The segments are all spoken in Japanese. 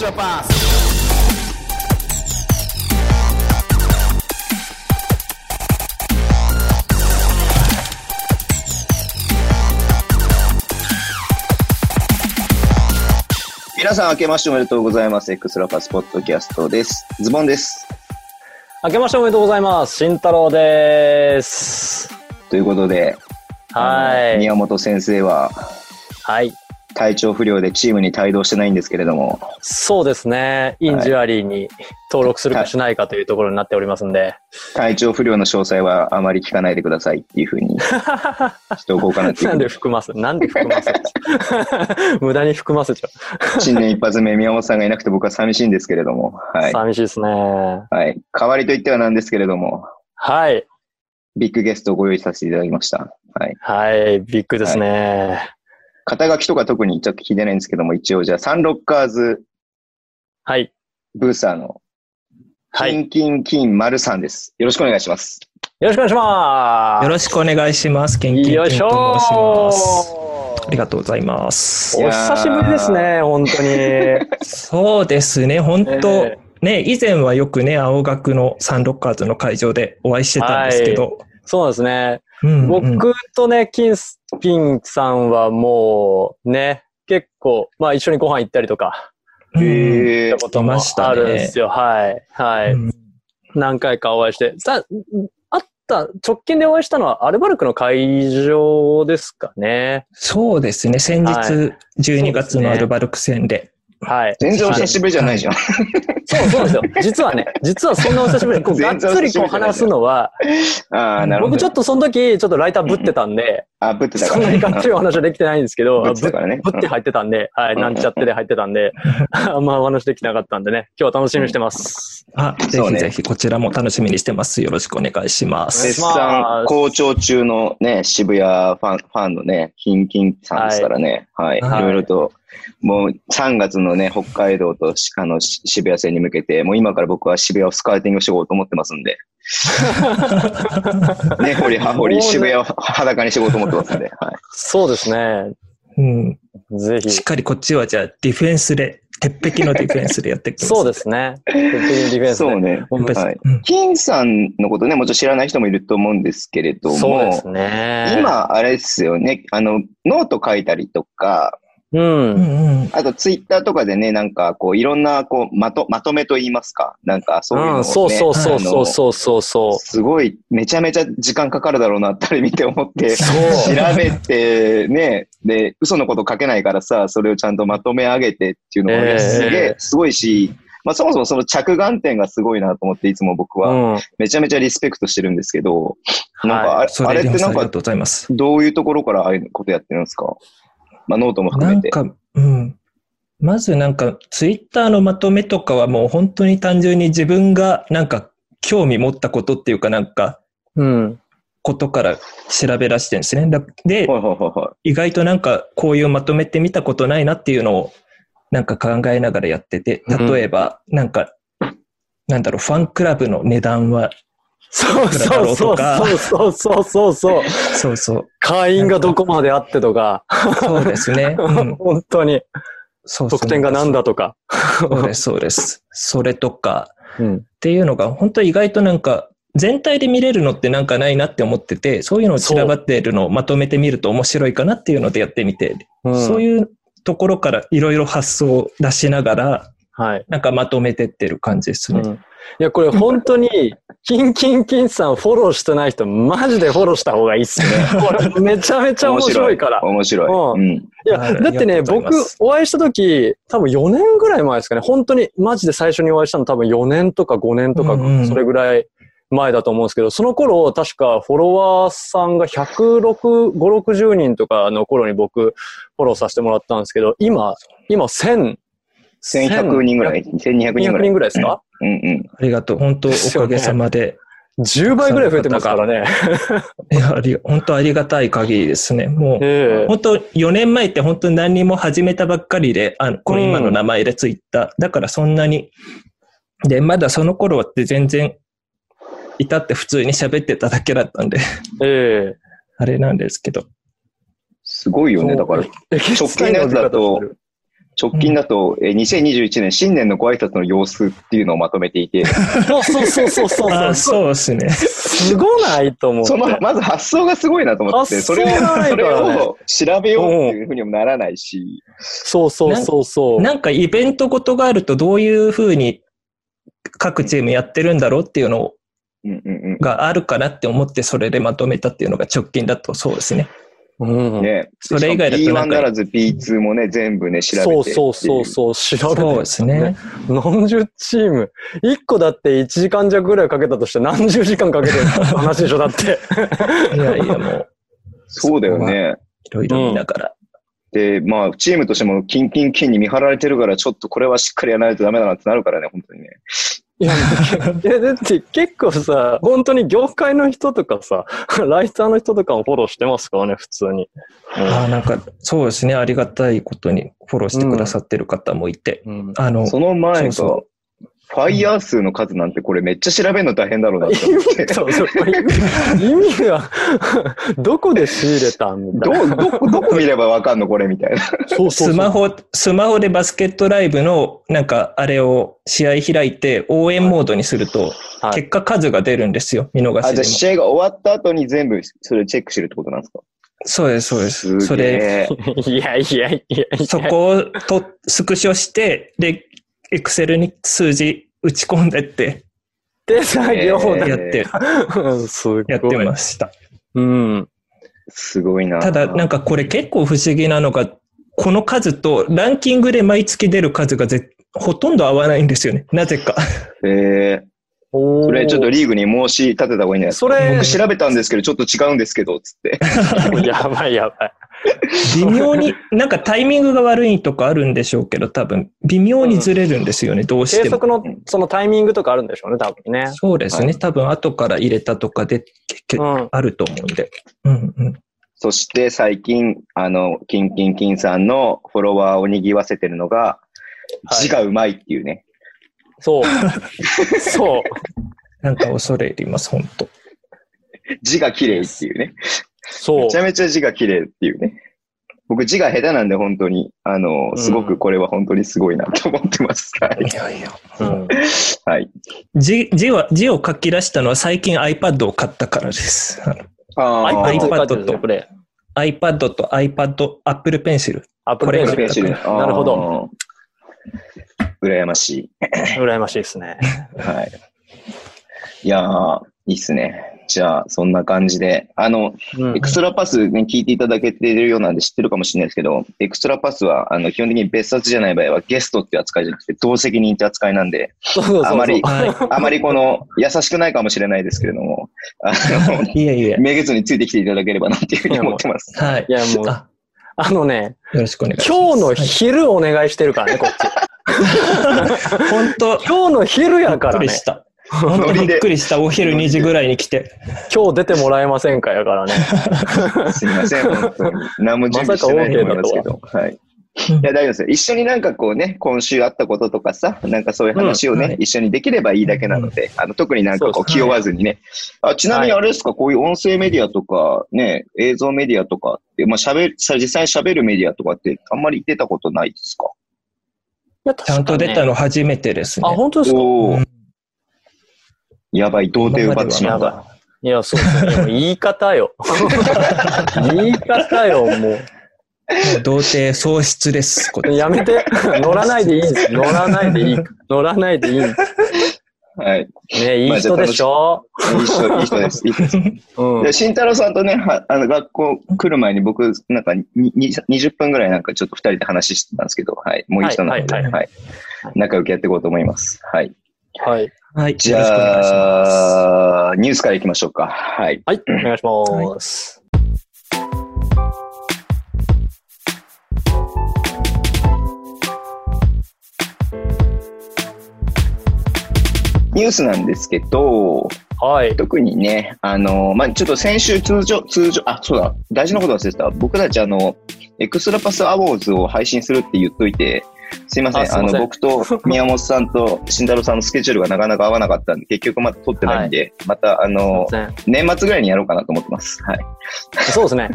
your past. Podcast 皆さん、明けましておめでとうございます。エクストラパスポッドキャストです。ズボンです。明けましておめでとうございます。慎太郎です。ということで、はあのい。宮本先生ははい。体調不良でチームに帯同してないんですけれども、そうですね。インジュアリーに登録するはかいしないかというところになっておりますんで。体調不良の詳細はあまり聞かないでくださいっていうふう にしておこうかなっていうなふうんでに。含ます なんで含ませちゃう無駄に含ませちゃ新年一発目、宮本さんがいなくて僕は寂しいんですけれども、う。はい。寂しいですね。はい。代わりといってはなんですけれども、はい。ビッグゲストをご用意させていただきました。はい。はい。ビッグですね。肩書きとか特にちょっと聞いてないんですけども、一応じゃあ、サンロッカーズはい。ブーサーのはキい。よンキンキン丸さんです。よろしくお願いします。ろしくお願いしまよろしくお願いします。ケンキンす。キンよとい申ししょます。あーりがとうございます。お久しぶりですね、本 当に。そうですね、本当、えね、以前はよくね、青学のサンロッカーズの会場でお会いしてたんですけど、そうですね。うんうん僕とね、金スピンさんはもうね、結構、まあ一緒にご飯行ったりとか、うんへしたーことも行きましたねあるんですよ。はい。はい。うん何回かお会いして。さ、あった、直近でお会いしたのはアルバルクの会場ですかね。そうですね、先日、はい12月のアルバルク戦で。はい。全然お久しぶりじゃない じゃん。そうそうですよ。実はね、実はそんなお久しぶりに、こう、がっ全然おつ久りしこぶうりじゃない話すのは、ああ、なるほ僕ちどょ。っとその時、ちょっとライターぶってたんで、あ、ぶってたそかんらなね。にがっつりお話はできてないんですけど、ぶってたからね。ぶって入ってたんで、はい、なんちゃってで入ってたんで、 あんまお話できなかったんでね、今日は楽しみにしてます。あ、ぜそうひねぜひ、こちらも楽しみにしてます。よろしくお願いしまお願い絶す。します賛好調中のね、渋谷ファン、ファンのね、キンキンさんですからね。はい。はい、いろいろと、もう3月のね、北海道としあのし渋谷戦に向けて、もう今から僕は渋谷をスカウティングしていこうと思ってますん で。ね、掘り葉掘もうねり、渋谷を裸にしていこうと思ってますんで。はい。そうですね。うん、ぜしっひ。かりこっちは、じゃあ、ディフェンスで、鉄壁のディフェンスでやっていきま す。そうですね。鉄壁のディフェンスそうで。ね。本当ですはいうん金さんのことね、もちろん知らない人もいると思うんですけれども、そうですね。、今、あれですよね、あの、ノート書いたりとか、うん。うんうんあとツイッターとかでね、なんかこう、いろんな、こう、まと、まとめと言いますか、なんかそういうのを、うね。ん、そうそうそうあのそうそうそうそう。すごい、めちゃめちゃ時間かかるだろうなってあれ見て思って、調そう。べて、ね、で、嘘のこと書けないからさ、それをちゃんとまとめ上げてっていうのがね、ええすげえ、すごいし、まあそもそもその着眼点がすごいなと思って、いつも僕は、うん。めちゃめちゃリスペクトしてるんですけど、なんかあれ,、そあれれってでもさなあんりがかとうございます。どういうところからああいうことやってるんですかまあノートも含なめんて。か、うん。まずなんか、ツイッターのまとめとかはもう本当に単純に自分がなんか興味持ったことっていうかなんか、うん。ことから調べ出してるんですね。だはいで、はいはいは意外となんかこういうまとめてみたことないなっていうのをなんか考えながらやってて、うん例えばなんか、なんだろう、ファンクラブの値段は、そうそうそうそうそうそうそう。そうそう、会員がどこまであってとか、そうで すね。うん、本当に、そうそう得点がなんだとか。そうです、そうです。それとか、うん。っていうのが本当意外となんか全体で見れるのってなんかないなって思っててそういうのを散らばっているのをまとめてみると面白いかなっていうのでやってみて、そううん。いうところからいろいろ発想を出しながらはい。なんかまとめてってる感じですね。うん、いや、これ本当に、キンキンキンさんフォローしてない人、マジでフォローした方がいいっ すね。これめちゃめちゃ面白いから。面白い。ううん。いや、はいだってあね、りがとうございま僕す、お会いした時、多分4年ぐらい前ですかね。本当に、マジで最初にお会いしたの多分4年とか5年とかうんう、んそれぐらい前だと思うんですけど、その頃、確かフォロワーさんが106、5、60人とかの頃に僕、フォローさせてもらったんですけど、今、今1000、 1100人ぐらい ?1200 人ぐ200らい人ぐらいですかうんうん。ありがとう。本当おですよかねげさまで。 10倍ぐらい増えてますからね。いや、あり本当ありがたい限りですね。もう、ええ本当4年前って本当に何にも始めたばっかりで、あのこの今の名前でツイッター。だからそんなに。で、まだその頃って全然、いたって普通に喋ってただけだったんで、 えあれなんですけど。すごいえよね。だから、えげつな直い近のやつだと伸び方してる直近だと、えー2021年新年のご挨拶の様子っていうのをまとめてい て、そうそうそうそうそうあーそう。そうですね。すごないと思って。その、まず発想がすごいなと思って、発そ想れがを、ないそかれらねを調べようっていうふうにもならないし、そうそうそうそう。なんかイベントごとがあるとどういうふうに各チームやってるんだろうっていうのうんうんがあるかなって思ってそれでまとめたっていうのが直近だとそうですね。うんうん。ね、それ以外だとなん B1 かならず B2 もね、全部ね、調べてっていそうそうそうそう、調べて。そうですね。。何十チーム。一個だって1時間弱ぐらいかけたとして何十時間かけてる話でしょ、だって。いやいやもうそうだよね。いろいろ見ながら。で、まあ、チームとしても、キンキンキンに見張られてるから、ちょっとこれはしっかりやらないとダメだなってなるからね、本当にね。 いや、いやだって結構さ、本当に業界の人とかさ、ライターの人とかもフォローしてますからね、普通に。ああなんかそうですね。ありがたいことにフォローしてくださってる方もいて。うんあの、その前が、そファイヤー数の数なんてこれめっちゃ調べるの大変だろうなって意思っ味て。 と、意味が、 どこで仕入れたみたいな。ど、どこ、どこ見ればわかんのこれみ たいな。そうそうそうスマホ、スマホでバスケットライブのなんかあれを試合開いて応援モードにするとはい結果数が出るんですよ。見逃しあ、じゃでもあ。試合が終わった後に全部それをチェックしてるってことなんですかそうです、そうです。すそげれえ。いやいやいやいや。そこをとスクショして、で、エクセルに数字打ち込んでって手作業だ。やって、うんすごい。やってました。うん。すごいな。ただ、なんかこれ結構不思議なのが、この数とランキングで毎月出る数がぜほとんど合わないんですよね。なぜか。ええここれちょっとリーグに申し立てた方がいいんじゃないですかそれ僕、調べたんですけど、ちょっと違うんですけど、つって。やばいやばい。微妙に、なんかタイミングが悪いとかあるんでしょうけど、多分、微妙にずれるんですよね、どうして計も。測のそのタイミングとかあるんでしょうね、多分ね。そうですね。多分、後から入れたとかで、けけうん。あると思うんで。うんうん。そして最近、あの、キンキンキンさんのフォロワーを賑わせてるのが、い字がうまいっていうね。そう。そう。なんか恐れ入ります、本当字が綺麗っていうね。そうめち。ゃめちゃ字が綺麗っていうね。僕字が下手なんで本当に、あの、すごくこれは本当にすごいなと思ってます。はいいやいや。うんはい。字字は字を書き出したのは最近 iPad を買ったからです。あのあ iPad ーと iPad とプレ iPad と iPad、Apple Pencil。アップこれルがペンシル。あー なるほど。。羨まし羨ましいですね。い。はい。いやー、いいっすね。じゃあ、そんな感じで。あの、うんエクストラパス、ね、聞いていただけてるようなんで知ってるかもしれないですけど、エクストラパスは、あの、基本的に別冊じゃない場合はゲストって扱いじゃなくて、同席人って扱いなんで、そうそうそうそう。あまりはあまりこの、優しくないかもしれないですけれども、あの、 い。いえいえ。めげずについてきていただければなっていうふうに思ってます。はいい。やもう、あ、あのね、よろしくお願いします。今日の昼お願いしてるからね、こ っち。はい、本当今日の昼やからびっくねり。した。本当びっくりした。お昼2時ぐらいに来て。今日出てもらえませんかやからね。すみません、本当に。何も準備してないと思いますけど。はい。いや、大丈夫ですよ。一緒になんかこうね、今週あったこととかさ、なんかそういう話をね、うんはい一緒にできればいいだけなので、あの、特になんかこそううで気負わずにね。あちなみにあれですか、こういう音声メディアとか、ね、映像メディアとかって、まあ喋る、さ実際に喋るメディアとかってあんまり出たことないですかちゃんと出たの。の初めてですね。あ、本当ですかおうーんやばい、童貞奪ってしまやっばたい。いや、そうそう。でも言い方 よ。言い方よ、ももう童貞喪失です。こう。れやめて。乗らないでいいんです。乗らないでいい。乗らないでいいんです。はい。ね、いい人でしょ。いい人、いい人です。いい人です。うん。で、慎太郎さんとね、はあの学校来る前に僕、なんかにに20分ぐらいなんかちょっと二人で話してたんですけど、はい。もういい人なので、ははいいは仲良くやっていこうと思います。はい。はい。はい。じよろしくお願いします。ゃあ、ニュースからいきましょうか。はい。はい、お願いします。ニュースなんですけど、はい。特にね、あの、まあ、ちょっと先週通常、通常、あ、そうだ、大事なこと忘れてた。僕たちあの、エクストラパスアワーズを配信するって言っといて、すいません。あすあいませんの、僕 と宮本さんと慎太郎さんのスケジュールがなかなか合わなかったんで、結局まだ撮ってないんで、また、あの、すいません年末ぐらいにやろうかなと思ってます。はい。そうですね。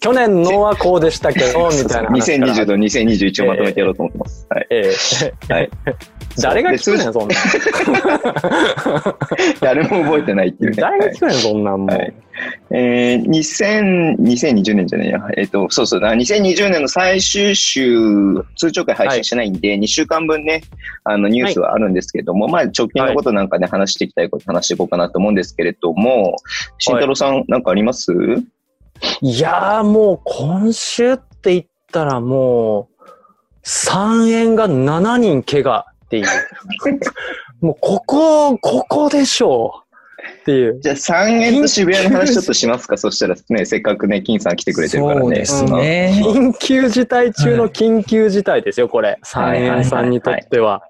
去年のはこうでしたけど、み たいな話から。 2020と2021をまとめてやろうと思ってます。はい。ええはい 誰が聞くねん、そんなん。誰も覚えてないっていうね。誰が聞くねん、そんなんもはう。いえー、2000 2020年じゃないや、えっとそうそうだから2020年の最終週通常回配信してないんで、2週間分ねあのニュースはあるんですけども、まあ、直近のことなんかね、話していきたいこと話していこうかなと思うんですけれども慎太郎さんなんかあります、いやー、もう今週って言ったらもう、3円が7人怪我っ ていう。もうここ、ここでしょうっていう。じゃあ3円と渋谷の話ちょっとしますかそしたらね せっかくね金さん来てくれてるからねそうですうんね。緊急事態中の緊急事態ですよ、これ。3円さんにとっては。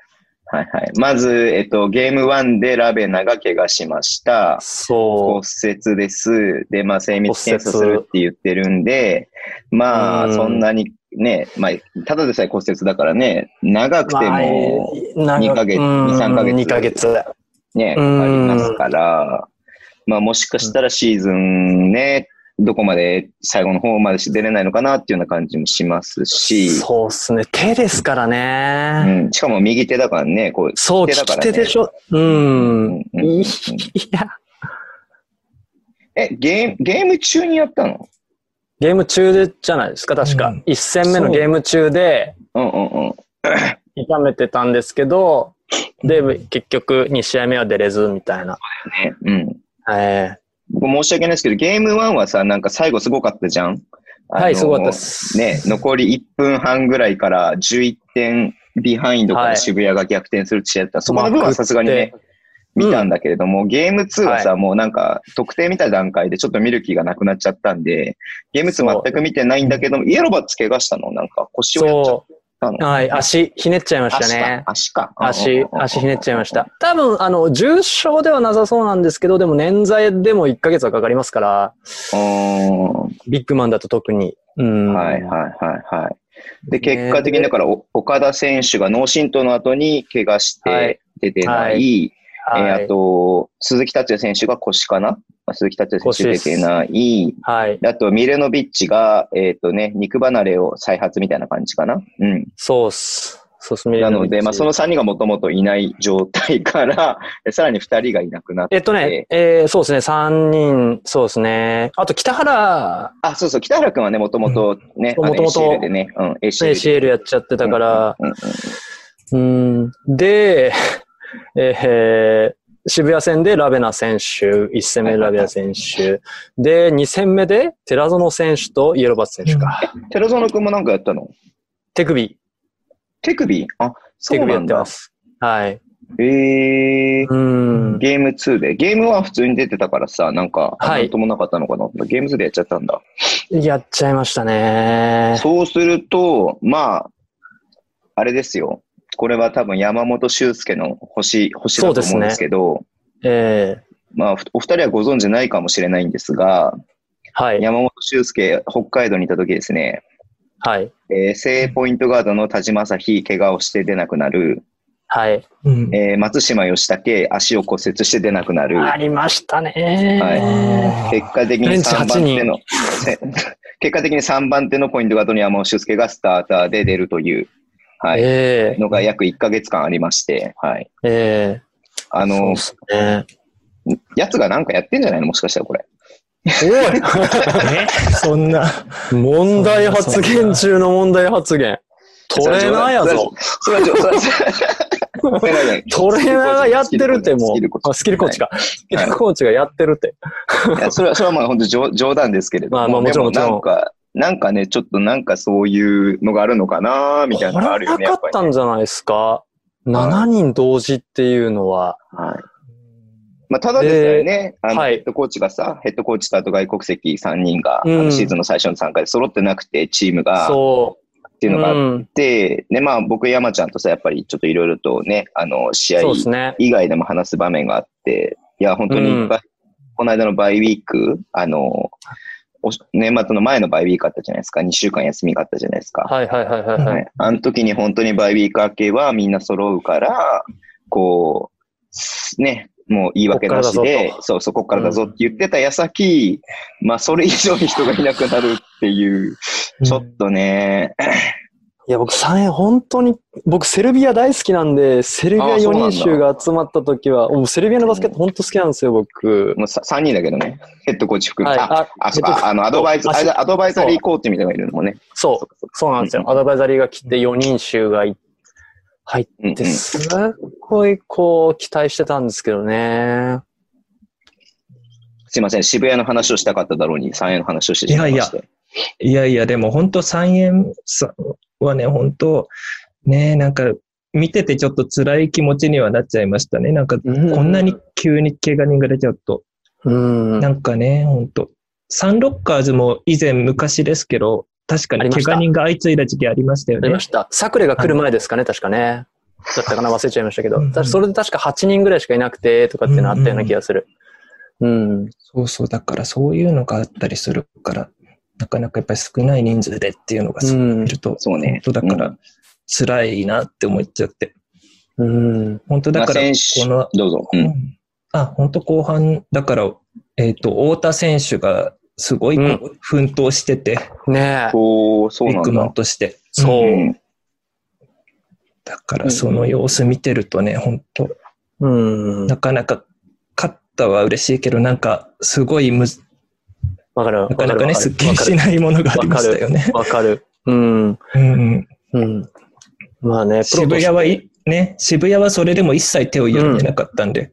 はいはい、まず、えっと、ゲーム1でラベナが怪我しました骨そ折です。で、まあ、精密検査す骨折るって言ってるんで、まうあ、んそんなにね、まあ、ただでさえ骨折だからね、長う。くてまあも、なんか2ヶ月うん2 3ヶ月2ヶ月。ね、うんありますから、まあ、もしかしたらシーズンね、どこまで最後の方まで出れないのかなっていうような感じもしますし、そうっすね。手ですからうね。ん、しかも右手だからね、こう、そう、利き手だ利からきね手でしょ。ううんん。うんうんいや、え、ゲーム、ゲーム中にやったのゲーム中でじゃないですか、確か。うん1戦目のゲーム中でうんうんうん。痛めてたんですけど、で、結局2試合目は出れずみたいな。ね、うん。え僕申し訳ないですけど、ゲーム1はさ、なんか最後すごかったじゃんーはい、あのすごかったです。ね、残り1分半ぐらいから11点ビハインドかはらい渋谷が逆転する試合だった。そこのまくって部分はさすがにね、うん見たんだけれども、ゲーム2はさ、はもうなんか、特定見た段階でちょっと見る気がなくなっちゃったんで、ゲーム2全く見てないんだけども、イエローバッツ怪我したのなんか腰をやっちゃっそたのう。はい、足、ひねっちゃいましたね。足か。足足か、。足ひねっちゃいました。多分、あの、重症ではなさそうなんですけど、でも捻挫でも1ヶ月はかかりますから、うーんビッグマンだと特に。うん。はいはいはいはい。で、ね結果的にだから、お岡田選手が脳震盪の後に怪我しはいて出てな。はいはい。えーあと、鈴木達也選手が腰かなまあ鈴木達也選手出てない。はい。あと、ミレノビッチが、えっ、とね、肉離れを再発みたいな感じかな。うん。そうっす。そうっす、ミレなノビのッチで、まあ、その3人がもともといない状態から、 えさらに2人がいなくなって。えっとね、えーそうですね、3人、そうですね。あと、北原あ、そうそう、北原くんはね、もともとね、うんあの元々 ACL でね、うん、ACL で。 ACL やっちゃってたから、うんうんうん、で、 えー渋谷戦でラベナ選手、1戦目でラベナ選手、で、2戦目で寺園選手とイエロバス選手か。うん寺園くんもなんかやったの手首、手首あ、そ手う首なやっんてだま。す。はい。ええうん。ゲーム2で。ゲーム1は普通に出てたからさ、なんか、はいなんともなかったのかなと思った。ゲーム2でやっちゃったんだ。やっちゃいましたね。そうすると、まあ、あれですよ。これは多分山本修介の星、星だと思うんですけど、えまあ、ふお二人はご存知ないかもしれないんですが、ーはい。山本修介、北海道にいた時ですね、はい。えー正ポイントガードの田島朝日、怪我をして出なくなる、はい。うんえー松島義武、足を骨折して出なくなる。ありましたね。は結果的にベンチ3番手の、せ結果的に3番手のポイントガードに山尾修介がスターターで出るという、はい、えのが約1ヶ月間ありまして、はい。ーえあーの、そうっすね。やつがなんかやってんじゃないのもしかしたらこれ。えそんな。問題発言中の問題発言。トレーナーやぞ。それは冗談。それは冗談それは冗談トレーナーがやってるってもスキルコう、あーチスキルコーチか。スキはいルコーチがやってるって。いやそれは、それはまあ本当冗冗談ですけれども。まあまあもちろんでもちろんなんか、なんかね、ちょっとなんかそういうのがあるのかなみこたれいなのがあるよなね。やかっぱりたねんじゃないですか。7人同時っていうのは。はい。まあ、ただでさえね、あのはいヘッドコーチがさ、ヘッドコーチとあと外国籍3人が、あうんのシーズンの最初の3回で揃ってなくて、チームがっそてう。いうのがあっうんて、で、まあ僕、山ちゃんとさ、やっぱりちょっといろいろとね、あの、試合そうですね。以外でも話す場面があって、いや、本当に、うんこの間のバイウィーク、あの、おし年末の前のバイウィークあったじゃないですか。2週間休みがあったじゃないですか。はいはいはいはいは。はいい。あの時に本当にバイウィーク明けはみんな揃うから、こう、ね、もう言い訳なしこっからだでぞ、とそう、そこからだぞって言ってた矢先、まあ、それ以上に人がいなくなるっていう、ちょっとね、いや、僕3円本当に、僕セルビア大好きなんで、セルビアあーそう4なんだ人衆が集まった時は、もうセルビアのバスケット本当好きなんですよ、僕。もう3人だけどね、ヘッドコーチ含め、あ、ああ、そうえっとか、あの、アドバイザあそうー、アドバイザリーコーチみたいなのがいるのもね。そう、そうなんですうよ。んアドバイザリーが来て4人衆がい入っうんうんて、すっごいこう、期待してたんですけどね。すいません、渋谷の話をしたかっただろうに、3円の話をしてしまいまして。いやいや、でも本当三円さんはね、本当ね、なんか見ててちょっと辛い気持ちにはなっちゃいましたね。なんかこうんんなに急に怪我人が出ちゃうと。うん。なんかね、本当サンロッカーズも以前昔ですけど、確かありにま怪した我人が相次いだ時期ありましたよありねま。した。サクレが来る前ですかね、確かね。だったかな忘れちゃいましたけど。うんうんただそれで確か8人ぐらいしかいなくて、とかってのあったような気がする。うん。そうそう、だからそういうのがあったりするから、なかなかやっぱり少ない人数でっていうのがうすん見ると、そうね本当だかうら辛いなって思っちゃって。うん。本当だから、まあこ選手の、どうぞ。うん。あ、本当後半、だから、えっ、と、太田選手がすごいうんこう奮闘してて、ねえ。おー、そうビなッグんマンだ。として。そううんん。だからその様子見てるとね、本当うん。なかなか勝ったは嬉しいけど、なんかすごいむず、わかる。わなかかるなかね、わるすっきりしないものがありましたよね。わかる。うん。うんうんうん。まあね、プロ渋として谷はい、ね、渋谷はそれでも一切手を緩めなかったんで。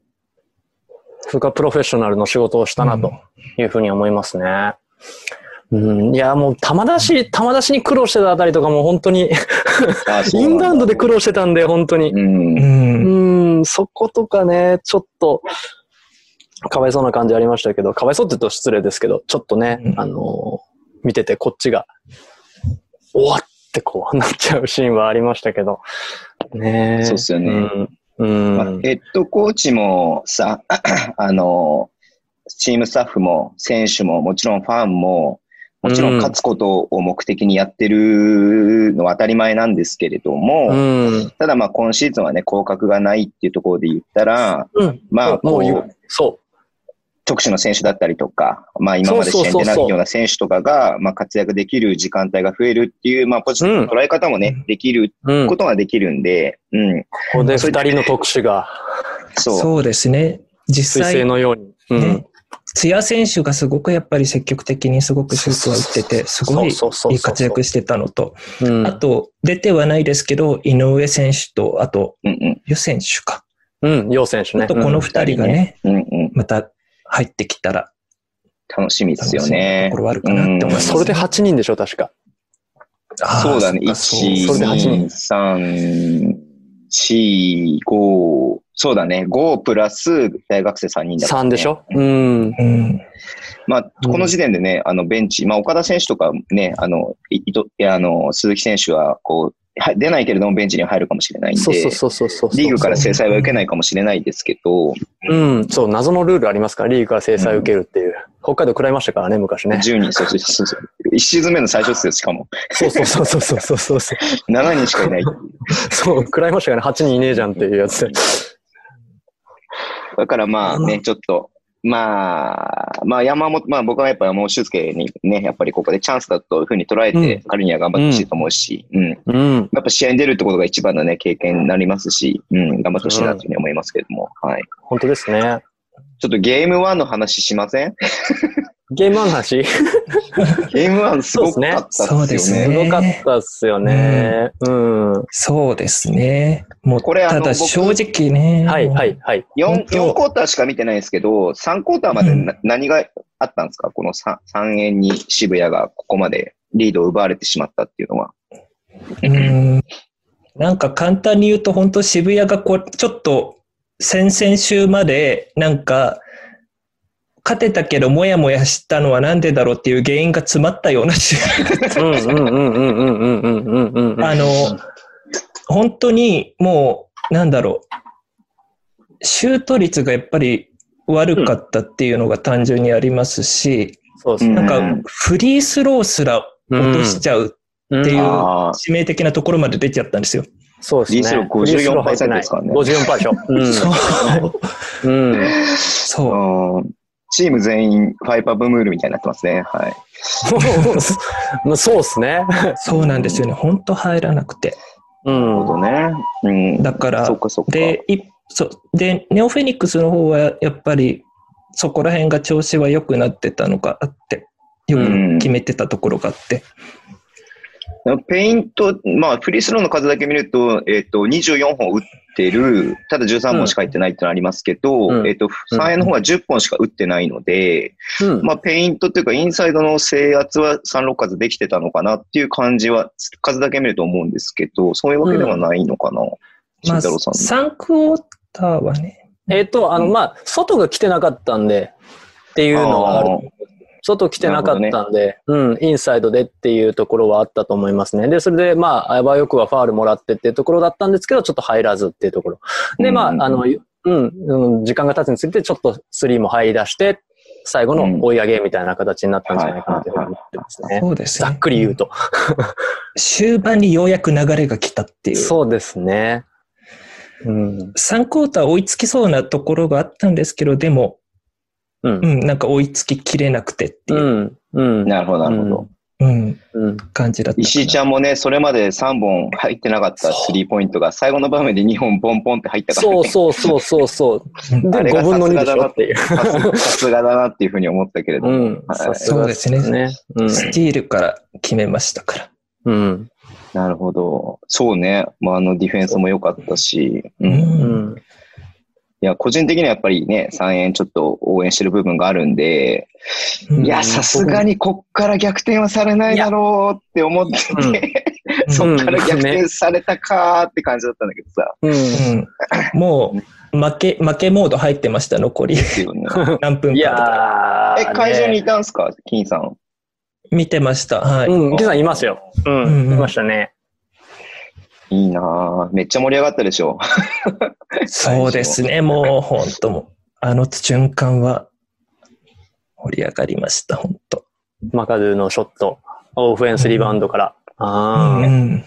僕はプロフェッショナルの仕事をしたなというふうに思いますね。うん、いや、もう、玉出し、玉出しに苦労してたあたりとかも本当に、あそうイなんンだバウンドで苦労してたんで、本当に。うんう。ん。うんうん、そことかね、ちょっと、かわいそうな感じありましたけど、かわいそうって言うと失礼ですけど、ちょっとね、うんあのー見ててこっちが、おわってこうなっ ちゃうシーンはありましたけど、ねえそうっすよね。うん。まあヘッドコーチもさ、 あの、チームスタッフも選手ももちろんファンも、もちろん勝つことを目的にやってるのは当たり前なんですけれども、うん。ただまあ今シーズンはね、降格がないっていうところで言ったら、うん。まあもこう言うう、そう。特殊な選手だったりとか、まあ今まで試合に出ないような選手とかが、まあ活躍できる時間帯が増えるっていう、まあポジティブな捉え方もね、できるうん、こことができるんで、うん、こで二人の特集が、そう。そうですね。彗実際星、のように。うね。津屋選手がすごくやっぱり積極的にすごくシュートを打ってて、すごいそうそうそうそういい活躍してたのと、うんあと、出てはないですけど、井上選手と、あと、うんうん。湯選手か。うん、楊選手ね。あと、この二人がね、うんうん。また入ってきたら、楽しみですよ楽しみなね。ところはあるかなって思いますうんそれで8人でしょ、確か。あーそうだね。っか1、それで八人2、3、4、5、そうだね。5プラス大学生3人だからね3でしょうん。うん。まあ、この時点でね、あの、ベンチ、まあ、岡田選手とかね、あの、いいといやあの鈴木選手は、こう、は出ないけれどもベンチには入るかもしれないんで、そうそうそうそうそう。リーグから制裁は受けないかもしれないですけど、うん、そう、謎のルールありますから、リーグから制裁を受けるっていう。北海道食らいましたからね、昔 ね。 10人、そうそうそうそう。1シーズン目の最初ですよ、しかも。そうそうそうそうそうそうそう。そう、 7人しかいない。食らいましたからね、8人いねえじゃんっていうやつで。だからまあね、ちょっと、まあ、まあ山本、まあ僕はやっぱ山本修介にね、やっぱりここでチャンスだというふうに捉えうんて、彼には頑張ってほしいと思うし、うん。うん。やっぱ試合に出るってことが一番のね、経験になりますし、うん、頑張ってほしいなというふうに思いますけれども、はい。本当ですね。ちょっとゲーム1の話しませんゲームの話、すゲーム1すごかったっすそようでね。すねごかったっすよね。うん。はそうですね。もう、これあのただ僕正直ね。い、はい、はい。 4, そう4クォーターしか見てないですけど、3クォーターまでな、何があったんですかこの 3, 3円に渋谷がここまでリードを奪われてしまったっていうのは。うんなんか簡単に言うと、本当渋谷がこう、ちょっと先々週まで、なんか、勝てたけど、もやもやしたのはなんでだろうっていう原因が詰まったような試う合。んうんうんうんうんうんうんうんうんうん。あの、本当にもう、なんだろう。シュート率がやっぱり悪かったっていうのが単純にありますし、そうですね。なんうかん、フリースローすら落としちゃうっっていうあー致命的なところまで出ちゃったんですよ。そうですね。リスロ54%リスロ入ってないですからね54%でしょ。うそう。ん。うん。そうんチーム全員、ファイパーブムールみたいになってますね。はい。まあ そうですね。う。そうなんですよね。本当入らなくて。うなるん。ほどね。うん。だからそっかそっか。で、いそう。で、ネオフェニックスの方は、やっぱり、そこら辺が調子は良くなってたのがあって、よく決めてたところがあって。ペイント、まあ、フリースローの数だけ見ると、えっ、と、24本打ってる、ただ13本しか入ってないってのありますけど、うんえっ、と、3円の方は10本しか打ってないので、うんまあ、ペイントっていうか、インサイドの制圧は3、6数できてたのかなっていう感じは、数だけ見ると思うんですけど、そういうわけではないのかな、慎まあ、太郎さん。 3クォーターはね、えっと、あの、まあ、外が来てなかったんで、っていうのはあるあー外来てなかったんで、うん、インサイドでっていうところはあったと思いますね。で、それで、まあ、あばよくはファールもらってっていうところだったんですけど、ちょっと入らずっていうところ。で、まあ、あの、うん、うん、時間が経つにつれて、ちょっとスリーも入り出して、最後の追い上げみたいな形になったんじゃないかなというふうに思ってますね。そうですざねっ。くり言うと。終盤にようやく流れが来たっていう。そうですね。うん。 3クォーター追いつきそうなところがあったんですけど、でも、う。うんん、なんか追いつききれなくてってういう、ん。うん。なるほど、なるほど。うん、うん。感じだったかな。石井ちゃんもね、それまで3本入ってなかったスリーポイントが、最後の場面で2本ポンポンって入ったから、ね、そうそうそうそうそう。で、あれが5分の2でしょっていう。さすさすがだなっていうふうに思ったけれどうも。ん。さすがそうね。うん。スティールから決めましたから。うん。なるほど。そうね。まあ、あの、ディフェンスも良かったし。う。うんいうん。や、個人的にはやっぱりね、3円ちょっと応援してる部分があるんで、うんいや、さすがにこっから逆転はされないだろうって思ってて、う んそっからうん逆転されたかーって感じだったんだけどさ。うん。うんもう、負け、負けモード入ってました、残りっていうね 何分いか。やーえ、会場にいねたんすか金さん。見てました。はい。うん、今朝いますよ。ううんうんん、いましたね。いいなーめっちゃ盛り上がったでしょ。そうですね、もう、本当もう。あの瞬間は、盛り上がりました、本当。マカドゥのショット、オフェンスリバウンドから。あうあ。ん。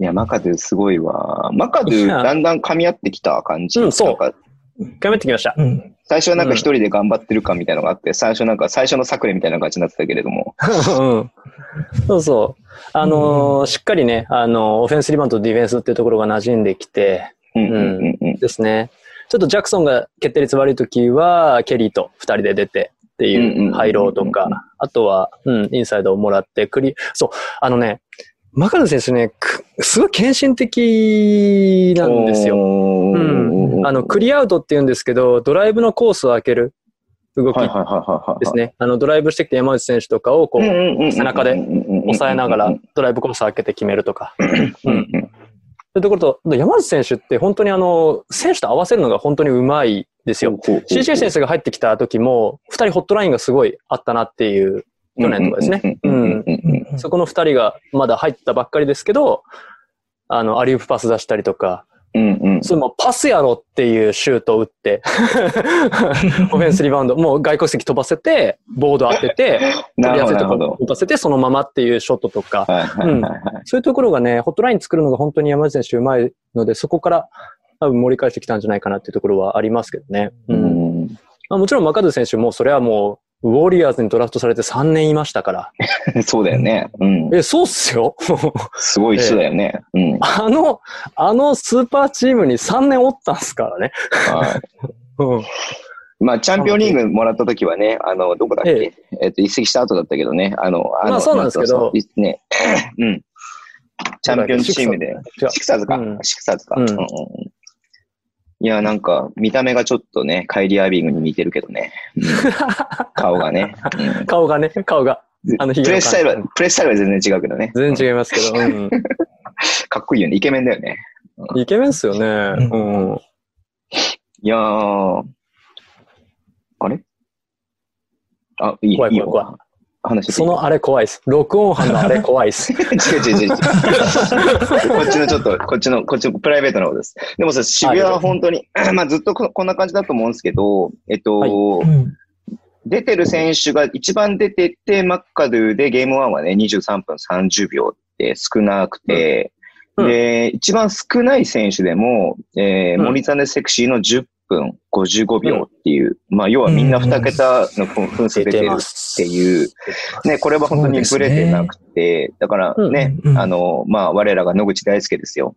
いや、マカドゥすごいわ。マカドいゥやだんだん噛み合ってきた感じ。うんそうなんか一回目ってきました。 うん。最初はなんか一人で頑張ってる感みたいなのがあって、最初なんか最初の作例みたいな感じになってたけれども。うんそうそう。あのー、しっかりね、あのー、オフェンスリバウンドとディフェンスっていうところが馴染んできてうんうんうんうん。ですね。ちょっとジャクソンが決定率悪いときは、ケリーと二人で出てってうんうんうんいううんハイローとうんうんか、あとは、うん、インサイドをもらって、クリ、そう、あのね、マカドゥ選手ね、くすごい献身的なんですよ。おーうあの、クリアアウトって言うんですけど、ドライブのコースを開ける動きはいはいではいはいはい。すね。あの、ドライブしてきた山内選手とかをこうんう、うんうんうん。背中で抑えながらドライブコース開けて決めるとか。ううんんうんうん。というところと、あと山内選手って本当にあの、選手と合わせるのが本当にうまいですよ。CJ 先生、生が入ってきた時も、二人ホットラインがすごいあったなっていう、去年とかですねうんうんうんうんそこの二人がまだ入ったばっかりですけど、あの、アリウープパス出したりとか、うんうん。それもパスやろっていうシュートを打って、 オフェンスリバウンド、もう外国籍飛ばせて、ボード当てて、なるほど、な取り合わせとるかほど。打たせて、そのままっていうショットとか、はいはいはいはい。そういうところがね、ホットライン作るのが本当に山内選手うまいので、そこから多分盛り返してきたんじゃないかなっていうところはありますけどね。う。うんんまあ、もちろんマカドゥ選手も、それはもう、ウォリアーズにドラフトされて3年いましたから。そうだよね。うん。え、そうっすよ。 すごい人だよね。うん。あの、あのスーパーチームに3年おったんすからね。はい。うん。まあ、チャンピオンリングもらった時はね、あの、どこだっけ、ええっと、移籍した後だったけどね、あの、あのまあそうなんですけどそうそうね、 うん。チャンピオンチームで、違う。シクサーズか、うんシクサーズか。ううんんうんうんいや、なんか、見た目がちょっとね、カイリー・アービングに似てるけどね。うん 顔がね、うん顔がね、顔が。あの、プひレげースタイルは、プレースタイルは全然違うけどね。全然違いますけど、うん。かっこいいよね。イケメンだよね。イケメンっすよね。うん。いやー。あれあ、いい、怖い怖いよ怖い話してていそいのあれ怖いっす。録音班のあれ怖い っす。違う違う違う違う。こっちのちょっと、こっちの、こっちのプライベートなことです。でもさ、 渋谷は本当に、まあずっとここんな感じだと思うんですけど、えっと、はいうん出てる選手が一番出てて、マッカドゥでゲーム1はね、23分30秒って少なくて、うんうんで、一番少ない選手でも、えーうん森真セクシーの10分55秒っていう、まあ、要はみんな2桁の分分数出出ててるまっす。ていう、ね、これは本当にブレてなくて、だからね、うんうんあの、まあ、我らが野口大輔です よ。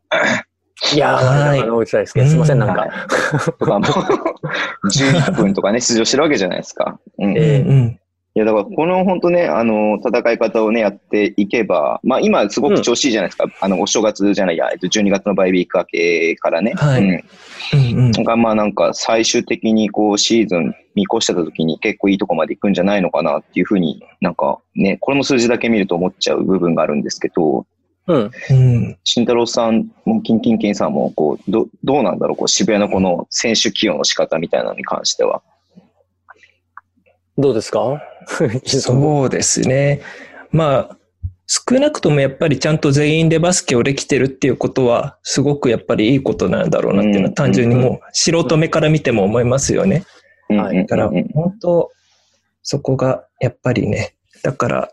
いやー、はい長野内大輔、すいません、なんはいか。とかも、11分とかね、出場してるわけじゃないですか。うん。えうんうんいや、だから、この本当ね、あの、戦い方をね、やっていけば、まあ、今、すごく調子いいじゃないですか。あの、お正月じゃないや、えっと、12月のバイウィーク明けからね。はいうん。うんうんが、まあ、なんか、最終的に、こう、シーズン見越してた時に、結構いいとこまで行くんじゃないのかなっていうふうになんか、ね、これも数字だけ見ると思っちゃう部分があるんですけど、うん。うん慎太郎さんも、キンキンキンさんも、こう、ど、どうなんだろう、こう、渋谷のこの選手起用の仕方みたいなのに関しては。どうですか そうですね。まあ、少なくともやっぱりちゃんと全員でバスケをできてるっていうことは、すごくやっぱりいいことなんだろうなっていうのうは、ん単純にもう素人目から見ても思いますよね。うんはいうんだからうんうん、本当、そこがやっぱりね、だから、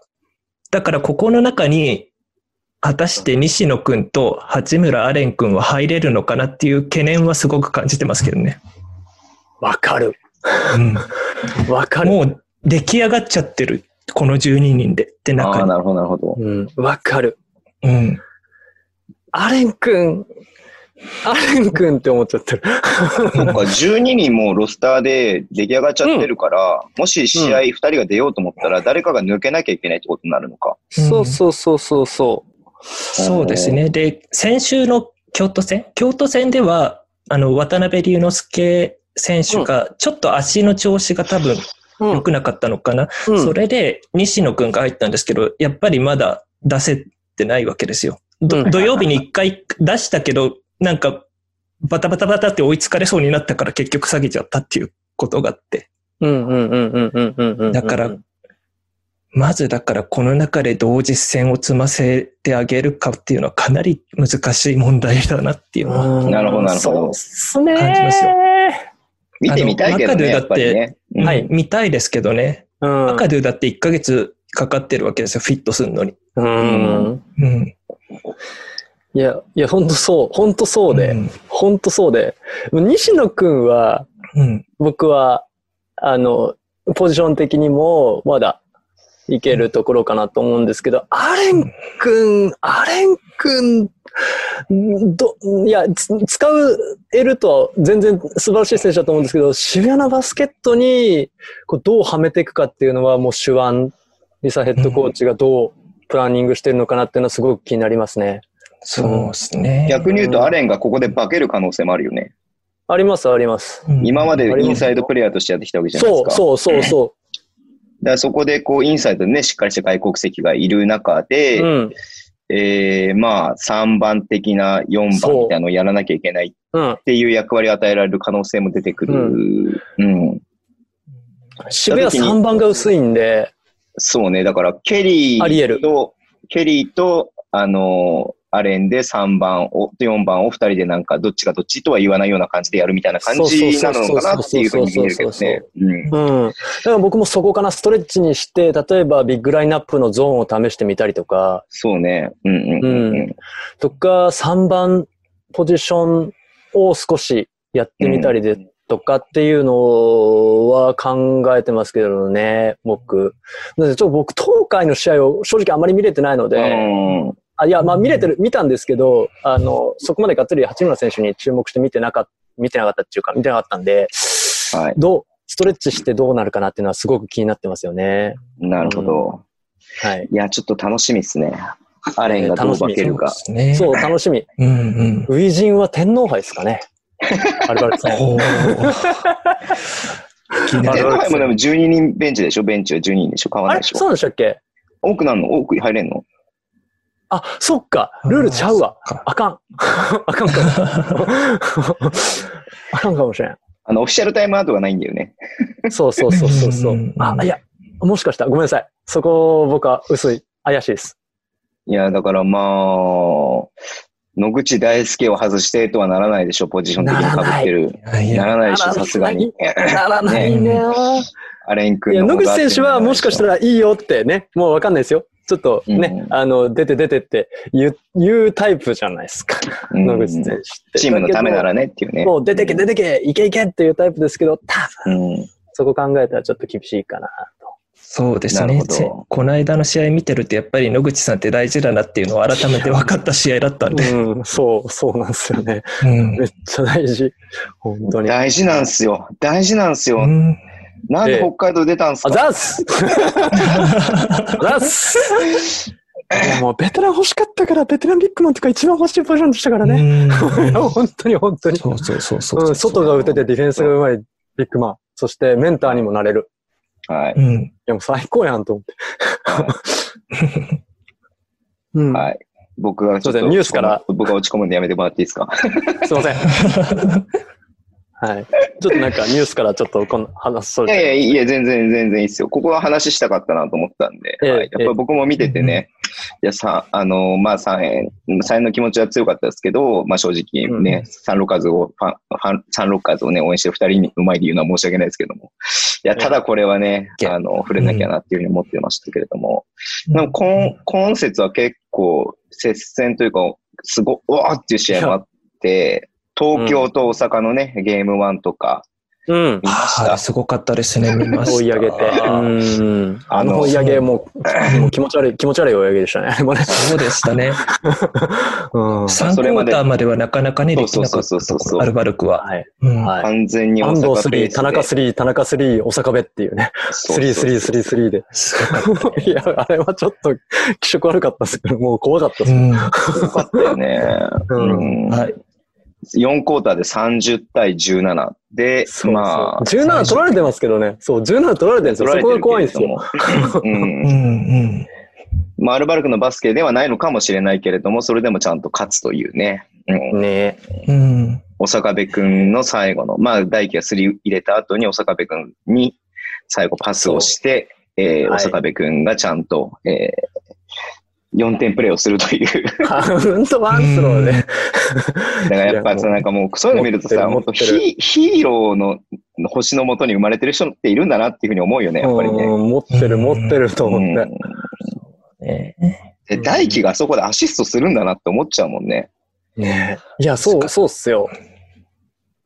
だからここの中に、果たして西野くんと八村アレンくんは入れるのかなっていう懸念はすごく感じてますけどね。わかる。うんわかる。もう出来上がっちゃってる。この12人で。ってあ中あ、に。なるほど、なるほ ど。うん、わかる。うん。アレン君、アレン君って思っちゃってる。なんか12人もロスターで出来上がっちゃってるから、もし試合2人が出ようと思ったら、誰かが抜けなきゃいけないってことになるのか。そうそうそうそうそそうですね。で、先週の京都戦、京都戦では、あの、渡辺龍之介選手が、ちょっと足の調子が多分う。う良んくなかったのかな。うんそれで、西野くんが入ったんですけど、やっぱりまだ出せてないわけですよ。うどん土曜日に一回出したけど、なんか、バタバタバタって追いつかれそうになったから結局下げちゃったっていうことがあって。うんうんうんうんうんうんうん。だからまずだからこの中でどう実戦を積ませてあげるかっていうのはかなり難しい問題だなっていうのはなるほどなるほどそうっすね。感じますよ見てみたいけどね、あのやっぱりね。うんはい、見たいですけどね。うん。アカドゥだって1ヶ月かかってるわけですよ、フィットするのに。うん。うん。いや、いや、ほんとそう。ほんとそうで。うん。ほんとそうで。西野くんは、うん。僕は、あの、ポジション的にも、まだ、いけるところかなと思うんですけど、アレンくん、アレンくん、んど、いや、つ使えるとは全然素晴らしい選手だと思うんですけど、渋谷のバスケットに、こう、どうはめていくかっていうのは、もう手腕、リサヘッドコーチがどうプランニングしてるのかなっていうのはすごく気になりますね。そうですね。逆に言うと、アレンがここで化ける可能性もあるよね。あります、あります。うん今までインサイドプレイヤーとしてやってきたわけじゃないですそう、か。そう、そう、そだからそこで、こう、インサイドにね、しっかりした外国籍がいる中う。で、うん。えー、まあ、3番的な4番みたいなのをやらなきゃいけないうんっ。ていう役割を与えられる可能性も出てくる。うん渋谷3番が薄いんで、そうね、だから、ケリあり得ーると、ケリーと、あのーアレンで3番を、4番を2人でなんか、どっちがどっちとは言わないような感じでやるみたいな感じなのかなっていうふうに見えるけどね。うんうん。だから僕もそこかな、ストレッチにして、例えばビッグラインナップのゾーンを試してみたりとか、そうね。うんうんうんうん。とか、3番ポジションを少しやってみたりでとかっていうのは考えてますけどね、僕。なのでちょっと僕、東海の試合を正直あまり見れてないので、うんあいや、まあ見れてる、見たんですけど、あの、そこまでがっつり八村選手に注目して見てなかった、見てなかったっていうか、見てなかったんで、はいどう、ストレッチしてどうなるかなっていうのはすごく気になってますよね。なるほど。はい。いや、ちょっと楽しみですね。アレンがどう化けるか。そうですね。そう、楽しみ。うん うん。初陣は天皇杯ですかね。アルバルクさん。ほう気になテる。ントハイもでも12人ベンチでしょベンチは12人でしょ変わらなあいれでしそょうでしたっけ多くなるの多く入れんのあ、そっか。ルールちゃうわ。あかん。 あかんかも。 あかんかもしれん。あの、オフィシャルタイムアウトがないんだよね。そうそうそうそうそううんあ、いや、もしかしたらごめんなさい。そこ僕は薄い。怪しいです。いや、だからまあ、野口大輔を外してとはならないでしょ、ポジション的に被ってる。いやいなやらないでしょ、さすがに。ならないね。アレンい君やの野こと口選手はもしかしたら、らいいよってね、もうわかんないですよ。ちょっとね、うんあの、出て出てって言う言うタイプじゃないですか。うん野口選手って。チームのためなだらねっていうけね。どもう出てけ出てけ、いけいけっていうタイプですけど、たうん。そこ考えたらちょっと厳しいかなと。そうですなるねほ。どせこの間の試合見てると、やっぱり野口さんって大事だなっていうのを改めて分かった試合だったんで。うん、そう、そうなんですよね。うんめっちゃ大事。本当に。あ、大事なんすよ。大事なんすよ。うんなんで北海道出たんすかザースザースい やもうベテラン欲しかったから、ベテランビッグマンとか一番欲しいポジションでしたからね。 うん本当に本当に。そうそうそうそうう。ん、外が打ててディフェンスがうまいビッグマン。そしてメンターにもなれる。はい。うん。いやもう最高やんと思って。うんはい。僕がちょっすいませと、んニュースから僕が落ち込むんでやめてもらっていいですかすい ません。はい。ちょっとなんかニュースからちょっとこの話そいやいや、れて。いや、全然全然いいですよ。ここは話したかったなと思ったんで、ええはい、やっぱり僕も見ててね、いや、さ、あの、まあ、三円、三円の気持ちは強かったですけど、まあ、正直ね、うんサンロッカーズを、ファン、ファン、サンロッカーズをね、応援してる二人にうまい理由は申し訳ないですけども、いや、ただこれはね、ええあの、触れなきゃなっていうふうに思ってましたけれども、でも今、今節は結構、接戦というか、すご、うわーっていう試合もあって、東京と大阪のね、ゲーム1とか、うん。見ましたはい、すごかったですね、見ました。追い上げて。うん。あの追い上げもう、もう気持ち悪い、気持ち悪い追い上げでしたね。あれもね。そうでしたね。 うん。は3クそれォまーでターまではなかなかね、できなかっそうたそうそうそうとこそうろ、アルバルクは。い。うんはい。完全に大安藤阪ペー3、スで田中3、田中3、大阪部っていうね。そうそうそう3-3-3-3で。すごかった。いや、あれはちょっと気色悪かったですけど、もう怖かったでうす。んよかったよね。うんうんはい。 4クォーターで30対17で、そうまあ、そう17取られてますけどね。そう、17取られてるんですよ。そこが怖いんですよ。ううんん。うん。まあ、アルバルクのバスケではないのかもしれないけれども、それでもちゃんと勝つというね。うん。ねうん。小坂部君の最後の、まあ、大輝がスリー入れた後に小坂部君に最後パスをして、えー、小はい坂部君がちゃんと、えー、4点プレーをするという。え。カウントワンスローで。だからやっぱさ、なんかもう、そういうの見るとさ、持本って当る持ってるヒヒーローの星のもとに生まれてる人っているんだなっていうふうに思うよね、やっぱりね。うん持ってる、持ってると思うっんて。ねで大輝があそこでアシストするんだなって思っちゃうもんね。ねえいや、そう、そうっすよ。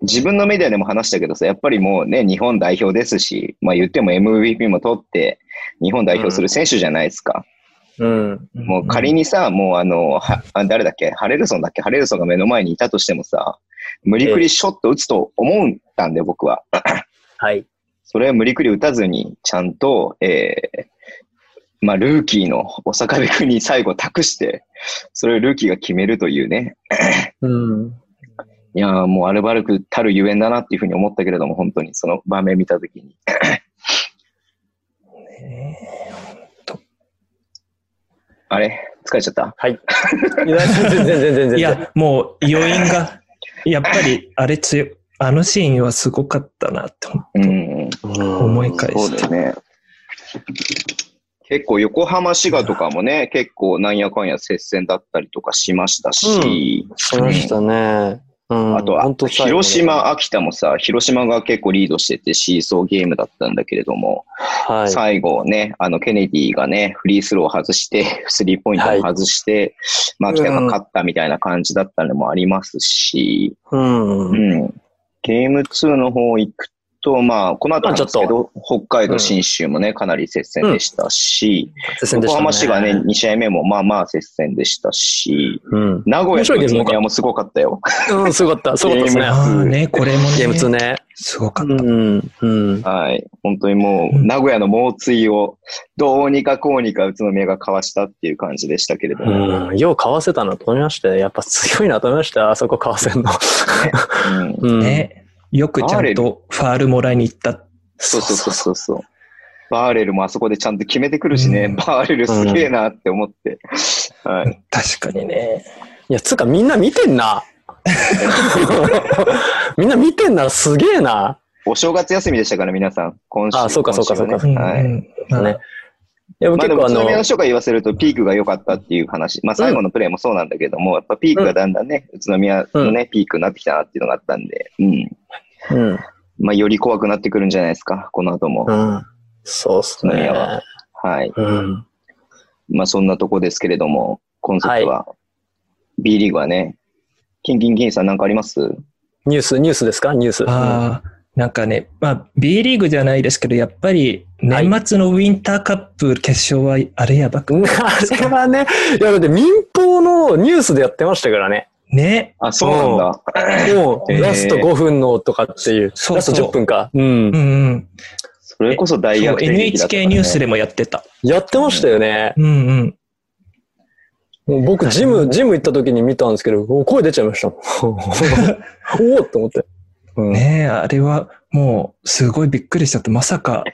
自分のメディアでも話したけどさ、やっぱりもうね、日本代表ですし、まあ言っても MVP も取って、日本代表する選手じゃないですか。うん。もう仮にさ、もうあの、はあ誰だっけハレルソンだっけハレルソンが目の前にいたとしてもさ、無理くりショット打つと思ったんで、僕は。はい。それは無理くり打たずに、ちゃんと、えーまあ、ルーキーの小坂部君に最後託して、それをルーキーが決めるというね。うん。いやーもうアルバルクたるゆえんだなっていうふうに思ったけれども、本当にその場面見たときに。あれ疲れちゃったはい。 いや全然、全然、全うん然。いや、もう余韻が、やっぱりあれ強い、あのシーンはすごかったなって本う当ん。うん、思い返そうしだたよ。ね。結構横浜滋賀とかもね、結構なんやかんや接戦だったりとかしましたし、しましたね。うん。あと本当は、最後の広島、秋田もさ、広島が結構リードしてて、シーソーゲームだったんだけれども、はい。最後ね、あの、ケネディがね、フリースローを外して、 スリーポイントを外して、まあ、秋田が勝ったみたいな感じだったのもありますし、うん。うん。ゲーム2の方行くと、まあ、この後なんですけど、北海道新州もね、かなり接戦でしたし、接戦で横したね浜市がね、2試合目もまあまあ接戦でしたし、うん。名古屋と宇面白いゲーム都多かった宮もすごかったよ。うん、すごかった。すごかったですね。ああね、これもね、ゲーム2ね。すごかうった。ん。うん。はい。本当にもうう、ん名古屋の猛追を、どうにかこうにか宇都宮がかわしたっていう感じでしたけれども。うん、ようかわせたなと思いましたね。やっぱ強いなと思いました。あそこかわせんの。うんうん、ね、よくちゃんとファールもらいに行った。そうそうそうそうそう。バーレルもあそこでちゃんと決めてくるしね、うんバーレルすげえなって思って。はい。確かにね。いや、つうかみんな見てん な。みんな見てんな。すげえな。お正月休みでしたから、皆さん。今週。あそうか今週はねそうかそうかはい。うんまあね。いや、まあ結で構も、あ宇都宮のの、人から言わせると、ピークが良かったっていう話。まあ、最後のプレーもそうなんだけども、やっぱピークがだんだんね、宇都宮のね、ピークになってきたなっていうのがあったんで、うん。うん。まあ、より怖くなってくるんじゃないですか、この後も。うん。そうっすそのね部屋。ははい。うん。まあ、そんなとこですけれども、今節は。B リーグはね、キンキンキンさんなんかありますニュース、ニュースですかニュース。ああ、なんかね、まあ、B リーグじゃないですけど、やっぱり年末のウィンターカップ決勝は、あれやばくうん あれはね、いやだって民放のニュースでやってましたからね。ね。あ、そうなんだ。もう、えーラスト5分のとかっていう。そうラストそう10分か。うんう。んうん。それこそ大そう学 NHK ニュースで。でもやってた。やってましたよね。うんうん。もう僕、ジム、ジム行った時に見たんですけど、お声出ちゃいましたもん。 おおって思って。うんねえ、あれはもう、すごいびっくりしちゃって、まさか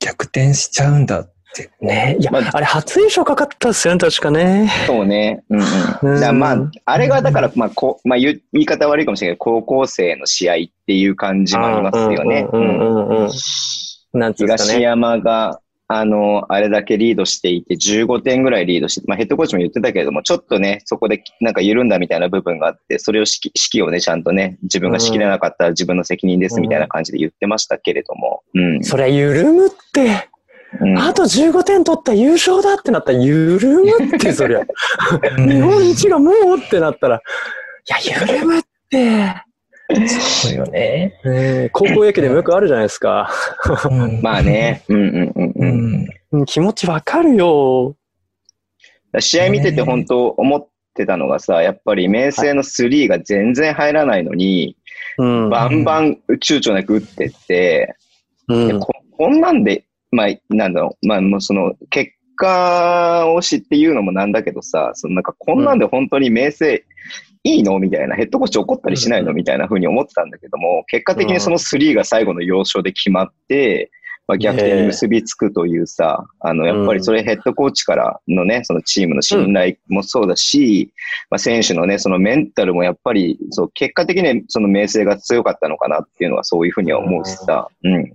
逆転しちゃうんだって。 ねいや、まああれ初優勝かかったっすよね、確かね。そうね。うんうん。だからまあ、あれがだから、まあ、こまあ、言う言い方悪いかもしれないけど、高校生の試合っていう感じもありますよね。うんううんんうんうんうん。なんつうんですか東ね。山が、あの、あれだけリードしていて、15点ぐらいリードして、まあ、ヘッドコーチも言ってたけれども、ちょっとね、そこでなんか緩んだみたいな部分があって、それを指揮指揮をね、ちゃんとね、自分が仕切らなかったら自分の責任ですみたいな感じで言ってましたけれども。うん。そりゃ緩むって、うんあと15点取った優勝だってなったら緩むって、そ りゃ。日本一がもうってなったら、いや、緩むって。そうよね。ねえ高校野球でもよくあるじゃないですか。うんまあね。うんうんうんううん。ん。うん気持ちわかるよ。試合見てて本当思ってたのがさ、やっぱり明星の3が全然入らないのに、うん。バンバン躊躇なく打ってって、うんでここんなんで、まあ、なんだろう、まあ、もうその、結果を知って言うのもなんだけどさ、そのなんかこんなんで本当に明星いいのみたいな、ヘッドコーチ怒ったりしないのみたいな風に思ってたんだけども、結果的にその3が最後の要所で決まって、まあ、逆転に結びつくというさ、あの、やっぱりそれヘッドコーチからのね、そのチームの信頼もそうだし、まあ、選手のね、そのメンタルもやっぱり、そう、結果的にその明星が強かったのかなっていうのはそういうふうには思うしさ、うん。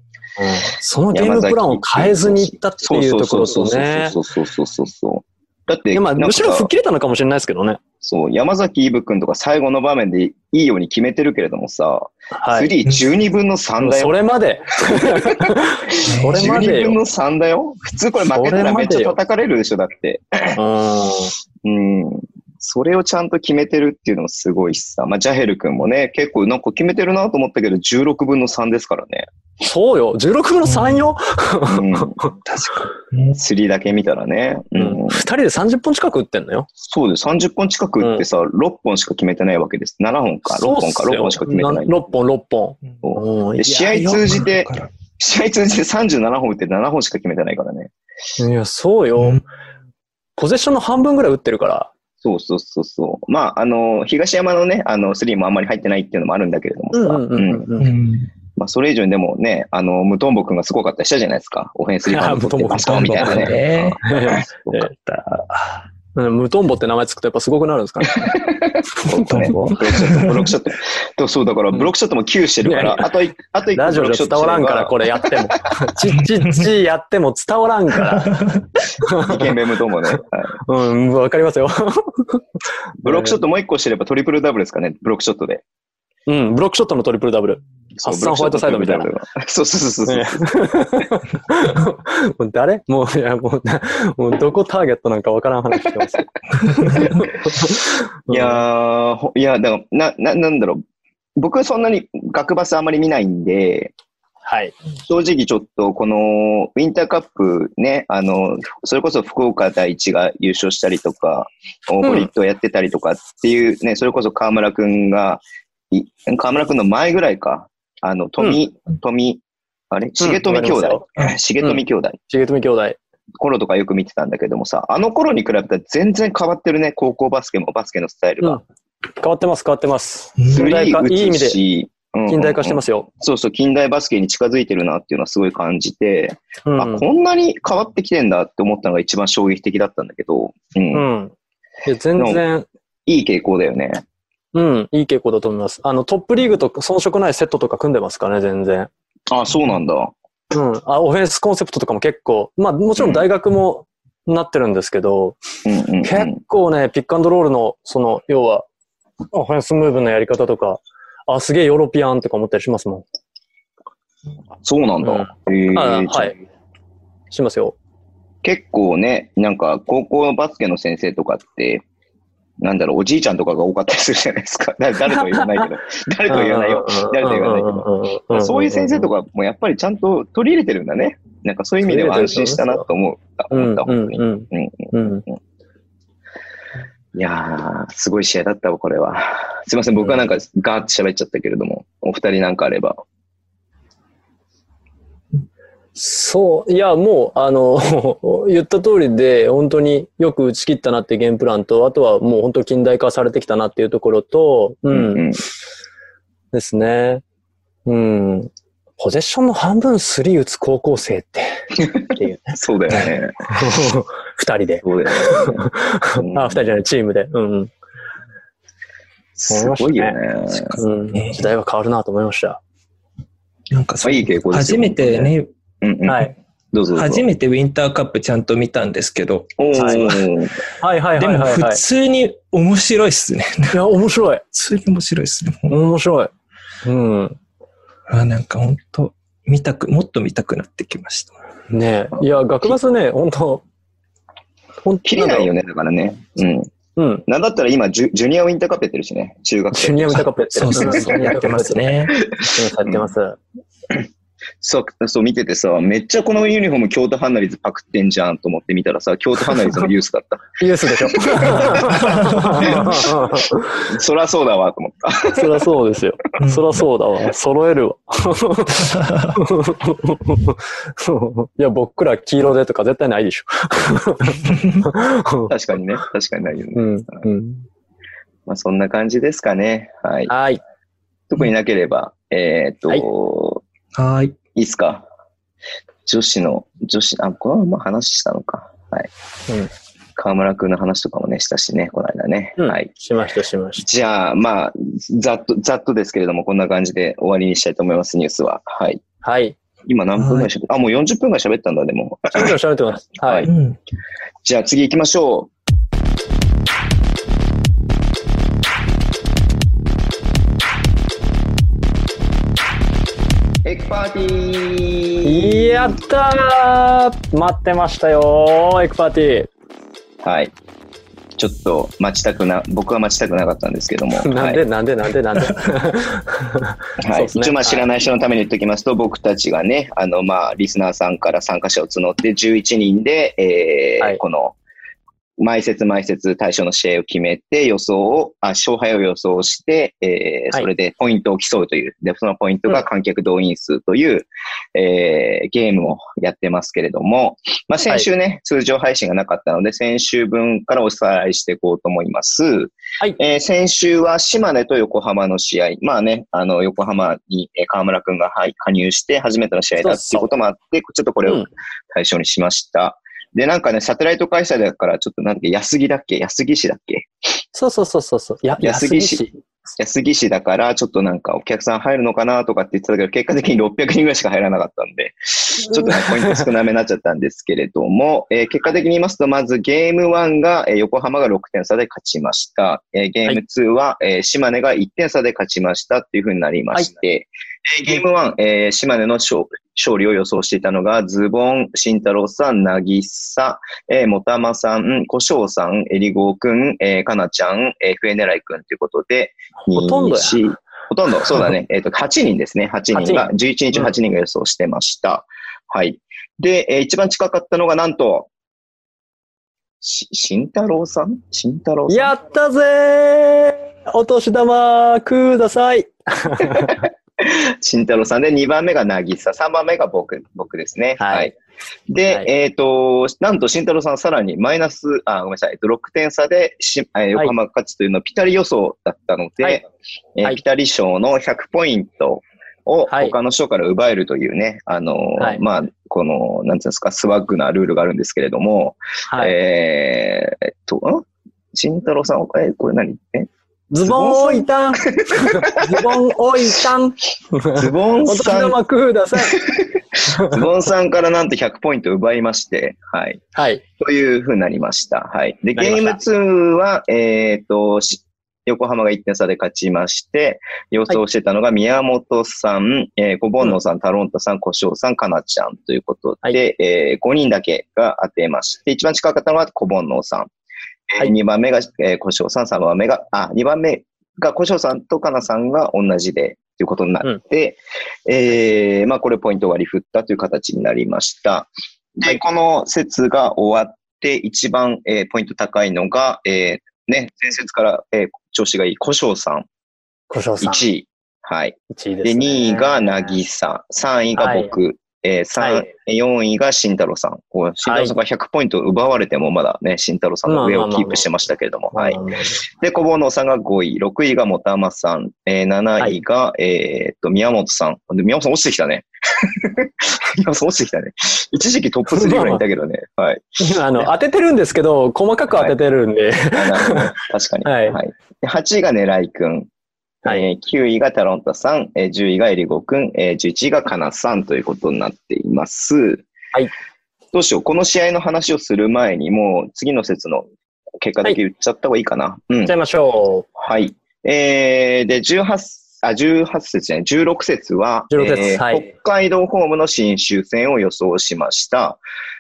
そのゲームプランを変えずにいったっていうところとね。そうそうそうそうそうそう。だって、いやまあ、なんむかしろ吹っ切れたのかもしれないですけどね。そう、山崎イブ君とか最後の場面でいいように決めてるけれどもさ、はい。 3、12分の3だそよ。れま で。それまで12分のよ。 3だよ。普通これ負けたらめっちゃ叩かれるでしょ、だって。うん。それをちゃんと決めてるっていうのもすごいしさ。まあ、ジャヘル君もね、結構なんか決めてるなと思ったけど、16分の3ですからね。そうよ。16分の3よ。うん。 確かにね。 3だけ見たらね。ううんん二。人で30本近く打ってんのよ。そうです。30本近く打ってさ、6本しか決めてないわけです。7本か、6本か、6本しか決めてない。 6本、6本。うんで試合通じてだ、から試合通じて37本打って7本しか決めてないからね。いや、そうよ。うんポゼッションの半分ぐらい打ってるから。そうそうそうそう。まあ、あの、東山のね、あの、スリーもあんまり入ってないっていうのもあるんだけれどもさ、うんうんうんまあ、それ以上にでもね、あの、ムトンボ君がすごかったりしたじゃないですか。オフェンスリバウンド取ってあムバストコンンボみたいなね。ね。えよかった。うんムトンボって名前つくとやっぱすごくなるんですかね。そうそうねブロックショット、ブロックショット。 とそう、だからブロックショットも9してるかいやらい、やあとい、あと1個ラジブロッオクじショッゃト伝わらんから、これやっても。ちっちっちやっても伝わらんから。 2軒目ムトンボね。はいうん、わかりますよ。ブロックショットもう1個してればトリプルダブルですかね、ブロックショットで。うん、ブロックショットのトリプルダブル。そアッサンホワイトサイドみたいな。ブロックショットトリプルダブルそうそうそうそう。ねもう誰もう、いや、もうな、もうどこターゲットなんかわからん話してます。いやー、ほいや、だから、な、な、なんだろう。僕はそんなに学バスあまり見ないんで、はい。正直ちょっとこのウィンターカップね、あの、それこそ福岡第一が優勝したりとか、大堀とやってたりとかっていうね、それこそ河村くんが、い河村くんの前ぐらいか、あの、富、富、あれ重富兄弟。重富兄弟。重富兄弟。頃とかよく見てたんだけどもさ、あの頃に比べたら全然変わってるね、高校バスケもバスケのスタイルうがん。変わってます、変わってます。うんスリー近代化いい意味でし、うん近代化してますよ。そうそう、近代バスケに近づいてるなっていうのはすごい感じて、うん。あ、こんなに変わってきてんだって思ったのが一番衝撃的だったんだけど、うんうん。いや、全然、いい傾向だよね。うん、いい傾向だと思います。あの、トップリーグと遜色ないセットとか組んでますからね、全然。あ、そうなんだ。うん。あ、オフェンスコンセプトとかも結構、まあ、もちろん大学もなってるんですけど、うんうん、うん。結構ね、ピックアンドロールの、その、要は、オフェンスムーブのやり方とか、あ、すげえヨーロピアンとか思ったりしますもそうなんだ。えーあはい。しますよ。結構ね、なんか高校のバスケの先生とかって、なんだろう、おじいちゃんとかが多かったりするじゃないですか。だ誰とは言わない けど。誰とは言わないよ。誰とは言わないけど。けそういう先生とかもやっぱりちゃんと取り入れてるんだね。なんかそういう意味では安心したなと思った。うん思うった本当にんうんうん。いやー、すごい試合だったわ、これは。すいません、僕はなんかガーッて喋っちゃったけれども、お二人なんかあれば。そう、いや、もう、あの、 言った通りで、本当によく打ち切ったなっていうゲームプランと、あとはもう本当近代化されてきたなっていうところと、う、うんん。ですね。うん。ポゼッションの半分スリー打つ高校生って、 っていう。そうだよね。二人で。そうだよね。うんあ、二人じゃない、チームで。うんうん。すごいよね。うん、時代は変わるなと思いました。なんかそいい傾向ですよ初めてね、うんうん。はい。どうぞどうぞ。初めてウィンターカップちゃんと見たんですけど、おーはいはいはいではいもはい、は普い。通に面白いっすね。いや、面白い。普通に面白いっすね。面白い。うん。あなんか本当見たく、もっと見たくなってきました。ねえ。いや、学バスね、本当本当切れないよね、だからね。うん。うん。なんだったら今ジュ、ジュニアウィンターカップやってるしね、中学ジュ生。ニアムタカップやってる。そうそうそう、やってます。ね。やってます。そう、そう見ててさ、めっちゃこのユニフォーム京都ハンナリーズパクってんじゃんと思って見たらさ、京都ハンナリーズのユースだった。 イエスでしょ。そらそうだわ、と思った。 そりゃそうですよ。うんそりゃそうだわ。揃えるわ。 いや、僕ら黄色でとか絶対ないでしょ。 確かにね、確かにないよね。うん。うん。まあそんな感じですかね。はい。はい。特になければ、えーっと、はいい、はい。いっすか。女子の、女子、あ、これはまあ話したのか。はい。うん河村くんの話とかもね、したしね、この間ね。うんはい。しました、しましじゃあ、まあ、ざっと、ざっとですけれども、こんな感じで終わりにしたいと思います、ニュースは。はい。た。はい。今何分ぐらい喋ったあ、もう40分ぐらい喋ったんだ、でも。 しゃべってます。ははいい。うんじゃあ次行きましょう。エクパーティーやったー待ってましたよーエクパーテはい。ちょっと待ちたくな、僕は待ちたくなかったんですけども。ィー。 なんで、はいなんでなんでなんではそういですね一応まあ知らない人のために言っておきますと、僕たちがね、あのまあ、リスナーさんから参加者を募って11人で、えーはいこの、毎節毎節対象の試合を決めて予想を、あ、勝敗を予想して、えーはいそれでポイントを競うという、で、そのポイントが観客動員数という、えーゲームをやってますけれども、まあ、先週ね、通常配信がなかったので、先週分からおさらいしていこうと思います。はいえー先週は島根と横浜の試合。まあね、あの、横浜にえー河村くんが、はい、加入して初めての試合だっていうこともあって、ちょっとこれうをん対象にしました。で、なんかね、サテライト開催だから、ちょっとなんか安木だっけ安木市だっけそうそうそうそうそう。や安木市安木市だから、ちょっとなんかお客さん入るのかなとかって言ってたけど、結果的に600人ぐらいしか入らなかったんで、ちょっとねポイント少なめになっちゃったんですけれども、えー結果的に言いますと、まずゲーム1が、えー横浜が6点差で勝ちました。えーゲーム2は、えー島根が1点差で勝ちましたっていう風になりまして、えーゲーム1、えー島根の勝勝利を予想していたのが、ズボン、慎太郎さん、なぎさ、えー、もたまさん、こしょうさん、えりごうくん、えーかなちゃん、えー、ふえねらいくんということで、ほとんどや2 4ほとんど、そうだね。えっと、8人ですね。8人が、11日8人が予想してました。はい。で、えー一番近かったのが、なんと、し、慎太郎さん慎太郎さんやったぜーお年玉ください慎太郎さんで、2番目がなぎさ、3番目が僕、僕ですね。はいで、はいえっ、と、なんと慎太郎さんさらにマイナス、あ、ごめんなさい、えっと6点差でし、えー横浜が勝ちというのはピタリ予想だったので、はいえーはいピタリ賞の100ポイントをはい他の賞から奪えるというね、あのーはいまあ、この、なんていうんですか、スワッグなルールがあるんですけれども、はい。えーえっと、ん慎太郎さん、え、これ何 えズボン置いたんズボン置い たんズボおン年さん、玉くださいズボンさんからなんと100ポイント奪いまして、はい。はい。というふうになりました。はい。で、なりゲまーしムた2は、えっ、と、し横浜が1点差で勝ちまして、予想してたのが宮本さん、えー、小盆野さん、タロンタさん、小翔さん、かなちゃんということで、はいえー5人だけが当てまして、一番近かったのは小盆野さん。えーはい2番目が、えー、小翔さん、3番目が、あ、2番目が小翔さんとかなさんが同じで、ということになって、えーまあこれポイント割り振ったという形になりました。で、この説が終わって、一番、えーポイント高いのが、えーね、前節から、えー調子がいい小翔さん、小翔さん。 1位。はい。 1位でで、す、ね。 2位がなぎさん、3位が僕、えー三はい4位が慎太郎さん。こう慎太郎さんが100ポイント奪われてもまだね、慎太郎さんの上をキープしてましたけれども。まあはいまあ。まあ。で、小坊野さんが5位、6位がもたまさん、えー7位が、えーっと、宮本さん。で宮本さん落ちてきたね。 宮本さん落ちてきたね。一時期トップ3ぐらいいたけどね。はい。 今、あの、当ててるんですけど、細かく当ててるんで。あなるほどね確かに。はいで8位が狙いくん。はいえー9位がタロンタさん、えー10位がエリゴくん、えー11位がカナさんということになっています。はい。どうしよう。この試合の話をする前に、もう次の節の結果だけ言っちゃった方がいいかな。うんいっちゃ。いましょはい。えー、で、18、あ、18節じゃない、16節は、 16節えーはい北海道ホームの新州戦を予想しました。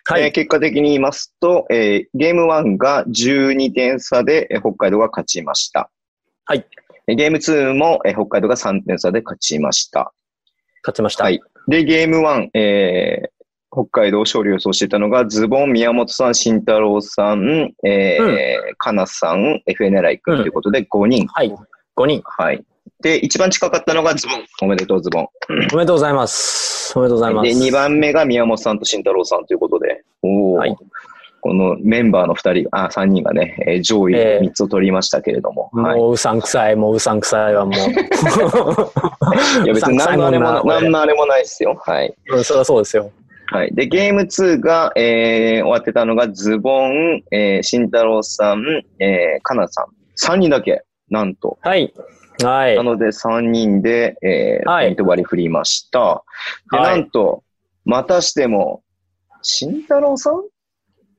う。はえーい。結果的に言いますと、えーゲーム1が12点差で、えー北海道が勝ちました。はいえー。ゲーム2も、えー北海道が3点差で勝ちました。勝ちました。はいで、ゲーム1、えー北海道勝利を予想していたのが、ズボン、宮本さん、慎太郎さん、えーうんかなさん、FN ライ君ということで5人はい。5人。はい。で、一番近かったのがズボン。おめでとう、ズボン。おめでとうございます。おめでとうございます。で、2番目が宮本さんと慎太郎さんということで、おーはいこのメンバーの2人、あ、3人がね、えー上位ええ3つを取りましたけれども。はい。もううさんくさい、もううさんくさいはもう。いや、別に何のあれもな、何のあれもないですよ。はい。うん そりゃそうですよ。はい。で、ゲーム2が、えー終わってたのが、ズボン、えー慎太郎さん、えーかなさん。3人だけ、なんと。はい。はいな。ので、3人で、えー、はいポイント割り振りました。で、はいなんと、またしても、慎太郎さんっ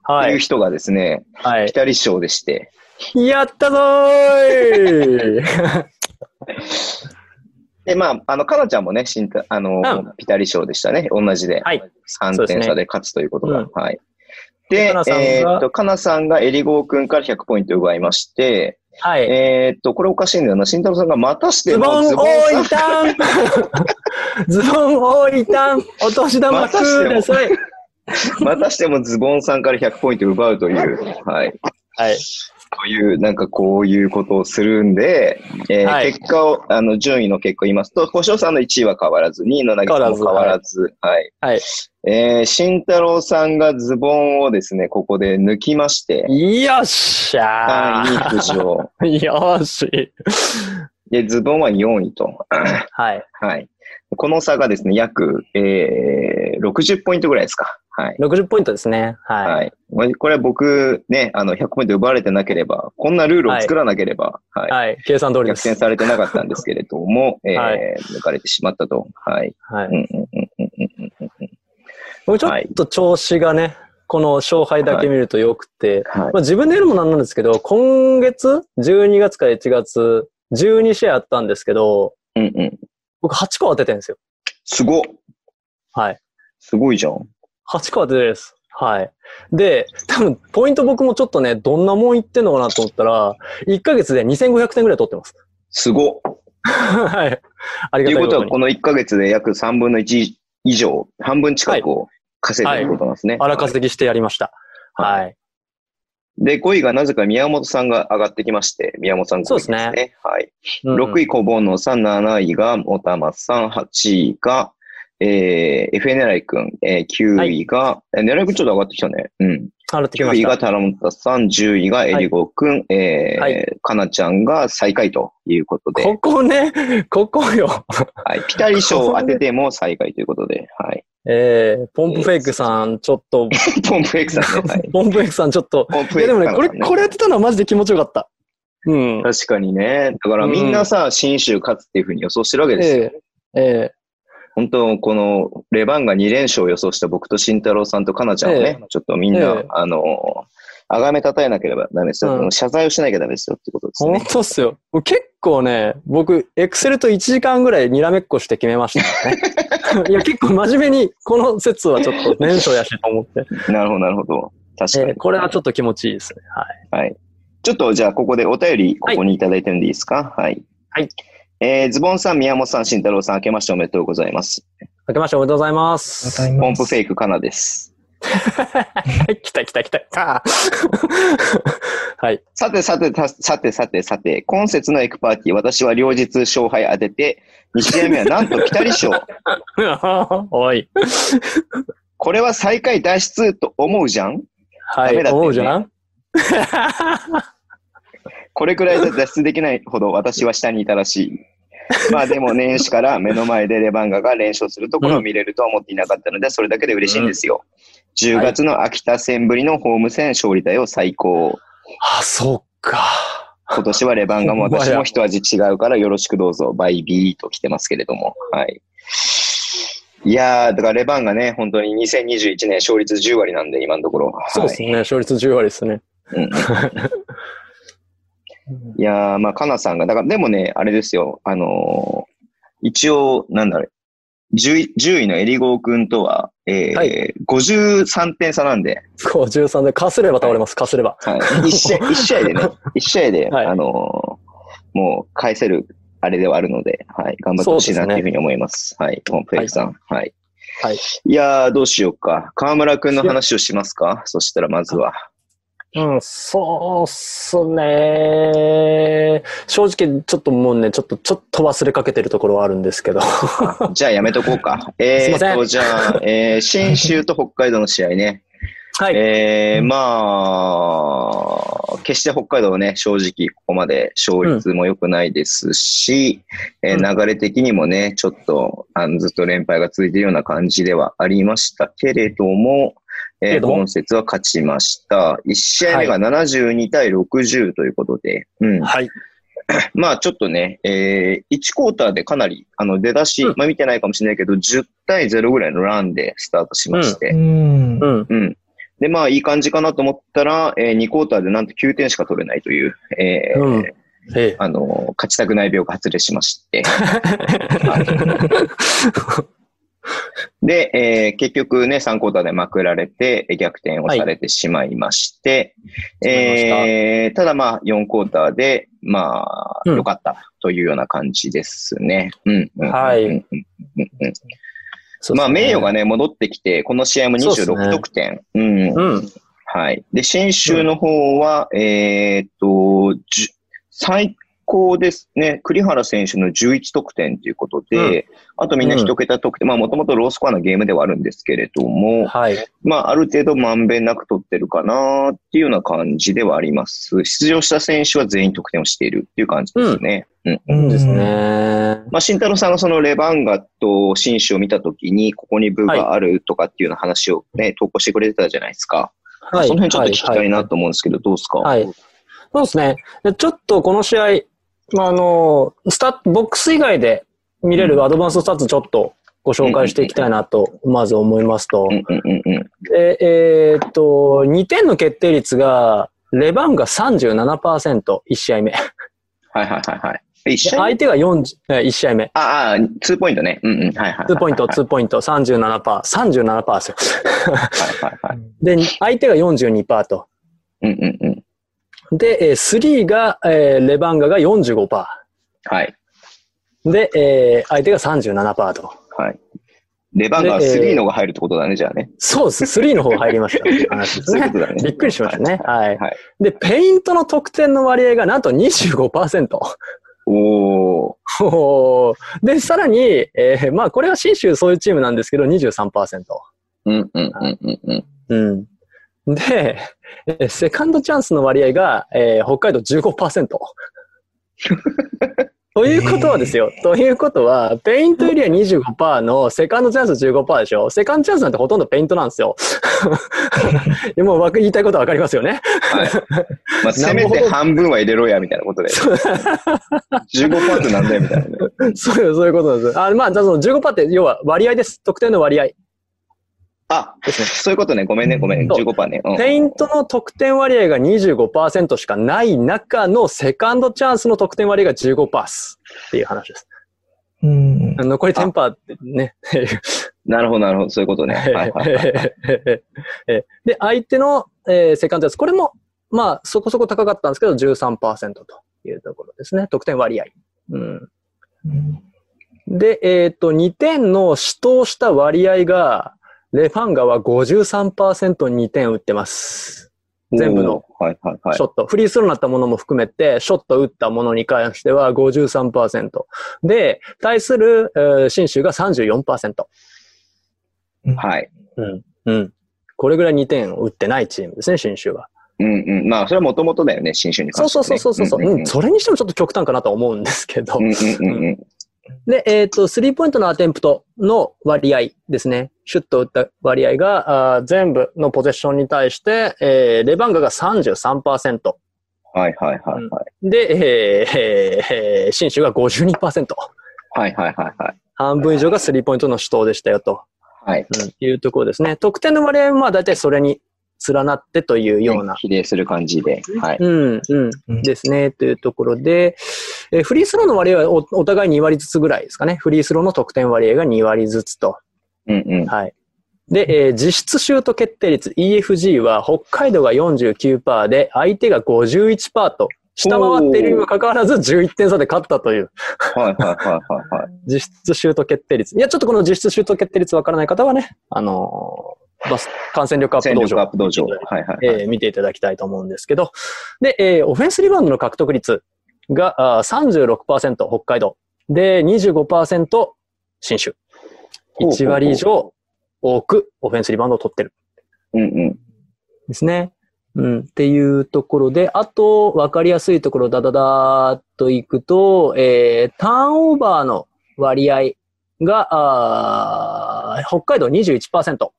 はていうい。人がですね、はピタリ賞でして、い。やったぞーいで、まあ、あの、かなちゃんもね、慎太あの、うんピタリ賞でしたね。同じで。 はい3点差で勝つということが。うんはい。で、かなさんがえーっと、かなさんがえりごうくんから100ポイント奪いまして、はい。えーっと、これおかしいんだよな。慎太郎さんがまたしてズボもンさん置いたん ズボン置いたんお年玉ください またしてもズボンさんから100ポイント奪うという、はい。はい。という、なんかこういうことをするんで、えーはい結果を、あの、順位の結果を言いますと、小翔さんの1位は変わらず、2位の投げさんも変わらず、はい。はい。えー、慎太郎さんがズボンをですね、ここで抜きまして、よっし3ゃ位に浮上。ーよーし。で、ズボンは4位と。はい。はい。この差がですね、約、えー、60ポイントぐらいですか。はい。 60ポイントですね。は。はいい。これは僕、ね、あの、100ポイント奪われてなければ、こんなルールを作らなければ、はいはい。計算通りで逆す転。されてなかったんですけれども、えー はい抜かれてしまったと。はい。はいうん。うんうんうんうんうんもうちょっと調子がね、この勝敗だけ見ると良くて、はいまあ、自分で言うのもなんなんですけど、今月、12月から1月、12試合あったんですけど、うんうん。僕8個当ててるんですよ。すごっはい。すごいじゃん。 8個当ててるんです。はい。で、多分、ポイント僕もちょっとね、どんなもんいってんのかなと思ったら、1ヶ月で2500点ぐらい取ってます。 すごっはい。ありというがたいここととは、にこの1ヶ月で約3分の1以上、半分近くを稼いだということなんですね。荒稼ぎしてやりました。はいはい。で、5位がなぜか宮本さんが上がってきまして、宮本さん5位ですね。そうはい。うん6位、小ボンノさん、7位がおたまさん、8位が、えー、FN ライ君、えー、9位が、えー、狙い君ちょっと上がってきたね。うん。上がってき9ま位しがた。タラモンタさん、10位がエリゴくん、えーはかなちゃんが最下位ということで、ここね、ここよ。はい、ピタリ賞を当てても最下位ということで、はい。 えー、ポンプフェイクさん、ちょっと、ポンプエクさんね、はい。ポンプフェイクさん、ちょっと、ポンプいエやクでさんもね、ね、これ、これやってたのはマジで気持ちよかった。うん。確かにね。だからみんなさ、新州勝つっていうふうに予想してるわけですよ。ええ、ええ、本当、この、レバンが2連勝を予想した僕と慎太郎さんとかなちゃんをね、ちょっとみんな、ええあの、あがめたたえなければダメですよ。うん謝罪をしなきゃダメですよってことです本ね。当っすよ。もう結構ね、僕、エクセルと1時間ぐらいにらめっこして決めました からね。いや、結構真面目に、この説はちょっと年初やしと思って、なるほど、なるほど。確かに。えーこれはちょっと気持ちいいですね。はい。はい。ちょっとじゃあ、ここでお便り、ここにいただいてるんでいいですかはい。はい。えー、ズボンさん、宮本さん、慎太郎さん、明けましておめでとうございます。明けましておめでとうございます。ありがとポうンプごフざいェイクかなです。来た来た来た。か はい。 さてさてた、さてさてさて、今節のエクパーティー、私は両日勝敗当てて、2試合目はなんとピタリ賞。おい。これは最下位脱出と思うじゃんはダメい。だってね思うじゃんこれくらいじゃ脱出できないほど私は下にいたらし い。まあでも年始から目の前でレバンガが連勝するところを見れるとは思っていなかったので、それだけで嬉しいんですよ。10月の秋田戦ぶりのホーム戦勝利だよ、最高。あ、そうか。今年はレバンガも私も一味違うからよろしくどうぞ、バイビーと来てますけれども。はい。いやー、だからレバンガね、本当に2021年勝率10割なんで、今のところ。はいそうですね。勝率10割ですね。うん いやー、まあ、かなさんが、だから、でもね、あれですよ、あのー一応、なんだろう、10位 ,10 位のエリゴー君とは、えーは53点差なんで、 53で、かすれば倒れます、かすれば。はい、1, 試 合一試合でね、1試合で、はいあのーもう返せるあれではあるので、はい、頑張ってほしいなっていうふうに思います。はい、トンプレイクさん。はい。はいい、やー、どうしようか。河村君の話をしますかそしたら、まずは。うん、そうっすね。正直、ちょっともうね、ちょっと、ちょっと忘れかけてるところはあるんですけど。じゃあ、やめとこうか。え すいーませと、んじゃあ、えー、新州と北海道の試合ね。はい。えー、まあ、決して北海道はね、正直ここまで勝率も良くないですし、えー流れ的にもね、ちょっとあのずっと連敗が続いているような感じではありましたけれども、けえー、れども本節は勝ちました。1試合目が72対60ということで、うん。はい。まあちょっとね、えー、1クォーターでかなり、あの、出だし、うんまあ見てないかもしれないけど、10対0ぐらいのランでスタートしまして、うんう。ん。うん。で、まあ、いい感じかなと思ったら、え2クォーターでなんと9点しか取れないという、えーうん。ええ。あのー、勝ちたくない病が発令しまして。 で、えー結局ね、3クォーターでまくられて、えー逆転をされてしまいまして、はいえーただまあ、4クォーターで、まあ、うん良かったというような感じですね。うん。うんはいうんうんうんうんそうっすねまあ、名誉が。ね、戻ってきて、この試合もそうっす26ね得点。うん。うん。はい。で、新州の方は、えーっと、じゅ最高ですね。栗原選手の11得点ということで、あとみんな一桁得点、まあもともとロースコアのゲームではあるんですけれども、はい。まあある程度まんべんなく取ってるかなっていうような感じではあります。出場した選手は全員得点をしているっていう感じですね。うん。そうです。ね。まあ、慎太郎さんがそのレバンガと新州を見たときに、ここに部があるとかっていうような話をね、投稿してくれてたじゃないですか。はい。その辺ちょっと聞きはたいなと思うんですけど、どうですかはい。そうですね。でちょっとこの試合、まあ、あの、スタボックス以外で見れるアドバンススタッツちょっとご紹介していきたいなと、まず思いますとう。んうんうんうん。でえーっと、2点の決定率が、レバンが37%、1試合目。ではいはいはいはい。え一緒に相手が40、え1試合目。ああ、2ポイントね。うんうん。はいはいはい。 2ポイント、はい2ポイント、37%、37%ですよ。 はいはい。で、相手が42%と。うんうんうん。で、えー3が、えーレバンガが45%。はい。で、えー相手が37%と。はい。レバンガはでえー3のが入るってことだね、じゃあね。そうです。3の方入りましたってい う話ですそういうねこ。とだね。 びっくりしましたね。ははいい。はい。で、ペイントの得点の割合がなんと25%。おー。おーで、さらに、えーまあ、これは新州そういうチームなんですけど、23%。うんうんうんうんうん。うん。で、えーセカンドチャンスの割合が、えー北海道15%。ということはですよ。ということは、ペイントエリア25%のセカンドチャンス15%でしょセカンドチャンスなんてほとんどペイントなんですよ。でもうわか言いたいことはわかりますよね。まあ、せめて半分は入れろや、みたいなことで。15ポイントなんだよ、みたいなね。そうよそういうことなんです。あまあ、じゃあその15%って要は割合です。得点の割合。あ、ですね。そういうことね。ごめんね、ごめん。そう15%ね。うん。ペイントの得点割合が25%しかない中のセカンドチャンスの得点割合が15%パスっていう話です。うん。残り10%パーってね。なるほど、なるほど。そういうことね。はいはい はいえで、相手の、えーセカンドチャンス。これも、まあ、そこそこ高かったんですけど、13%というところですね。得点割合。うん。で、えっ、と、2点の死闘した割合が、レファンガは53%2 点打ってます。全部のおーはいはいはいシ。ョット。フリースローになったものも含めて、ショット打ったものに関しては53%。で、対する、えー、新州が34%。はい。うん。うん。これぐらい2点を打ってないチームですね、新州は。うんうん。まあ、それはもともとだよね、新種にそ関うしてね、そうそうそうそう。うん。それにしてもちょっと極端かなとは思うんですけど。うんうんうんうん。で、えっ、と、スリーポイントのアテンプトの割合ですね。シュッと打った割合が、あー全部のポゼッションに対して、えーレバンガが33%。はいはいはいはい。で、えーえー、新州が52%。はいはいはいはい。半分以上がスリーポイントの主導でしたよと、はい。うん、いうところですね。得点の割合はまあ大体それに連なってというような。比例する感じで。はい。うん、うん、ですね。というところで、えーフリースローの割合はおお互い2割ずつぐらいですかね。フリースローの得点割合が2割ずつと。うんうん。はい。で、えー実質シュート決定率 EFG は北海道が49%で相手が51%と下回っているにもかかわらず11点差で勝ったという。はいはいはいはいはい。実質シュート決定率。いや、ちょっとこの実質シュート決定率わからない方はね、あのーバス、感染力アップ戦道力アッ場、プ道場。はいはいはい。えー見ていただきたいと思うんですけど、で、えーオフェンスリバウンドの獲得率があー36%北海道、で、25%新州。ほうほうほう1割以上多くオフェンスリバウンドを取ってる。うんうん。ですね。うん、っていうところで、あと、わかりやすいところ、だだだーっといくと、えー、ターンオーバーの割合が、あー北海道21%。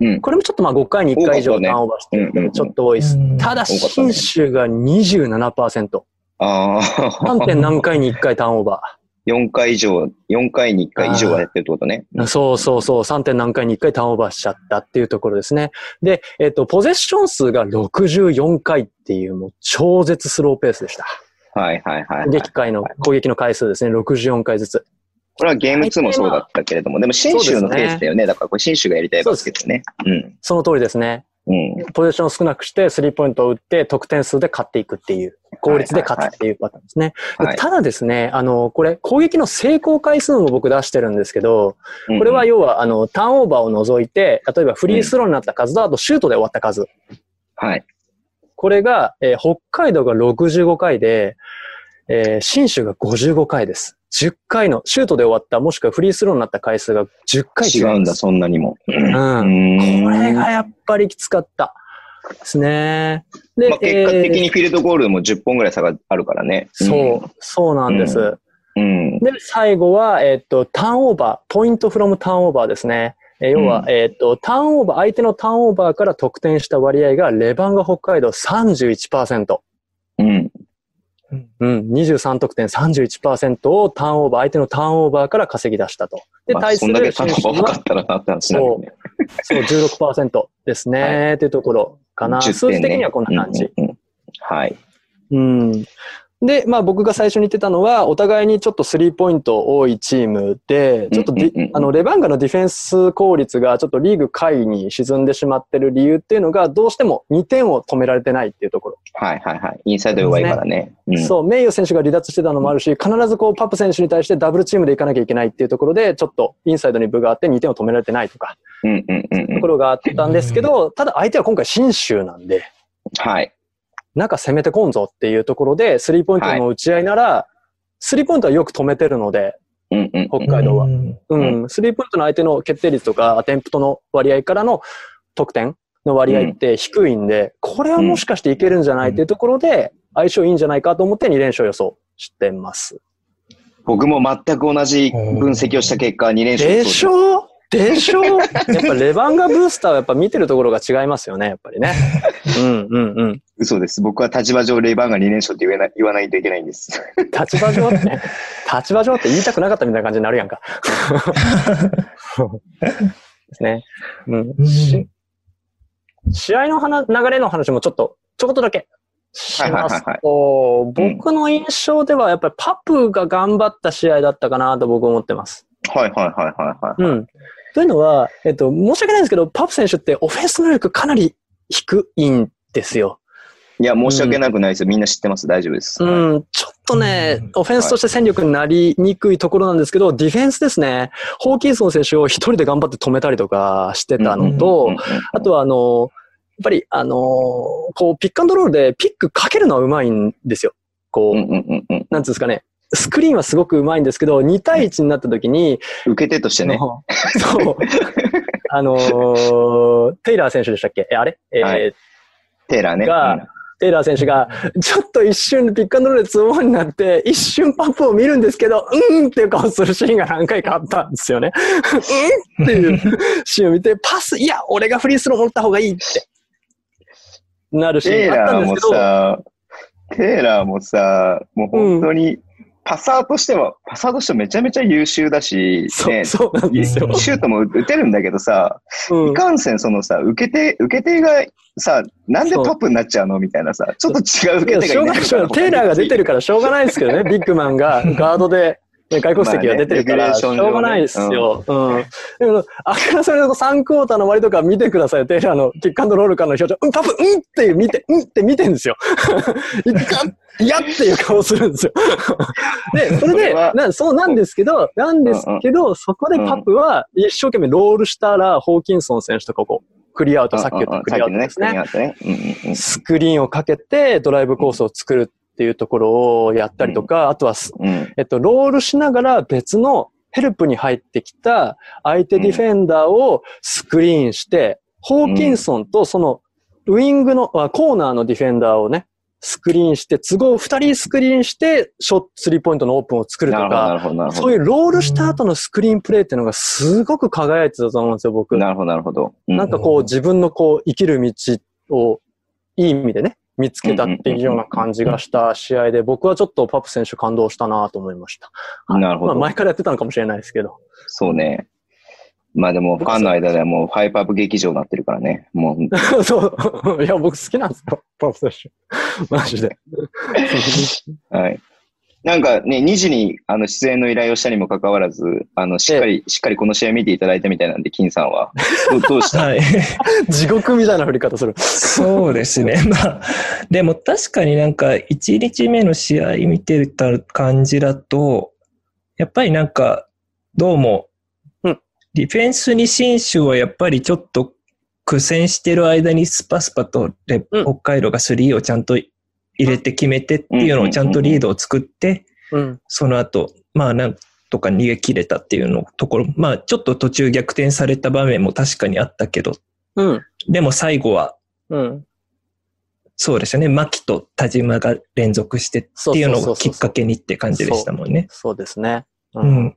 うん。これもちょっとまあ5回に1回以上多かったねターンオーバーしてるけうんうんうんど、ちょっと多いです。うんただ、多かったね新州が27%。ああ。 3. 点何回に1回ターンオーバ4回以上、4回に1回以上はやってるってことね。ー。そうそうそう、3. 点何回に1回ターンオーバーしちゃったっていうところですね。で、えっ、と、ポゼッション数が64回っていう、もう超絶スローペースでした。はいはいはい、はい撃。回の、攻撃の回数ですね、64回ずつ。これはゲーム2もそうだったけれども、でも新州のペースだよね。だからこれ新州がやりたいバスケットね。うん。その通りですね。うん。ポジションを少なくして、スリーポイントを打って、得点数で勝っていくっていう、効率で勝つっていうパターンですね。はい。ただですね、あの、これ、攻撃の成功回数も僕出してるんですけど、これはうん要は、あの、ターンオーバーを除いて、例えばフリースローになった数と、あとシュートで終わった数。はい。これが、えー北海道が65回で、えー、新州が55回です。10回の、シュートで終わった、もしくはフリースローになった回数が10回違うんだ、そんなにも。うん。うんこれがやっぱりきつかった。ですね。で、まあ、結果的えーにフィールドゴールも10本ぐらい差があるからね。そう、そうなんです。うんうん。で、最後は、えーっと、ターンオーバー、ポイントフロムターンオーバーですね。えー要は、うんえーっと、ターンオーバー、相手のターンオーバーから得点した割合が、レバンガ北海道31%。うん。うん、23得点31%をターンオーバー、相手のターンオーバーから稼ぎ出したと。で、まあ、対すそんだける差新が州多かはっ、たらなって話なんだよね。そう、16%ですね、っていうところかな。 10数字的にはこんな感じ。うんうんうんはい。うん。で、まあ僕が最初に言ってたのは、お互いにちょっとスリーポイント多いチームで、ちょっとディうんうんうんあの、レバンガのディフェンス効率がちょっとリーグ下位に沈んでしまってる理由っていうのが、どうしても2点を止められてないっていうところ。はいはいはい。インサイド弱いからね。うんそう、名誉選手が離脱してたのもあるし、必ずこう、パップ選手に対してダブルチームでいかなきゃいけないっていうところで、ちょっとインサイドに分があって2点を止められてないとか、うんうんうんうとんこ。ろがあったんですけど、ただ相手は今回新州なんで、はい。中攻めてこんぞっていうところで、スリーポイントの打ち合いなら、スリーポイントはよく止めてるので、うんうんうん。北海道は。ううんん、スリーポイントの相手の決定率とか、アテンプトの割合からの得点の割合って低いんで、これはもしかしていけるんじゃないっていうところで、相性いいんじゃないかと思って2連勝予想してます。僕も全く同じ分析をした結果、2連勝でしょうでしょうやっぱレバンガブースターはやっぱ見てるところが違いますよね、やっぱ りね。うんうんうん。嘘です。僕は立場上レイバンが2連勝って言えない言わないといけないんです。立場上って ね、立場上って言いたくなかったみたいな感じになるやんか。ですね。うん。うん試合の話流れの話もちょっと、ちょこっとだけしますはいはいはいはいと、うん僕の印象ではやっぱりパプが頑張った試合だったかなと僕思ってます。はいはいはいはいはい。うん。というのは、えっと、申し訳ないんですけど、パプ選手ってオフェンス能力かなり低いんですよ。いや、申し訳なくないですよ。みんな知ってます。大丈夫です。はいうん、ちょっとね、うんオフェンスとして戦力になりにくいところなんですけど、ディフェンスですね、ホーキンソン選手を一人で頑張って止めたりとかしてたのと、うんうんうんあとはあの、やっぱりあの、こう、ピックアンドロールでピックかけるのはうまいんですよ。こう、うんうんうんうん。なんていうんですかね、スクリーンはすごくうまいんですけど、2対1になった時に、受け手 としてね。そう、あのーテイラー選手でしたっけえ、あれ、えーはいテーラーね。がうんテイラー選手が、ちょっと一瞬ピックアンドロールでツーオンになって、一瞬パップを見るんですけど、うーんっていう顔するシーンが何回かあったんですよね。うんっていうシーンを見て、パス、いや、俺がフリースロー持った方がいいって、なるシテーーンがラあっーたんですもけど、さ、テーラーもさ、もう本当に、パサーとしては、パサーとしてはめちゃめちゃ優秀だし、そうねそうなんですよ。シュートも打てるんだけどさ、うんいかんせんそのさ、受け手、受け手がさ、なんでパップになっちゃうのみたいなさ、ちょっと違うい受やけ手しょがういないがないのしかょなうがない。テイラーが出てるからしょうがないです けどね、ビッグマンがガードで、ね、外国籍が出てるかまあら、ねしょうがないですよ。うん。でも、あからそれの3クォーターの終わりとか見てくださいよ、テイラーのピックアンドロールからの表情。うん、多分、うんっていう見て、うんって見てんですよ。 いやいやっていう顔するんですよ。 で、それそでれはな、そうなんですけど、なんですけど、そこでパプは一生懸命ロールしたら、ホーキンソン選手とかこう、クリアアウト、さっき言ったクリアアウトですね。さっきのね、クリアアウトね。うんうんうんスクリーンをかけてドライブコースを作るっていうところをやったりとか、あとはす、うんえっと、ロールしながら別のヘルプに入ってきた相手ディフェンダーをスクリーンして、ホーキンソンとそのウィングの、あコーナーのディフェンダーをね、スクリーンして、都合2人スクリーンして、ショット、スリーポイントのオープンを作るとなるほど、なか、るほど、なるほそういうロールした後のスクリーンプレーっていうのがすごく輝いてたと思うんですよ、僕ど。。なるほど、なるほど。うなんかこう自分のこう生きる道をいい意味でね、見つけたっていうような感じがした試合で、僕はちょっとパプ選手感動したなと思いました。はいなるほまあど。前からやってたのかもしれないですけど。 そうね。まあでも、ファンの間ではもう、ファイパブ劇場になってるからね。もう、そう。い や、僕好きなんですよ、パプ選手。 マジで。はい。なんかね、2時にあの出演の依頼をしたにもかかわらず、あの、しっかり、しっかりこの試合見ていただいたみたいなんで、金さん は。どうどうしたはい。地獄みたいな振り方する。そうですね。まあ、でも確かになんか1日目の試合見てた感じだと、やっぱりなんか、どうもうん、ディフェンスに信州はやっぱりちょっと苦戦してる間にスパスパとレうん北海道が3をちゃんと入れて決めてっていうのをちゃんとリードを作って、うん。その後、まあなんとか逃げ切れたっていうのところ、まあちょっと途中逆転された場面も確かにあったけど、うん。でも最後はうん。そうですよね。牧と田島が連続してっていうのそうそうそうをそきうっかけにって感じでしたもんね。そうですね。うう。ん。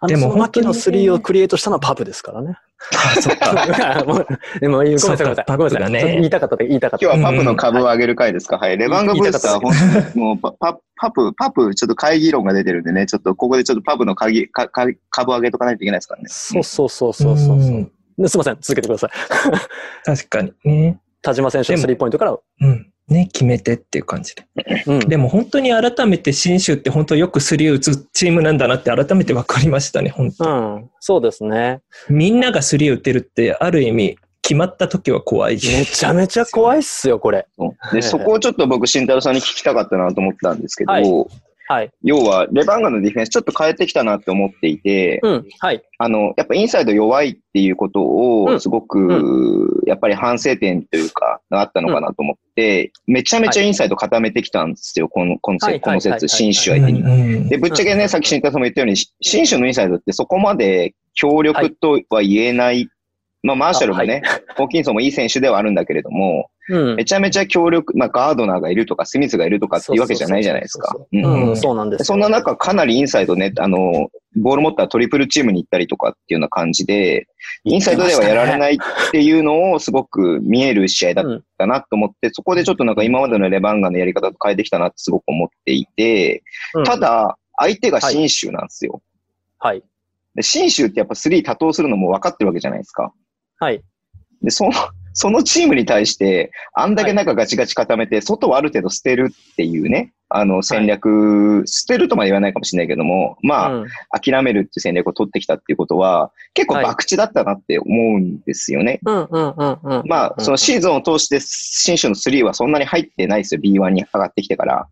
あでの、もその牧の本当スにねリーをクリエイトしたのはパプですからね。あ、そっか。もう でもごめんなさい、ごめんなさい。ごそうかめんなパプがさい。ねちょっと言いたかった、言いたかった。今日はパプの株を上げる回ですか、はい。レバンガブースター、本当にもうパ、パパプ、パプ、ちょっと会議論が出てるんでね、ちょっとここでちょっとパプの鍵かか株を上げとかないといけないですからね。そうそうそうそうそうそう。んねすみません、続けてください。確かにね。田島選手のでもスリーポイントから。うん。ね、決めてっていう感じで。うん、でも本当に改めて信州って本当よくスリー打つチームなんだなって改めて分かりましたね、本う当。ん、そうですね。みんながスリー打てるってある意味決まった時は怖い。めちゃめちゃ怖いっすよ、これ。そうで、そこをちょっと僕、慎太郎さんに聞きたかったなと思ったんですけど、はいはい。要は、レバンガのディフェンスちょっと変えてきたなって思っていて、うん、はい。あの、やっぱインサイド弱いっていうことうんを、すごく、やっぱり反省点というか、あったのかなと思って、めちゃめちゃインサイド固めてきたんですよ、この、このはいせこのはいはい節、新種う相手に。んで、ぶっちゃけうんね、さっき新田さんも言ったように、し新種のインサイドってそこまで強力とは言えない。まあ、マーシャルもね、ホーキンソンもいい選手ではあるんだけれども、うんめ。ちゃめちゃ強力、まあ、ガードナーがいるとか、スミスがいるとかっていうわけじゃないじゃないですかそう。そううそうそううんん、そうなんですよ。そんな中、かなりインサイドね、あの、ボール持ったらトリプルチームに行ったりとかっていうような感じで、インサイドではやられないっていうのをすごく見える試合だったなと思って、そこでちょっとなんか今までのレバンガのやり方と変えてきたなってすごく思っていて、うんた、だ、相手が新州なんですよ。はい。で、信州ってやっぱ3多投するのも分かってるわけじゃないですか。はい。で、その、そのチームに対して、あんだけ中ガチガチ固めて、外はある程度捨てるっていうね、あの戦略、捨てるとまで言わないかもしれないけども、まあ、うん諦めるっていう戦略を取ってきたっていうことは、結構はい博打だったなって思うんですよね。うんうんうんうん。まあ、そのシーズンを通して、新種の3はそんなに入ってないですよ、B1 に上がってきてから。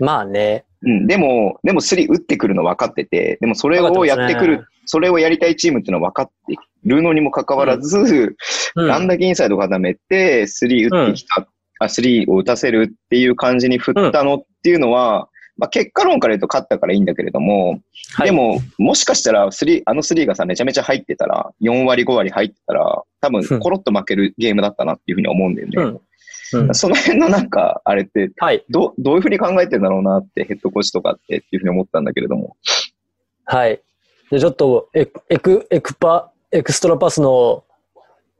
まあね。うん、でも、でも3打ってくるの分かってて、でもそれをやってくる、分かってますねそれをやりたいチームっていうのは分かってるのにもかかわらず、うんあんだけインサイド固めて、3打ってきた、あ、3を打たせるっていう感じに振ったのっていうのは、まあ結果論から言うと勝ったからいいんだけれども、はいでも、もしかしたら3、あの3がさ、めちゃめちゃ入ってたら、4割5割入ってたら、多分うんコロッと負けるゲームだったなっていうふうに思うんだよね。うんうんその辺のなんか、あれって、はい。ど、どういうふうに考えてんだろうなって、ヘッドコーチとかってっていうふうに思ったんだけれども。はい。で、ちょっと、エク、エク、エクパ、エクストラパスの、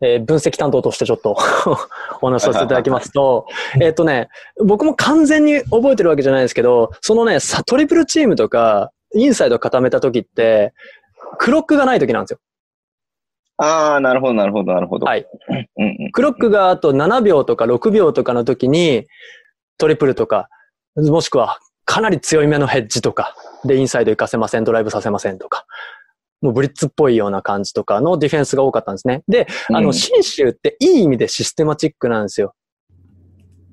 えー分析担当としてちょっと お話しさせていただきますと、えっとね、僕も完全に覚えてるわけじゃないですけど、そのね、さトリプルチームとか、インサイド固めた時って、クロックがない時なんですよ。ああ、なるほど、なるほど、なるほど。はい。うんうん。クロックがあと7秒とか6秒とかの時に、トリプルとか、もしくはかなり強いめのヘッジとか、で、インサイド行かせません、ドライブさせませんとか、もうブリッツっぽいような感じとかのディフェンスが多かったんですね。で、あうの、ん信州っていい意味でシステマチックなんですよ。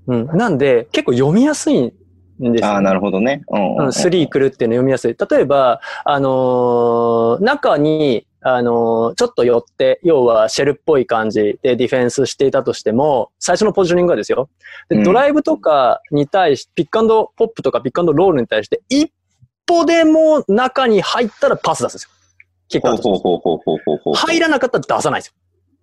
うん。なんで、結構読みやすいんですあよあ、なるほどね。うんうんう、うんん。 3来るっていうの読みやすい。例えば、あのー中に、あのーちょっと寄って、要はシェルっぽい感じでディフェンスしていたとしても、最初のポジショニングはですよ。うでんドライブとかに対し、ピックアンドポップとかピックアンドロールに対して、一歩でも中に入ったらパス出すんですよ。キックアほうウト。ほうほうほうほうほうほう。入らなかったら出さないんですよ。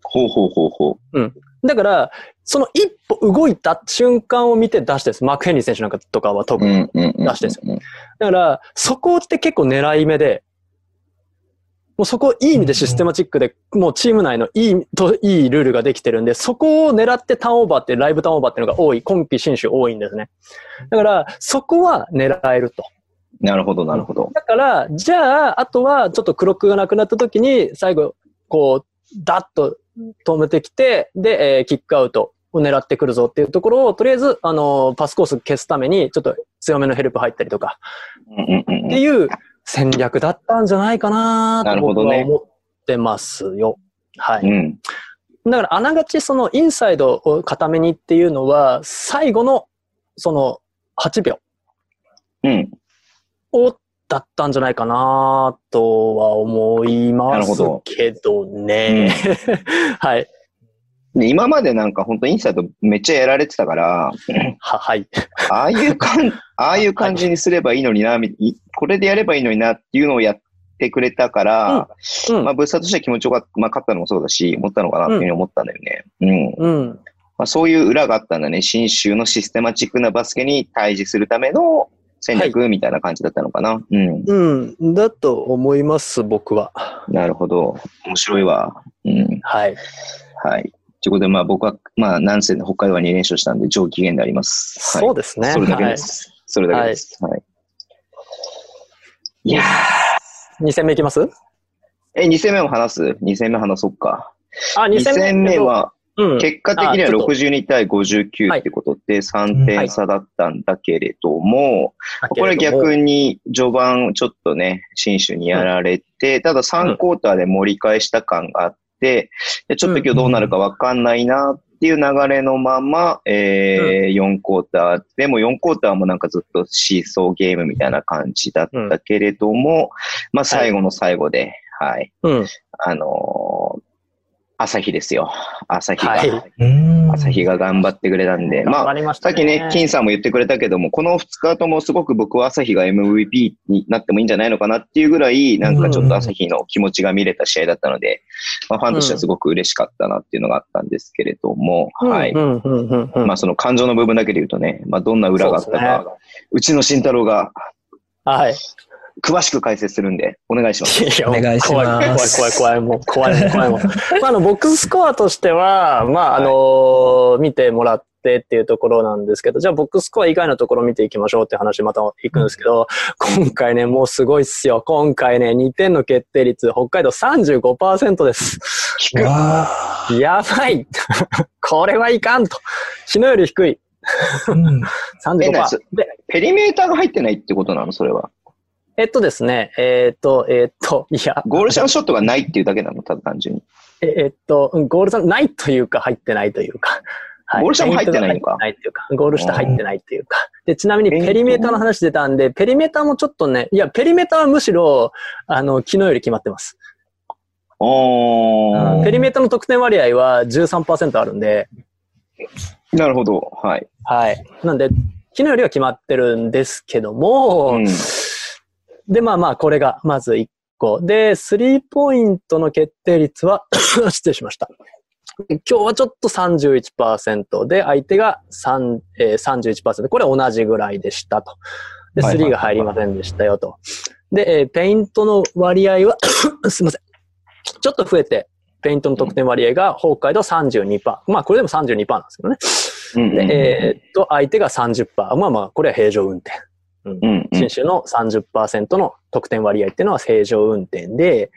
ほうほうほうほう。だから、その一歩動いた瞬間を見て出してです。マーク・ヘンリー選手なんかとかは多分。うんうんうん。出してですうんだから、そこって結構狙い目で、もうそこいい意味でシステマチックで、もうチーム内のいい、と、いいルールができてるんで、そこを狙ってターンオーバーって、ライブターンオーバーっていうのが多い、今季新種多いんですね。だから、そこは狙えると。なるほど、なるほど。だから、じゃあ、あとはちょっとクロックがなくなった時に、最後、こう、ダッと止めてきて、で、えーキックアウトを狙ってくるぞっていうところを、とりあえず、あのーパスコース消すために、ちょっと強めのヘルプ入ったりとか、うんうんうんっうてん。いう戦略だったんじゃないかななとるほ僕どはね思ってますよ。はうい。ん。だから、あながちそのインサイドを固めにっていうのは、最後のその8秒うん。をだったんじゃないかなとは思いますけどね。 はい。で今までなんか本当インサイドめっちゃやられてたから、は、はい。ああいう感、ああいう感じにすればいいのにな、みいこれでやればいいのになっていうのをやってくれたから、うんまあ、ブースターとしては気持ちよかった、まあ、勝ったのもそうだし、思ったのかなっていうふうに思ったんだよね。うん。うん。まあ、そういう裏があったんだね。新州のシステマチックなバスケに対峙するための戦略みたいな感じだったのかな。うん。うん。だと思います、僕は。なるほど。面白いわ。うん。はい。はい。ということで、まあ僕は、まあ南西の北海道に連勝したんで上機嫌であります。はいそうですね。それだけはでい。す。それだけです。はい。いや2戦目いきますーえ、2戦目も話す ?2 戦目話そうか。あ、 2 2戦目。戦目、は、うん。結果的にはあちょっと62対59ってことで3点差だったんだけれども、これ逆に序盤ちょっとね、新種にやられて、ただ3クォーターで盛り返した感があって、でちょっと今日どうなるかわかんないなっていう流れのまま、えー4クォーター、でも4クォーターもなんかずっとシーソーゲームみたいな感じだったけれども、まあ最後の最後で、はい、うん。あのー朝日ですよ。朝日が、はいうん朝日が頑張ってくれたんで、まあ頑張りましさたっきね、金さんも言ってくれたけども、この2日ともすごく僕は朝日が MVP になってもいいんじゃないのかなっていうぐらい、なんかちょっと朝日の気持ちが見れた試合だったので、まあ、ファンとしてはすごく嬉しかったなっていうのがあったんですけれども、はい。うんうんうんうん。まあその感情の部分だけで言うとね、まあどんな裏があったそうでか、すうちの慎太郎がはい。詳しく解説するんで、お願いします。いやお願いし怖ますい怖い怖い怖い、もう 怖いもう怖いもう。まあ、あの、ボックススコアとしては、まあ、あのー見てもらっってっていうところなんですけど、じゃあボックスコア以外のところ見ていきましょうって話また行くんですけど、今回ね、もうすごいっすよ。今回ね、2点の決定率、北海道35%です。わあ。やばい これはいかんと。昨日より低い。うんえなそ35%。で、ペリメーターが入ってないってことなのそれは。えっとですね、えっと、えっと、いや、ゴール下のショットがないっていうだけなのただ単純に。ええっと、うんゴールさん、ないというか、入ってないというか。 ゴール下も入ってないのかペリメーターが入ってないというか。ゴール下入ってないというか。で、ちなみにペリメーターの話出たんで、ペリメーターもちょっとね、いや、ペリメーターはむしろ、あの、昨日より決まってます。おうーんペリメーターの得点割合は13%あるんで、なるほど。はい。はい。なんで、昨日よりは決まってるんですけども、うんで、まあまあ、これが、まず1個。で、スリーポイントの決定率は、 失礼しました。今日はちょっと31%で、相手が3、えー、31%。これは同じぐらいでしたと。で、はいスはいはいリーが入りませんでしたよと。で、えーペイントの割合は、 すいません。ちょっと増えて、ペイントの得点割合が北海道32%。まあ、これでも32%なんですけどね。うんうんえーっと、相手が30%。まあまあ、これは平常運転。うんうん新州の30%の得点割合っていうのは正常運転で、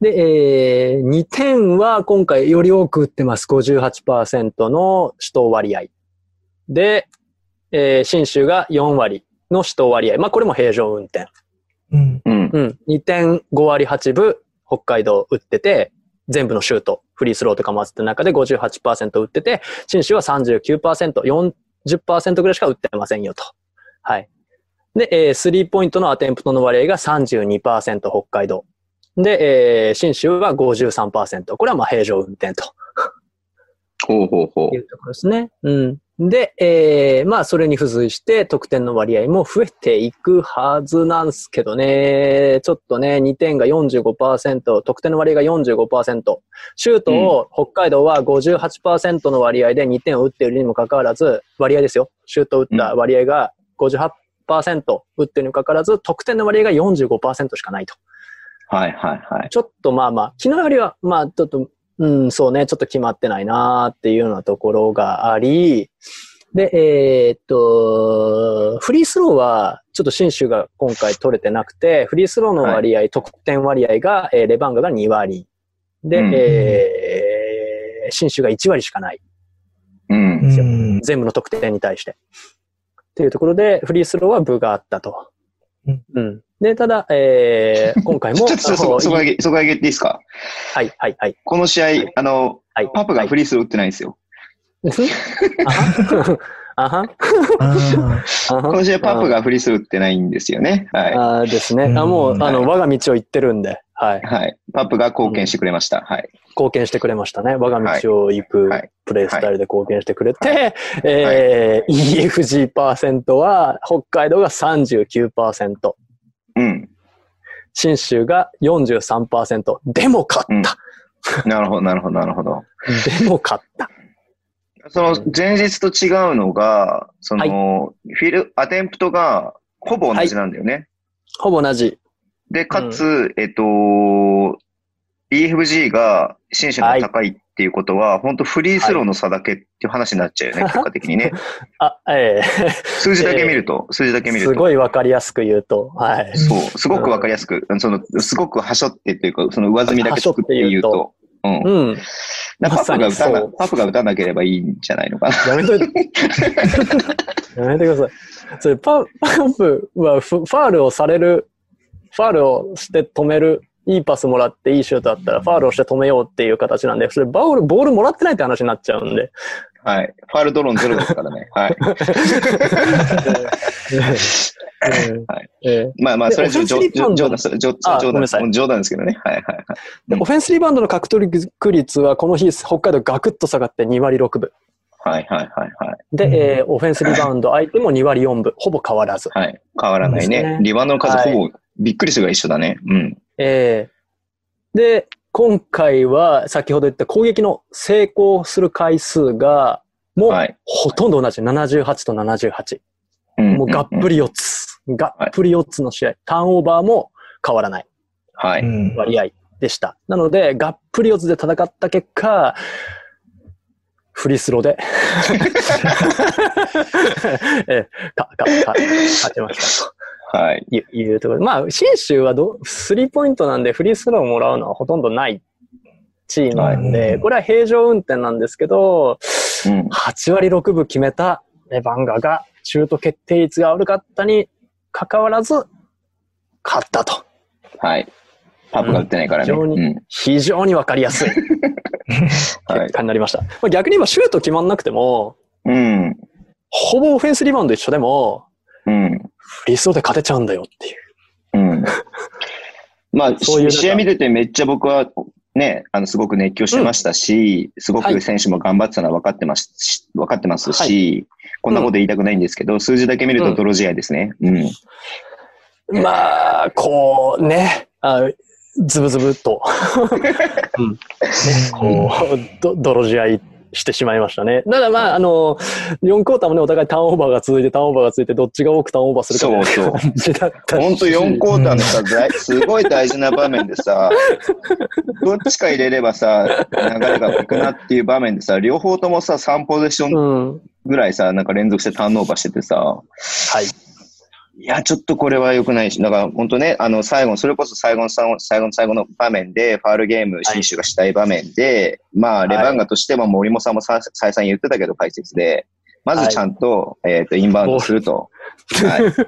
で、えー2点は今回より多く打ってます。58%の主投割合。で、えー新州が4割の主投割合。まあ、これも平常運転。うんうん。うん。2.5割8分、北海道打ってて、全部のシュート、フリースローとかも合わせた中で58%打ってて、新州は39%、40%ぐらいしか打ってませんよと。はい。で、えー、スリーポイントのアテンプトの割合が32%、北海道。で、えー、新州は53%。これはまあ平常運転と。ほうほうほいうところですね。うん。で、えー、まあ、それに付随して、得点の割合も増えていくはずなんですけどね。ちょっとね、2点が45%、得点の割合が45%。シュートを、北海道は58%の割合で2点を打っているにもかかわらず、割合ですよ。シュートを打った割合が58%打っているにもかかわらず、得点の割合が45%しかないと。う。はいはいはい。ちょっとまあまあ、昨日よりは、まあちょっと、うん、そうね、ちょっと決まってないなーっていうようなところがあり、で、えーっと、フリースローは、ちょっと新州が今回取れてなくて、フリースローの割合、得点割合が、えーレバンガが2割。で、うんえー新州が1割しかない。 うん。うん全部の得点に対して。っていうところで、フリースローは部があったと。うんうん。で、ただ、えー今 回ちょも、っとそそそこだけ、そこだけ言っていいですかはい、はい、はい。この試合、いあの、はい、パプがフリースロー打ってないんですよ。あはあはあーあこの試合、パプが。がフリースロー打ってないんですよね。はあーですね。あもうう、んあの、はい我が道を行ってるんで、はいい。。はい。パプが貢献してくれました。はい。貢献してくれましたね。我が道を行くはいプレイスタイルで貢献してくれて、えー、EFG パーセントは、北海道が39%、うん。新州が43%。でも勝った。なるほど、なるほど、なるほど。でも勝った。その、前日と違うのが、その、フィル、アテンプトが、ほぼ同じなんだよね。ほぼ同じ。で、かつ、えっと、EFG が新種の高いっていうことは、本当フリースローの差だけっていう話になっちゃうよね、はい結果的にね。あ、え数字だけ見ると、数字だえけ見るすと。ごいわかりやすく言うと、はい。そう、すごくわかりやすく、その、すごくはしょってというか、その上積みだけ作って言うと。うん。うん。だからまパさプがに打たそなう、パプが打たなければいいんじゃないのかな。やめとい て。やめてください。それパ、パンプはフファールをされる、ファールをして止める、いいパスもらっていいシュートだったら、ファールをして止めようっていう形なんで、それボール、ボールもらってないって話になっちゃう んで。はい。ファールドローンゼロですから ね。はい。はいええまあまあ、でそれオフェ冗ンスリバ談、ウンド冗談、それ冗あごめんなさ談、い冗談ですけどね。はいはいはい。でオフェンスリバウンドの獲得率は、この日、北海道ガクッと下がって2割6分。はいはいはいはい。で、ええオフェンスリバウンド相手も2割4分。ほぼ変わらず。はい。変わらないですねね。リバウンドの数ほぼ、びっくりするが一緒だね。うん。ええで、今回は先ほど言った攻撃の成功する回数が、もうはい。ほとんど同じ。78と78。もうがっぷり。り4つ。がっぷり4つの試合。ターンオーバーも変わらないはうい。 ん割合でした。なので、がっぷり4つで戦った結果、フリスロで。 えー、か、か、か、勝ちました。はい。いういうところで。まあ、信州はど、スリーポイントなんでフリースローもらうのはほとんどないチームなんはで、いこれは平常運転なんですけど、うん。 8割6分決めたレバンガが、シュート決定率が悪かったに関わらず、勝ったと。はい。パップが打ってないからね。うん非常にうん。非常にわかりやすいは結い。果になりました。まあ逆に今シュート決まんなくても、うん。ほぼオフェンスリバウンド一緒でも、うん。フリースローで勝てちゃうんだよっていう。うん。 まあ、そういうなんか試合見ててめっちゃ僕はね、あの、すごく熱狂してましたし、すごはいく選手も頑張ってたのは分かってますし、分かってますし、こんなこと言いたくないんですけど、数字だけ見ると泥試合ですね。うん。まあ、こうね、あズブズブっと、うんね、こう、 ど泥仕合してしまいましたね。ただまあ、あの、4クォーターもね、お互いターンオーバーが続いて、ターンオーバーが続いて、どっちが多くターンオーバーするかみたいそうそうな感じだったし。本当4クォーターのさ、 ざいすごい大事な場面でさ、どっちか入れればさ、流れがいくなっていう場面でさ、両方ともさ、3ポゼッションうん。ぐらいさ、なんか連続してターンオーバーしててさ、はい。いや、ちょっとこれは良くないし、だから本当ね、あの、最後、それこそ最後の最後最後の最後の場面で、ファールゲーム、新種がしたい場面で、まあ、レバンガとしても、森本さんもさ再三言ってたけど、解説で、まずちゃんと、えっ、と、インバウンドすると。は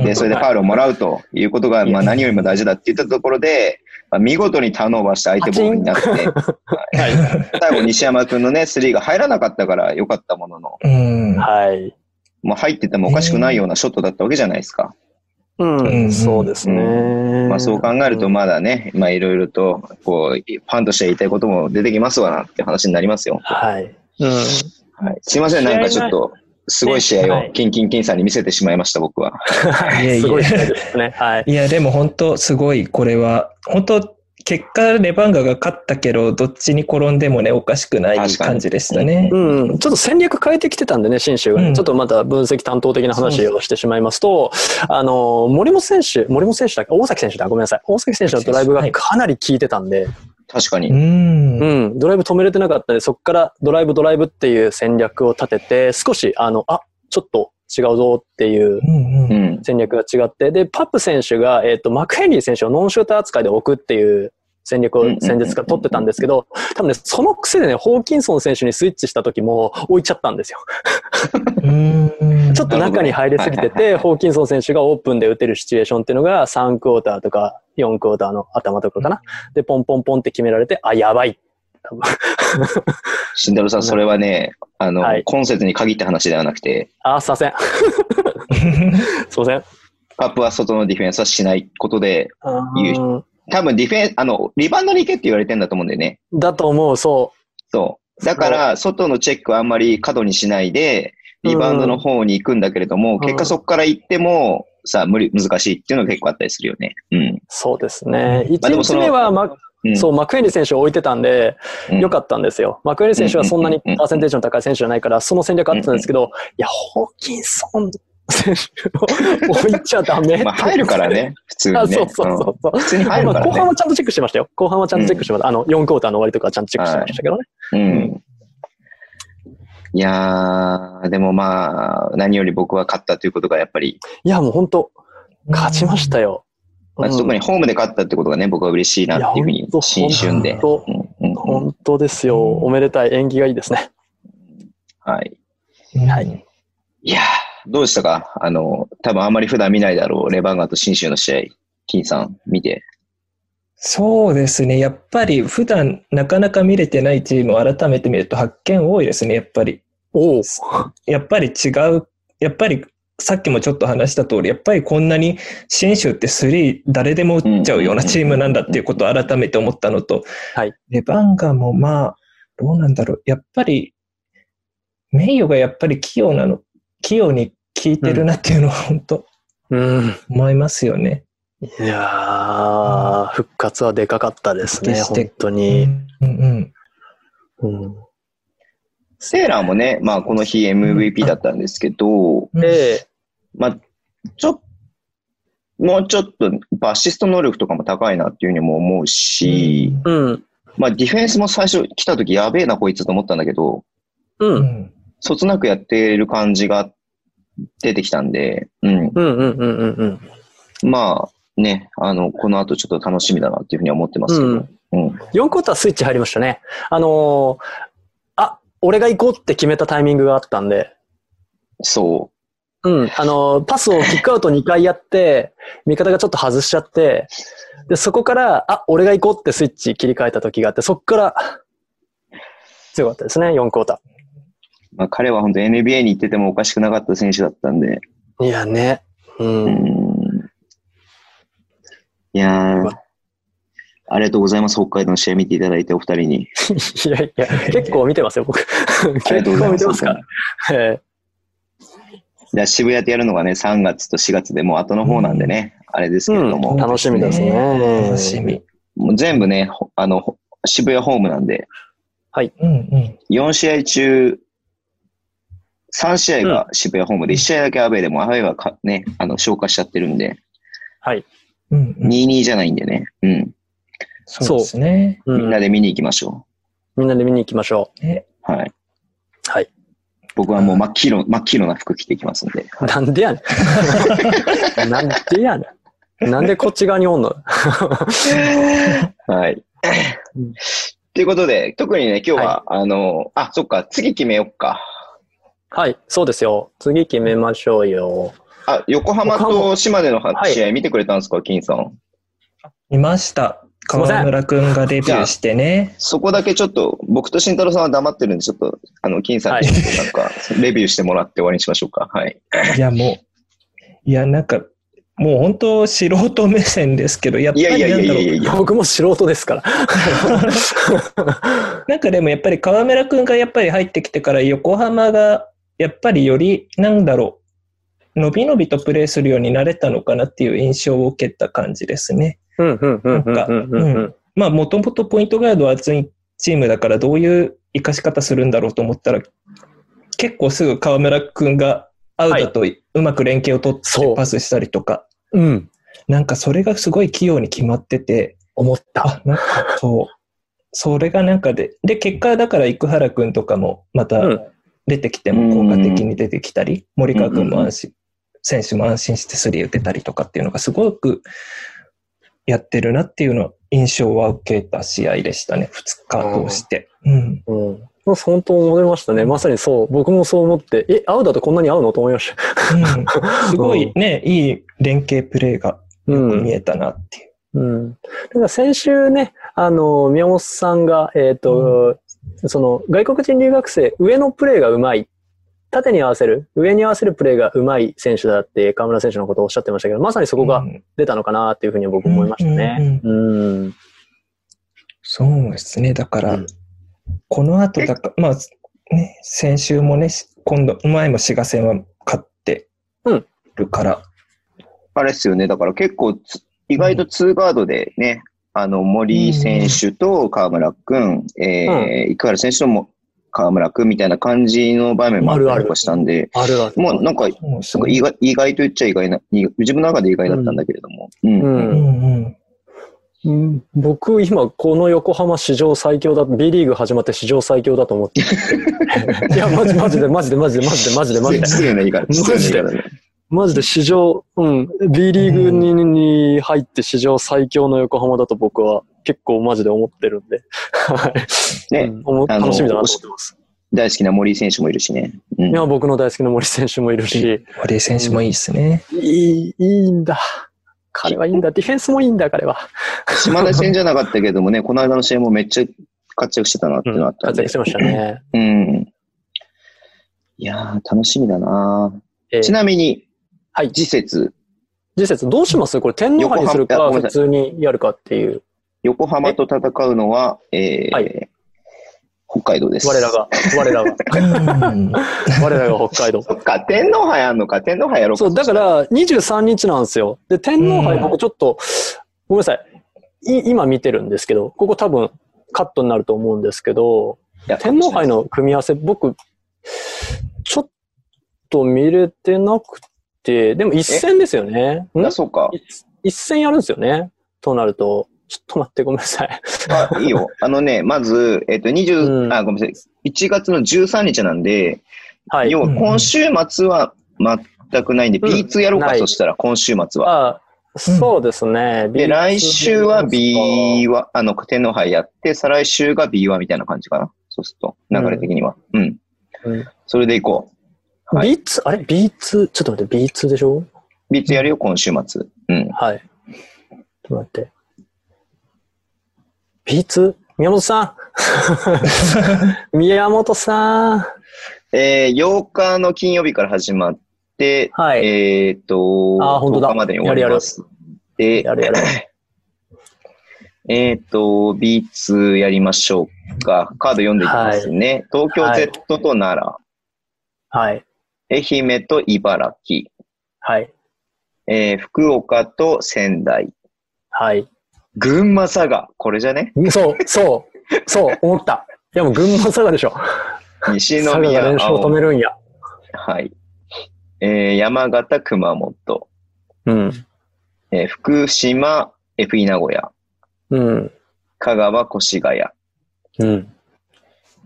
い。 で、それでファールをもらうということが、まあ、何よりも大事だって言ったところで、まあ、見事にターンオーバーして相手ボールになって、はい最後、西山君のね、スリーが入らなかったから良かったものの、うん。はい。まあ、入っててもおかしくないようなショットだったわけじゃないですか。うん、うんそうですね。まあ、そう考えると、まだね、まあ、いろいろと、こう、ファンとしては言いたいことも出てきますわなって話になりますよ。はい。うん。はい、すいません、なんかちょっと、すごい試合はいを、キンキンキンさんに見せてしまいました、僕は。いやい やすごい試合ですね。はい。いや、でも本当すごい、これは、本当結果、レバンガが勝ったけど、どっちに転んでもね、おかしくない確かに感じでしたね。うん、ちょっと戦略変えてきてたんでね、信州がね、うんちょっとまた分析担当的な話をしてしまいますと、あの、森本選手、森本選手だっけ大崎選手だ、ごめんなさい。大崎選手のドライブがかなり効いてたんで、確かうに。ん。うん、ドライブ止めれてなかったんで、そこからドライブドライブっていう戦略を立てて、少し、あの、あ、ちょっと違うぞっていううんううんん。戦略が違って、で、パップ選手が、えっ、と、マクヘンリー選手をノンシューター扱いで置くっていう戦略を先日から取ってたんですけど、多分ね、その癖でね、ホーキンソン選手にスイッチした時も置いちゃったんですよ。うん。ちょっと中に入りすぎてなるほどはいはいて、ホーキンソン選手がオープンで打てるシチュエーションっていうのが3クォーターとか4クォーターの頭とかかな。で、ポンポンポンって決められて、あ、やばい。慎太郎さん、それはね、あの、はい今節に限った話ではなくて、あ、させん。 すいません。パップは外のディフェンスはしないことで、あいいー多分ディフェンス、あの、リバウンドに行けって言われてんだと思うんだよね。だと思う、そそう。だから、外のチェックはあんまり過度にしないで、リバウンドの方に行くんだけれども、ん結果そこから行っても、さ無理、難しいっていうのが結構あったりするよね。うんう。。そうですね。まあで1もそ日の目はマ、うん、そう、マクヘンリー選手を置いてたんで、うん良かったんですよ。マクエリ選手はそんなにパーセンテージの高い選手じゃないから、その戦略あったんですけど、いや、ホーキンソン選手を置いちゃダ メ。まあ入るから。 ね、普通にね。あ、そうそうそうそう。うん普通に入るまかあ後ら半ね。はちゃんとチェックしてましたよ。後半はちゃんとチェックしてました。あの、4クォーターの終わりとかはちゃんとチェックしてましたけどね。うん。いやー、でもまあ、何より僕は勝ったということがやっぱり、いや、もう本当勝ちましたよ。まあうん特にホームで勝ったってことがね、僕は嬉しいなっていうふういにやほん、と新春で。ほんとうんうんうん本当ですよ。おめでたい。縁起がいいですね。はい。はい。いやー、どうでしたかあの、多分あんまり普段見ないだろう、レバンガと新州の試合、金さん見て。そうですね。やっぱり、普段なかなか見れてないチームを改めて見ると発見多いですね、やっぱり。おお。やっぱり違う、やっぱりさっきもちょっと話した通り、やっぱりこんなに新州ってスリー誰でも打っちゃうようなチームなんだっていうことを改めて思ったのと、はいレバンガもまあ、どうなんだろう。やっぱり、名誉がやっぱり器用なの、器用に効いてるなっていうのは本当うん。思いますよね。いやー、復活はでかかったですね。決して本当うに。んうんうんセーラーもね、まあこの日 MVP だったんですけど、うん。で、まあ、ちょっもうちょっと、アシスト能力とかも高いなっていうふうにも思うし、うん。まあディフェンスも最初来た時やべえなこいつと思ったんだけど、う。うんん。そつなくやってる感じが出てきたんで、うん。うんうんうんうんうん。まあ、ね、あの、この後ちょっと楽しみだなっていうふうには思ってますけど。うんうん。 4クォータースイッチ入りましたね。あのーあ、俺が行こうって決めたタイミングがあったんで、そうん、あのーパスをキックアウト2回やって、味方がちょっと外しちゃって、で、そこから、あ、俺が行こうってスイッチ切り替えた時があって、そこから、強かったですね、4クォータう。まあ、彼は本当 NBA に行っててもおかしくなかった選手だったんで。ー。いやね、う。うんん。いやー。ありがとうございます。北海道の試合見ていただいて、お二人に。 いやいや、結構見てますよ、僕。 あり結がとうござい構ま見す。てますから。えじゃあ渋谷でやるのがね、3月と4月でもう後の方なんでね、あれですえけれどうん、も、楽しみですね。楽しみ。もう全部ね、ほあの、ほ渋谷ホームなんで、うんうん。 4試合中、3試合が渋谷ホームで、1試合だけアウェイでも、アウェイはかね、あの、消化しちゃってるんで、はい。うんうん、 2-2じゃないんでね、うん。そうですね。うみんんな、で見に行きましょみんなで見に行きましょねう。はい。はい。僕はもう真っ黄色、真っ黄色な服着てきますんで。う。なんでやねん。なんでやねん。なんでこっち側におんのはいうん。ということで、特にね、今日は、あの、あ、そっか、次決めよっか。はい、そうですよ。次決めましょうよ。あ、横浜横と島根のははい試合見てくれたんですか、金さん。いました。すいません河村くんがデビューしてね。そこだけちょっと、僕と慎太郎さんは黙ってるんで、ちょっと、あの、金さんに、なんか、レビューしてもらって終わりにしましょうか。はい。いや、もう、いや、なんか、もう本当素人目線ですけど、やっぱいやいりやいなやんいだやろ。いうやいや。僕も素人ですから。 なんかでもやっぱり河村くんがやっぱり入ってきてから横浜がやっぱりよりなんだろう、伸び伸びとプレーするようになれたのかなっていう印象を受けた感じですね。うんうんうんうんうんうんう。なんまあもともとポイントガードは熱いチームだからどういう生かし方するんだろうと思ったら結構すぐ河村くんがアウトとうまく連携を取ってパスしたりとか、うん。なんかそれがすごい器用に決まってて、思った。あ、なんかそう。それがなんかで、で、結果だから生原くんとかもまたうん出てきても効果的に出てきたり、森川くんも安心、選手も安心してスリー打てたりとかっていうのがすごくやってるなっていうの印象は受けた試合でしたね、2日通して。うん。うん。本当思いましたね。まさにそう。僕もそう思って、え、合うだとこんなに合うのと思いました。 うん、すごいね、いい連携プレーがうよくん見。えたなっていう。うん。だから先週ね、あの、宮本さんが、えっ、と、その、外国人留学生、上のプレーがうまい。縦に合わせる、上に合わせるプレーがうまい選手だって、河村選手のことをおっしゃってましたけど、まさにそこがうん出たのかなっていうふうに僕思いましたね。うん。そうですね。だから、うんこの後だか、まあ、ね、先週もね、し今度、前も滋賀戦は勝ってうんるから、あれですよね。だから結構つ、意外と2ガードでね、あの、森選手と河村くん、えー、生原選手とも河村くんみたいな感じの場面もあったりとかしたんで、あるある。もうなんか、もうすなんかごい。意外意外と言っちゃ意外な、意自分の中で意外だったんだけれども。うんう。うんんううん。ん僕、今、この横浜史上最強だ、B リーグ始まって史上最強だと思 ってる。いや、マジマジで、マジで、マジで、マジで、マジで、マジで。失礼な言い方。失礼な言い方ね。マジで史上、うん、B リーグに,、に入って史上最強の横浜だと僕は結構マジで思ってるんで、はい。ねうんおもあの楽しみだなと思ってます。大好きな森選手もいるしね。うんいや、僕の大好きな森選手もいるし、堀江選手もいいですね。いい、いいんだ。彼はいいんだ。ディフェンスもいいんだ、彼は。島田戦じゃなかったけどもね、この間の試合もめっちゃ活躍してたなっていうのがあったんで活躍し。てましたね。うん。いやー、楽しみだなえーちなみに、はい次節、次節どうしますこれ天皇杯にする横浜あかごめん普な通にやるかっていう、横浜と戦うのは、えーは北海道です。我ら。が、我らが、うん我らが北海道。そっか、天皇杯あんのか、天皇杯やろうか。そう、だから23日なんですよ。で、天皇杯うん僕ちょっと、ごめんなさいい。今見てるんですけど、ここ多分カットになると思うんですけど、いや天皇杯。の組み合わせ、僕、ちょっと見れてなくて、でも一戦ですよね。んあ、そうか。一一戦やるんですよね。となると。ちょっと待って、ごめんなさい。あいい よ。あのね、まず、えっ、と、20、うんあ、ごめんなさい。1月の13日なんで、はい。要は今週末は全くないんで、うん B2 やろうか、ないそしたら今週末は。あそうですね。で、 B2 来週はです B1、あの、天皇杯やって、再来週が B1 みたいな感じかな。そうすると、流れ的には。うん。うんそれで行こか。はい B2、あれ ?B2、ちょっと待って、B2 でしょう。B2 やるよ、今週末。うん。はい。ちょっと待って。B2? 宮本さん 宮本さんえー、8日の金曜日から始まって、はい。えーっと、あーほんとだ10日までに終わります。で、やるやる。えーっと、B2 やりましょうか。カード読んでいきますね。はい東京 Z と奈良、はい。愛媛と茨城、はい。えー福岡と仙台、はい。群馬佐賀、これじゃねそう、そう、そう、思った。いやもう群馬佐賀でしょ。西佐賀が宮、連勝止青めるんや。はい。えー山形、熊本、うん。えー福島、FE 名古屋、うん。香川、越谷、うん。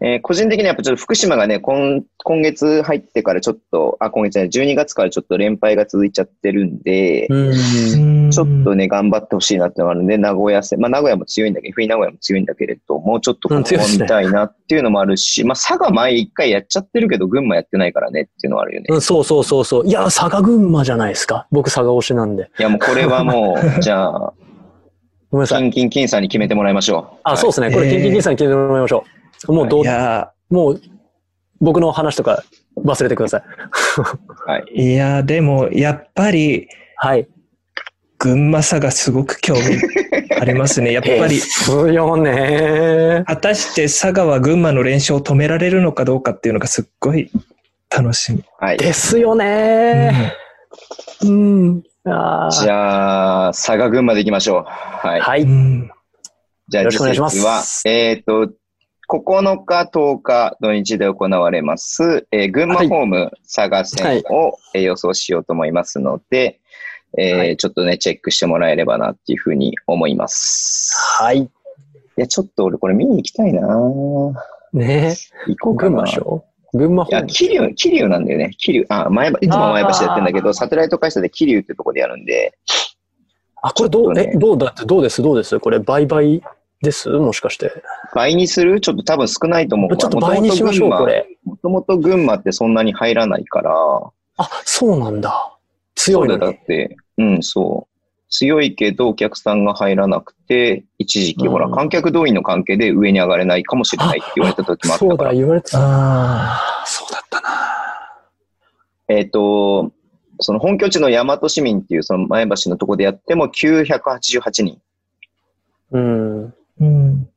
えー個人的にはやっぱちょっと福島がね、今今月入ってからちょっと、あ、今月ね、12月からちょっと連敗が続いちゃってるんで、うん。ちょっとね、ね、頑張ってほしいなってのがあるんで、名古屋戦、まあ名古屋も強いんだけど、FE 名古屋も強いんだけれど、もうちょっとこうこん強いっすね見たいなっていうのもあるし、まあ佐賀前一回やっちゃってるけど、群馬やってないからねっていうのはあるよね。うん、そうそうそうそう。いや、佐賀群馬じゃないですか。僕、佐賀推しなんで。いやもうこれはも う、じゃあ、ごめんなさキい。ンキンキンさんに決めてもらいましょう。あ、そうですね。こえれ、ーキンキンキンさんに聞いてもらいましょう。もう、どうい、やもう、僕の話とか忘れてください。はい。はい。ー、いやーでも、やっぱり、はい。群馬さがすごく興味ありますね。やっぱり、そうよね。果たして佐賀は群馬の連勝を止められるのかどうかっていうのがすっごい楽しみ。はい。ですよね。うん。あーじゃあ、佐賀群馬でいきましょう。はい。はうい。んじゃあ、よろしくお願いします次節は、えっ、と、9日、10日、土日で行われます、えー群馬はいホーム、佐賀戦を、えー予想しようと思いますので、えーはちょっとね、チェックしてもらえればなっていうふうに思います。はい。いや、ちょっと俺これ見に行きたいな行ねこうか群馬な。でいしょ群馬本や、桐生、桐生なんだよね。桐生、あ、前橋、いつも前橋でやってんだけど、サテライト会社で桐生ってとこでやるんで、あ、これどちょっう、とねえ、どうだって、どうですどうですこれ、倍々ですもしかして。倍にするちょっと多分少ないと思うわちょっと倍にしましょう、こ。れ。もともと群馬もともと群馬ってそんなに入らないから、あ、そうなんだ。強いのそうだよにだ。って、うん、そう。強いけど、お客さんが入らなくて、一時期、うんほら、観客動員の関係で上に上がれないかもしれないって言われた時もあったそうかだ、ら。言われてた。ああーそうだったな。 えっ、と、その本拠地の大和市民っていう、その前橋のとこでやっても988人。うん。ーうん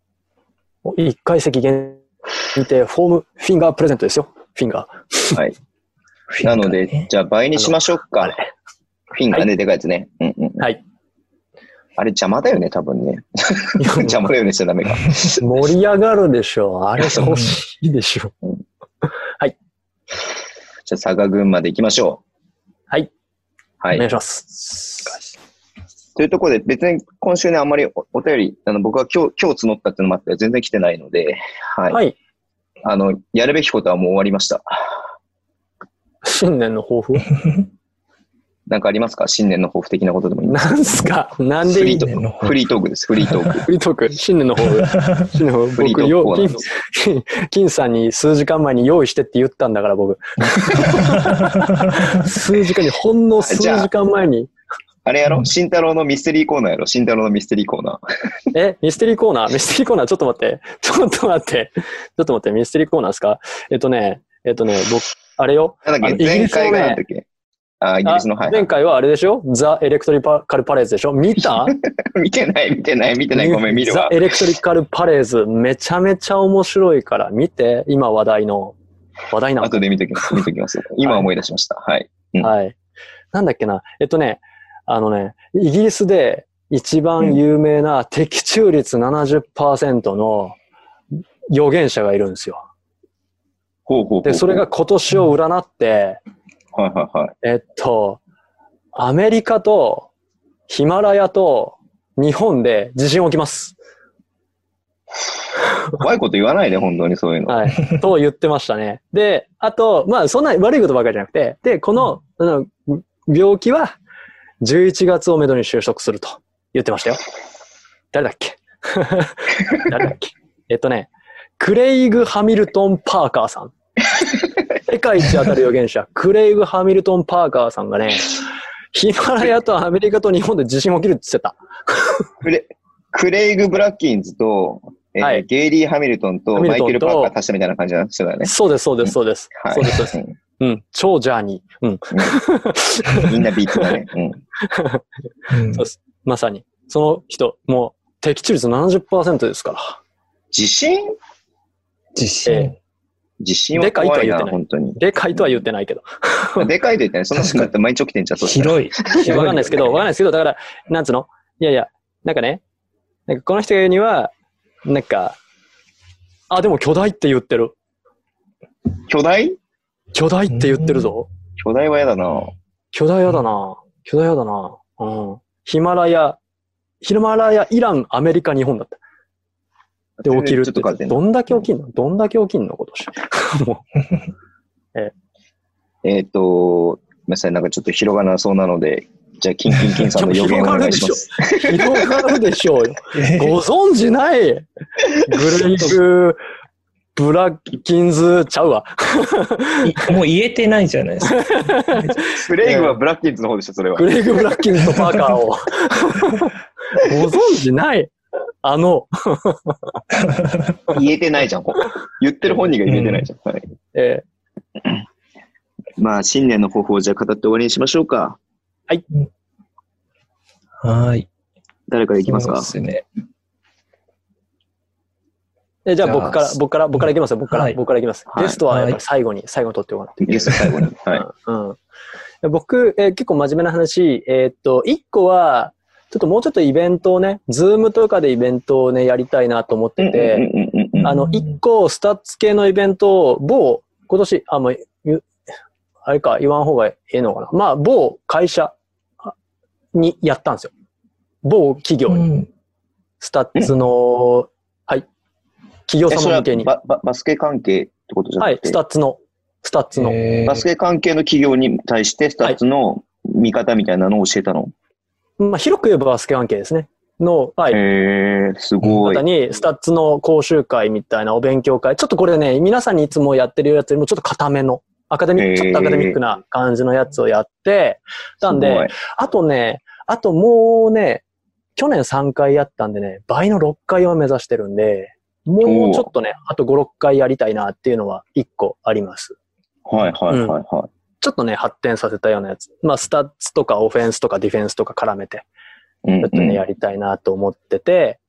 一階席限定、フォーム、フィンガープレゼントですよ。フィンガー。なので、フィンガーねじゃあ倍にしましょうあか。れ。フィンがね、でかいやつね。うんうん。はい。あれ邪魔だよね、多分ね。いや 邪魔だよね、しちゃダメか。盛り上がるでしょ。あれ欲しいでしょ。じゃあ、佐賀群馬で行きましょう。はい。はお願いい。します。というところで、別に今週ね、あんまりおお便り、あの、僕は今日、今日募ったっていうのもあって、全然来てないので、はい。はい。あの、やるべきことはもう終わりました。新年の 抱負なんかありますか新年の抱負的なことでもいいんですなんすかなんフでリーいいト新年のー抱ク。負フリートークです、フリートーク。フリートーク。新年の抱 負。新年のフ抱負。リート僕、ークよコーナー金です、金、金さんに数時間前に用意してって言ったんだから、 僕。数時間に、ほんの数時間前に。あれやろ慎太郎のミステリーコーナーやろ慎太郎のミステリーコーナー。え、ミステリーコーナーミステリーコーナーちょっと待って。ちょっと待って。ちょっと待って。ミステリーコーナーですかえっとね、えっとね、僕、あれよ。なんだっけあのイギ前リスのね回がなんだっけあ、イギリスの、はあい。前回はあれでしょザ・エレクトリカル・パレーズでしょ見た見てない、見てない、見てない。ごめん、見るわザ・。エレクトリカル・パレーズ、めちゃめちゃ面白いから、見て、今話題の、話題なの後で見とき ます。見ときます。今思い出しました。はい。うんはい。なんだっけな。えっとね、あのね、イギリスで一番有名な的中率70%の預言者がいるんですよ。ほうほうほうほう。で、それが、今年を占って、はいはいはい。えっと、アメリカとヒマラヤと日本で地震起きます。怖いこと言わないで、本当にそういうの。はい。と言ってましたね。で、あと、まあ、そんな悪いことばかりじゃなくて、で、この、あの、病気は、11月をめどに収束すると言ってましたよ。誰だっけ 誰だっけえっとね、クレイグ・ハミルトン・パーカーさん。世界一当たる予言者、クレイグ・ハミルトン・パーカーさんがね、ヒマラヤとアメリカと日本で地震起きるって言ってた。クレクレイグ・ブラッキンズと、えーはいゲイリー・ハミルトンとハミルマトンイとケル・パーカー足したみたいな感じなんですよ ね。そうです、そうです、そうです。はいそうです、そうです。うん、超ジャーニー。うん。うん みんなビートだね。うんうんそうです。まさに。その人、もう、的中率70%ですから。地震地震、え地震は怖いでかいとは言っな、てない本当に。でかいとは言ってないけど。 でかいと言ってね、そんな少なくて毎日起きてんじゃん、そしたら広い。いやわかんないですけど、わかんい。ないですけど、だから、なんつうのいやいや、なんかね、なんかこの人が言うには、なんか、あ、でも巨大って言ってる。巨大巨大って言ってるぞ。巨大は嫌だな。巨大やだな。巨大やだな。うん。ヒマラヤ、ヒマラヤ、イラン、アメリカ、日本だった。で、起きるっちょてっと勝手にどんだけ起きんのどんだけ起きんの今 年。もえっ、と、ごめんなさい、なんかちょっと広がらなそうなので、じゃあ、キンキンキンさんの予言をお願いします。う、広がるでしょうよ。えーご存知ないグレイグ、ブラッキンズ、ちゃうわ。いもう言えてないじゃないですか。クレイグはブラッキンズの方でしょ、それはグ。レイグ・ブラッキンズとパーカーを。ご存知ないあの、言えてないじゃん、こう言ってる本人が言えてないじゃん。はいえーまあ、新年の方法をじゃあ語って終わりにしましょうか。はーい。誰からいきますそうかで。すね。えじゃあ僕からじゃ、あ僕から、僕からいきますよ。僕から、はい僕からいきます。はいゲストはやっぱり最後に、最後に取っておかないといけゲないスト最後に。 はい。うんうん、僕、えー結構真面目な話、えーっと、一個は、ちょっともうちょっとイベントをね、ズームとかでイベントをね、やりたいなと思ってて、うんうんうんうんうんあの、一個、スタッツ系のイベントを、某、今年、あ、もう、ゆあれか、言わん方がええのかな。まあ、某会社にやったんですよ。某企業に。うんスタッツの、はい。企業えそれ様は向けに。は、バババスケ関係ってことじゃないくて、スタッツの、スタッツの。えーバスケ関係の企業に対して、スタッツの見方みたいなのを教えたの。まあ、広く言えばバスケ関係ですね。の、はい。へえ、すごい方。に、スタッツの講習会みたいなお勉強会。ちょっとこれね、皆さんにいつもやってるやつよりもちょっと固めの、アカデミッへーク、ちょっとアカデミックな感じのやつをやって、たんすごでい、あとね、あともうね、去年3回やったんでね、倍の6回は目指してるんで、もうちょっとね、あと5、6回やりたいなっていうのは1個あります。はいはいはいはちょっとね、発展させたようなやつ。まあ、スタッツとかオフェンスとかディフェンスとか絡めて、い。うんちょっとね、やりたいなと思ってて、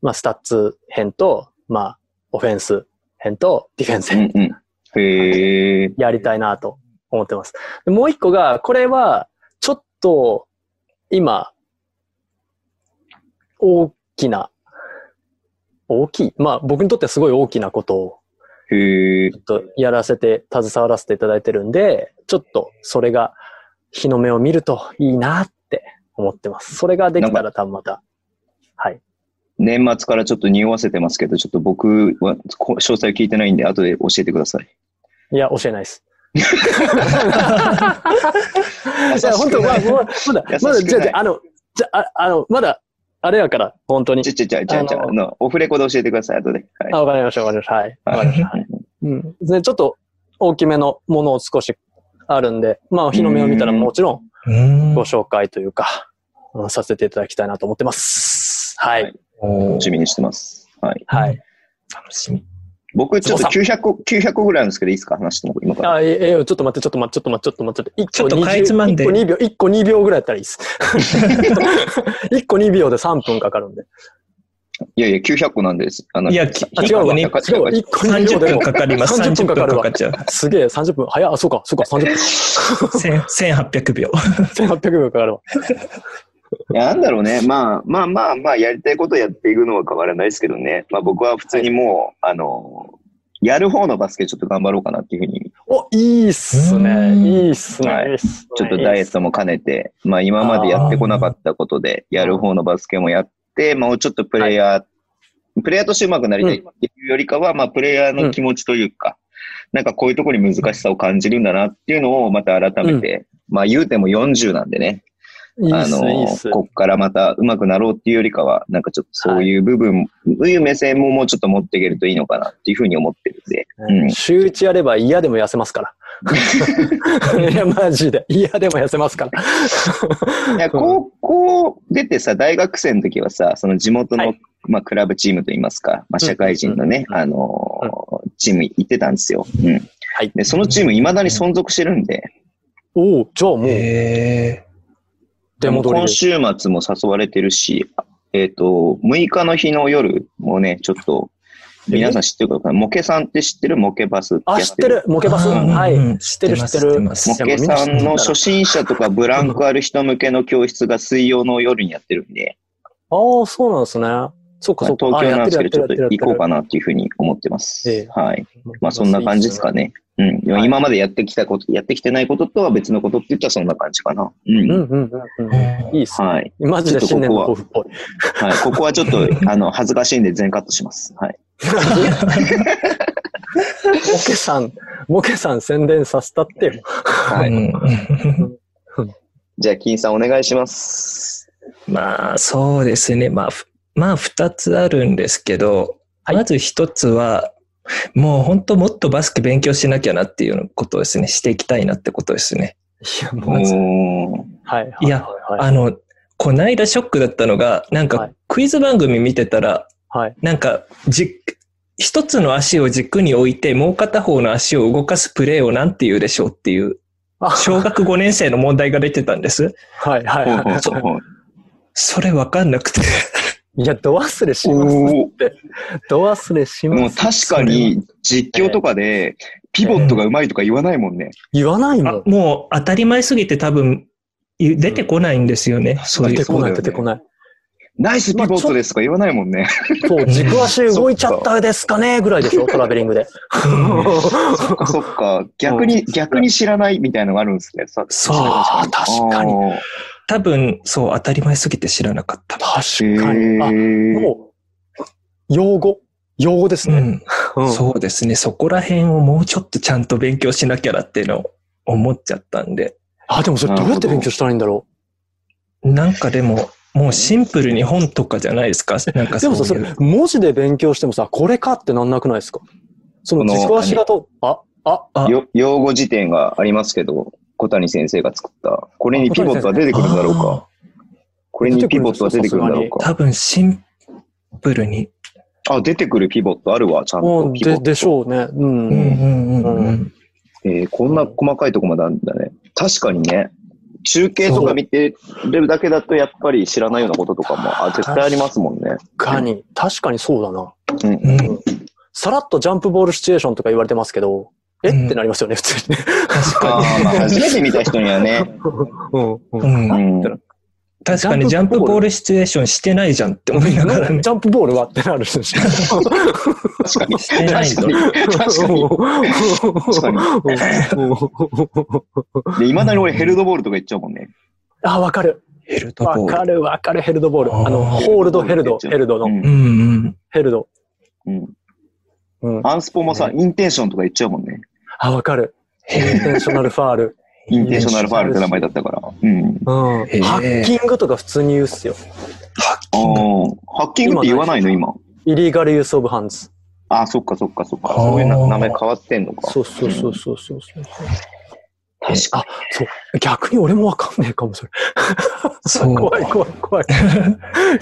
まあ、スタッツ編と、まあ、オフェンス編とディフェンスうん編うんうん。へえ。やりたいなと思ってます。でもう一個が、これは、ちょっと、今、大きな、大きい。まあ、僕にとってはすごい大きなことを、へえちょ。っとやらせて、携わらせていただいてるんで、ちょっと、それが、日の目を見るといいなって思ってます。それができたら多分また、はい。年末からちょっと匂わせてますけど、ちょっと僕はこ詳細聞いてないんで、後で教えてください。いや、教えないです。いしや、く本当まあ、まだ、まだ優し、くまなだ、いじゃあじゃあ、あの、じゃあ、ああの、まだ、あれやから、本当にち。ょちょちょちょちょ、あのあの、オフレコで教えてください、後で。はいあ、わかりました、わかりました。はい。わかりました。はい。うん。で、ちょっと、大きめのものを少しあるんで、まあ、日の目を見たらうんもちろん、うんご紹介というか、うんさせていただきたいなと思ってます。ははいい。楽しみにしてます。はい。はい。楽しみ。僕、ちょっと坪900個、900個ぐらいあるんですけど、いいですか話しても今から。あ、え、え、ちょっと待って、ちょっと待って、ちょっと待って、ちょっと待って。一ちょっとかいつまんで1個2秒、1個2秒ぐらいやったらいいです。1個2秒で3分かかるんで。いやいや、900個なんです。あのいや、きあ、違一う個わ。ね違うわ。1個2秒30で分もかかります。 30分30分かかかるわかっちゃう。すげえ、30分。早っあ、そうか、そうか、30分。 千1800秒。 1800秒かかるわ。いやなんだろうね。まあまあまあまあ、やりたいことやっていくのは変わらないですけどね。まあ僕は普通にもう、あの、やる方のバスケちょっと頑張ろうかなっていうふうに、お、いいっすね。うんいいっすね。はいいいっすねちょっとダイエットも兼ねて、まあ今までやってこなかったことで、やる方のバスケもやって、もうちょっとプレイヤー、プレイヤーとして上手くなりたいっていうよりかは、まあプレイヤーの気持ちというか、なんかこういうところに難しさを感じるんだなっていうのをまた改めて、まあ言うても40なんでね、いいっあすのね、いいっす、こっからまた上手くなろうっていうよりかは、なんかちょっとそういう部分、そういう目線ももうちょっと持っていけるといいのかなっていうふうに思ってるんで、うん週一やれば嫌でも痩せま すから。いや、マジで。嫌でも痩せますから。いや高校出てさ、大学生の時はさ、その地元の、はいまあ、クラブチームといいますか、まあ、社会人のね、あのーチーム行ってたんですよ。うんはいで、そのチーム未だに存続してるんで、おお、じゃあもう、え出戻り今で。週末も誘われてるし、えっ、と、6日の日の夜もね、ちょっと、皆さん知ってるかわかんないモケさんって知ってるモケバスってやあ、知ってる。モケバス。うんはうんうんい。知ってる、知知っっててまする。モケ知さんの初心者とかブランクある人向けの教室が水曜の夜にやってるんで、ああ、そうなんですね。そっまかあそっか。東京なんですけど、ちょあっと行こうかなっていうふうに思ってまえすえ。はい。まあそんな感じですか。ね。うん。はい今までやってきたこと、やってきてないこととは別のことって言ったらそんな感じかな。うん。うんはうんうんうん。いいっすね。い。マジで新年の抱負っぽい。はい。ここはちょっ と、あの、恥ずかしいんで全カットします。はい。モケさん、モケさん宣伝させたってよ。はい。うんじゃあ、金さんお願いします。まあそうですね。まあ、ふまあ2つあるんですけど、まず1つは、もう本当もっとバスケ勉強しなきゃなっていうことをですね、していきたいなってことですね。いや、もう、おまずーはい。いやはあの、こないだショックだったのが、なんはかいクイズ番組見てたら、い。はい。なんかじ、一つの足を軸に置いて、もう片方の足を動かすプレーをなんて言うでしょうっていう、あ小学5年生の問題が出てたんです。はいはいほうほはうほうほうそれわかんなくて。い。いや、ド忘れします。おード忘れしもまうす。確かに実況とかで、ピボットがうまいとか言わないもんね。言わないもあん。もう当たり前すぎて多分い出てこないんですよね。そう出いうてこない、そうだよね出てこない。ナイスピボットですとか言わないもんね。そう、軸足動いちゃったですかねぐらいでしょ、トラベリングで。そっかそっか。逆に、逆に知らないみたいなのがあるんですね。さそうあー確かに。あー多分そう当たり前すぎて知らなかった。確かに。あ、へーもう、用語用語ですうね。ん、うんそうですね。そこら辺をもうちょっとちゃんと勉強しなきゃなっていうのを思っちゃったんで。あ、でもそれどうやって勉強したらいいんだろなんかでも、もうシンプルに本とかじゃないですか。なんう。かでそうもさ、そいれう、。文字で勉強してもさ、これかってなんなくないですかその軸足がと、あ、あ、あよ用語辞典がありますけど、小谷先生が作った。これにピボットは出てくるんだろうか。これにピボットは出てくるんだろうあーか。多分シンプルに。あ、出てくるピボットあるわ、ちゃんうとん、ピボで、ット。でしょうね。う。うんんうんうんう。うんえーこんな細かいとこまであるんだね。確かにね。中継とか見てるだけだと、やっぱり知らないようなこととかも、あ、絶対ありますもんね。かに、確かにそうだな。うん。うん、さらっとジャンプボールシチュエーションとか言われてますけど、えうんってなりますよね、普通にね。確あかーまあ、初めて見た人にはね。うんうんに。うんう ん。確かにジジャャンンププボボーールシチュエーションしてないじゃんって 思いながらね。ジャンプボールはってなる し。確かに。してないん確だかに。確かに。で、未だに俺ヘルドボールとか言っちゃうもんね。あ、わかる。ヘルドわボーかル。る、わかる、ヘルドボール。あーあの、ホールド、ヘルド、ヘルドうの、んう。んヘルド。うん。うんアンスポもさ、インテンションとか言っちゃうもんね。あ、わかる。インうん。テンショナルファール。インテンショナルファールって名前だったから。うん。うん。へーハッキングとか普通に言うっすよ。おーハッキングって言わないの今。イリーガルユースオブハンズ。あ、そっかそっかそっか。あーそういうな名前変わってんのか。そうそうそうそうそうそう。確あ、そう。逆に俺もわかんねえかも、それ。そう怖い怖い怖い。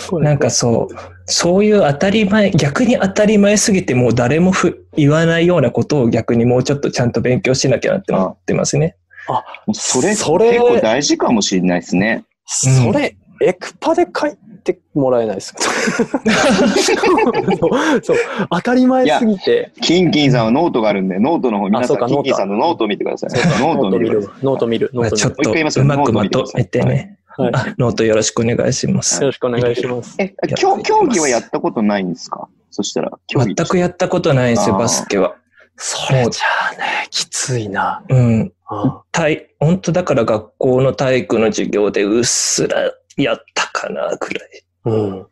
怖いなんかそう、そういう当たり前、逆に当たり前すぎてもう誰もふ言わないようなことを逆にもうちょっとちゃんと勉強しなきゃなって思ってますね。それ、それ結構大事かもしれないですね。それ、エクパで書いてもらえないですか そうそう。当たり前すぎて。キンキンさんはノートがあるんで、ノートの方、皆さ、そうんかキンキンさんのノートを見てください。ノートをノート見て見くだるさい。。ノート見る。ノまーあト見ちょっる。とうまくまとめてね。はい。よあノートよろしくお願いします。ろしくお願いします。え、競競技はやったことないんですかそしたら、競技全。くやったことないんですよ、あーバスケは。それじゃあね、きついな。うん。うん体、本当だから学校の体育の授業でうっすらやったかな、くらい。うん。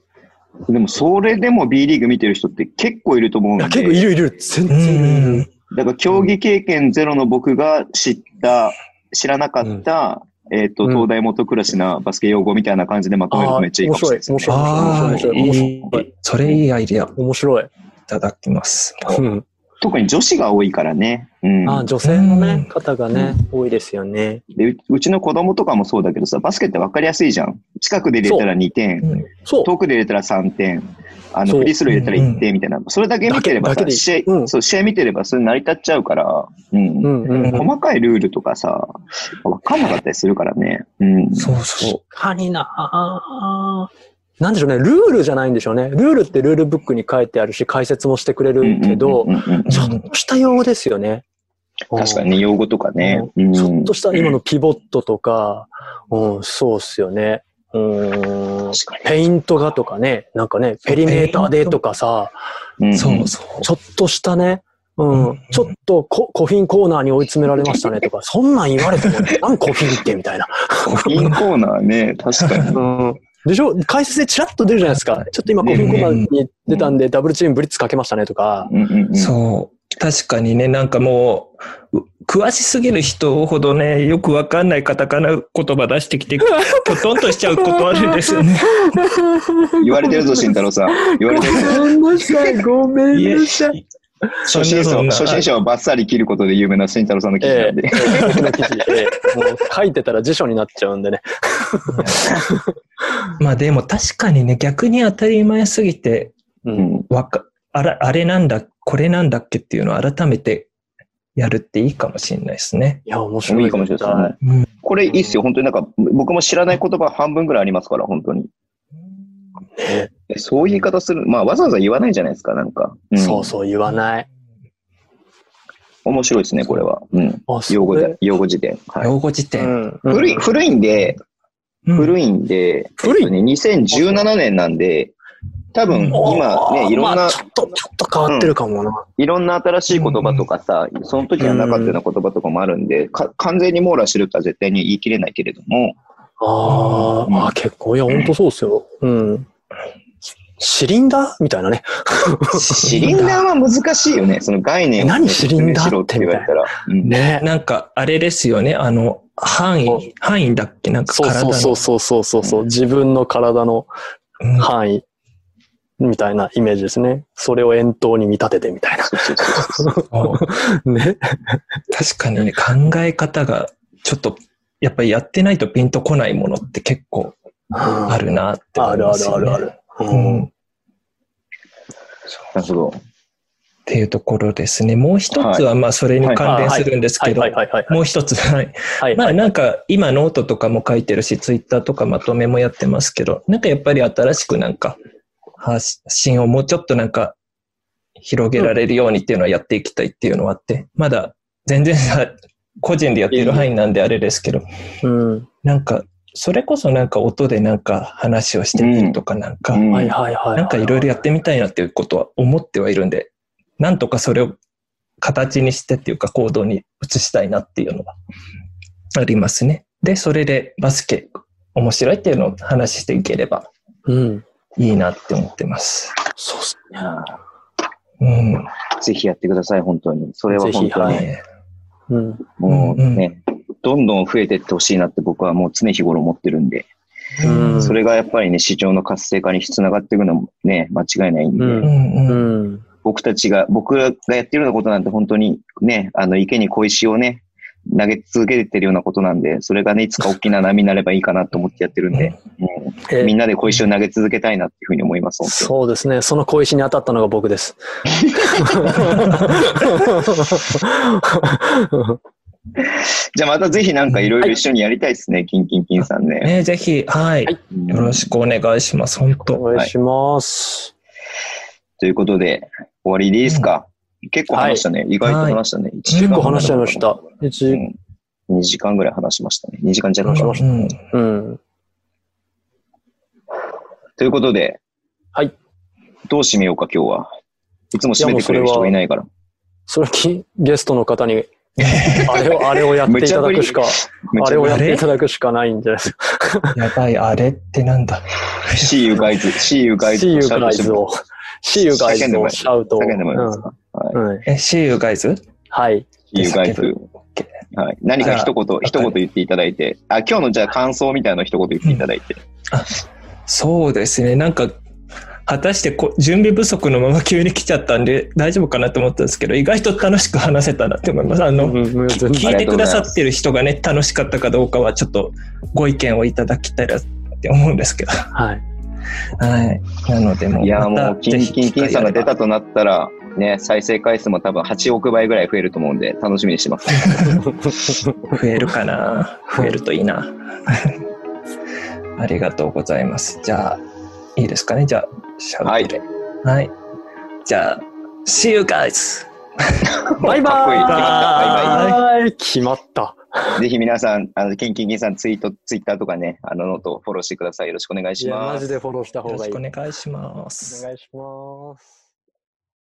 でも、それでも B リーグ見てる人って結構いると思うんいで。や、結構いるいる。全然いる。だから、競技経験ゼロの僕が知った、知らなかった、えっ、と、うん東大元暮らしなバスケ用語みたいな感じでまとめるあとあ、めっちゃいいか面もしれ白ないいで。すね面。白い。あ面あ白い。面白い。ー、いい。それいいアイディア。い面白い。ただきます。うん。特に女子が多いからね。うん。ああ、女性のうんね、方がね、多いですよね。でううちの子供とかもそうだけどさ、バスケって分かりやすいじゃん。近くで入れたら2点、うんそう。遠くで入れたら3点、あのそうフリースロー入れたら1うん点みたいな。それだけ見てればだけだけさ、でい試いう合、んそう、試合見てればそれ成り立っちゃうから、うん。うんうんうん。細かいルールとかさ、分かんなかったりするからね。うん。そうそかになあーなんでしょうね、ルールじゃないんでしょうね。ルールってルールブックに書いてあるし、解説もしてくれるけどう、んうんうんうんちょっとした用語ですよね。確かにね、用語とかね。ううん。んちょっとした今のピボットとか、うん、そうっすよね。うん。確かペイントがとかね、なんかね、ペリメーターでとかさ、に。う。んそうそう。ちょっとしたね、うん、うんちょっとココフィンコーナーに追い詰められましたねとか、そんなん言われて も、なんコフィンってみたいな。インコーナーね、確か に。うん。でしょ解説でチラッと出るじゃないですか。ちょっと今コフィンコーナーに出たんで、ダブルチームブリッツかけましたねとか。うんうんうんそう。確かにね、なんかもう、う詳しすぎる人ほどね、よくわかんないカタカナ言葉出して きて、ポトンとしちゃうことあるんですよね。言われてるぞ、慎太郎さん。言われて るぞ。んなさい、ごめいえさい。初心者そんを、なそん初心な者をバッサリ切ることで有名な慎太郎さんの記事えなんえで。僕の記事ええもう書いてたら辞書になっちゃうんでね。まあでも確かにね、逆に当たり前すぎて、ううんん。わか、あら、あれなんだ、これなんだっけっていうのを改めてやるっていいかもしれないですね。いや、面白い。いいかもしれないですね。うん。これいいっすよ。本当になんか、僕も知らない言葉半分ぐらいありますから、本当に。えそういう言い方する。まあ、わざわざ言わないじゃないですか、なんか。んそうそう、言わない。面白いですね、これは。うん。あ、それ用語で、用語辞典。はい。用語辞う典。ん。古い、古いんで、い。古いんで、古いえっとね、2017年なんで、多分今あね、ーいろんまなあ、ちょっと、ちょっと変わってるかもな。いろんな新しい言葉とかさ、その時はなかったような言葉とかもあるんで、か完全に網羅してるとは絶対に言い切れないけれども、あー、うんまあ結構、いや、ほんとそうっすよ。うん。シリンダーみたいなね。シリンダーは難しいよね。その概念をえ何説明しろって言われたら。うんね。なんか、あれですよね、あの、範囲、範囲だっけなんかそう体その。うそうそうそうそうそう、うん自分の体のうん範囲みたいなイメージですね。それを円筒に見立ててみたいそうそうそうそうそう な。ね。確かにね、考え方が、ちょっと、やっぱりやってないとピンとこないものって結構ああるなって思あいるまあするよあね。るある。ううんん。っなるほど。ていうところですね。もう一つは、まあ、それに関連するんですはけいどは、いはいはい。もう一つ、はい。はいまはあい。なんか今ノートとかも書いてるし、ツイッターとかまとめもやってますけど、なんかやっぱり新しくなんか発信をもうちょっとなんか広げられるようにっていうのはやっていきたいっていうのはあって、まだ全然さ個人でやってる範囲なんであれですけど、うん。なんかそれこそなんか音でなんか話をしてみるとかなんか、うんはいはいはい。なんかいろいろやってみたいなっていうことは思ってはいるんで、なんとかそれを形にしてっていうか行動に移したいなっていうのがありますね。で、それでバスケ面白いっていうのを話していければうん。いいなって思ってます。そうっすいやうん。ーぜひやってください、本当に。それは本当はいに。ねね。うん。もううんね、どんどん増えていってほしいなって僕はもう常日頃思ってるんで、うんそれがやっぱりね、市場の活性化につながっていくのもね、間違いないんで、うんうんううん。ん。僕たちが、僕がやってるようなことなんて本当にね、あの池に小石をね、投げ続けてるようなことなんで、それがね、いつか大きな波になればいいかなと思ってやってるんで、えうんーみんなで小石を投げ続けたいなっていうふうに思います、本そうですね。その小石に当たったのが僕 です。当にじゃあまたぜひなんかいろいろ一緒にやりたいですね、キンキンキンさんね。ね、ぜひ、はい。はいよろしくお願いします。本当。お願いします。ということで、終わりでいいですか、結構話したね。意外と話したね。一時結間構話しちゃいました。一うん。2時間ぐらい話しましたね。2時間弱話しかま。しうん。うん。ということで、はい。どう締めようか、今日は。いつも締めてくれるいやもうそれは人がいないから。それき、ゲストの方に、あれを、あれをやっていただく しか、無あ茶れをぶやりっあてれいただくしかないんじゃないですか。やばい、あれってなんだ。 See you guys. See you guys. See you guys を、See you 叫んで guys もをシャウトを。叫んでもらえますか、うんうんえ、See you guys? はい。 See you 叫 guys. ぶはい。何か一言、一言言っていただいて、あ、今日のじゃあ感想みたいなの一言言っていただいて。そうですね。なんか、果たしてこ準備不足のまま急に来ちゃったんで大丈夫かなと思ったんですけど、意外と楽しく話せたなって思います。あの、うんき全然聞いてくださってる人がね、楽しかったかどうかはちょっとご意見をいただきたいなって思うんですけど。はい。はい。なのでもう、いやー、またもう、キンぜひキンキンさんが出機会あればたとなったら、ね、再生回数も多分8億倍ぐらい増えると思うんで、楽しみにしてます。増える かな増えるといいな。ありがとうございます。じゃあ、いいですかねじゃあ、シャウトで。はい。じゃあ、See you guys! バイバかっこいい決まったバイーイ決まった。ぜひ皆さん、あの、キンキンキンさんツイート、ツイッターとかね、あの、ノートをフォローしてください。よろしくお願いいしや、まマすジ。でフォローしたよ方ろがいしい。くおお願いします。願いします。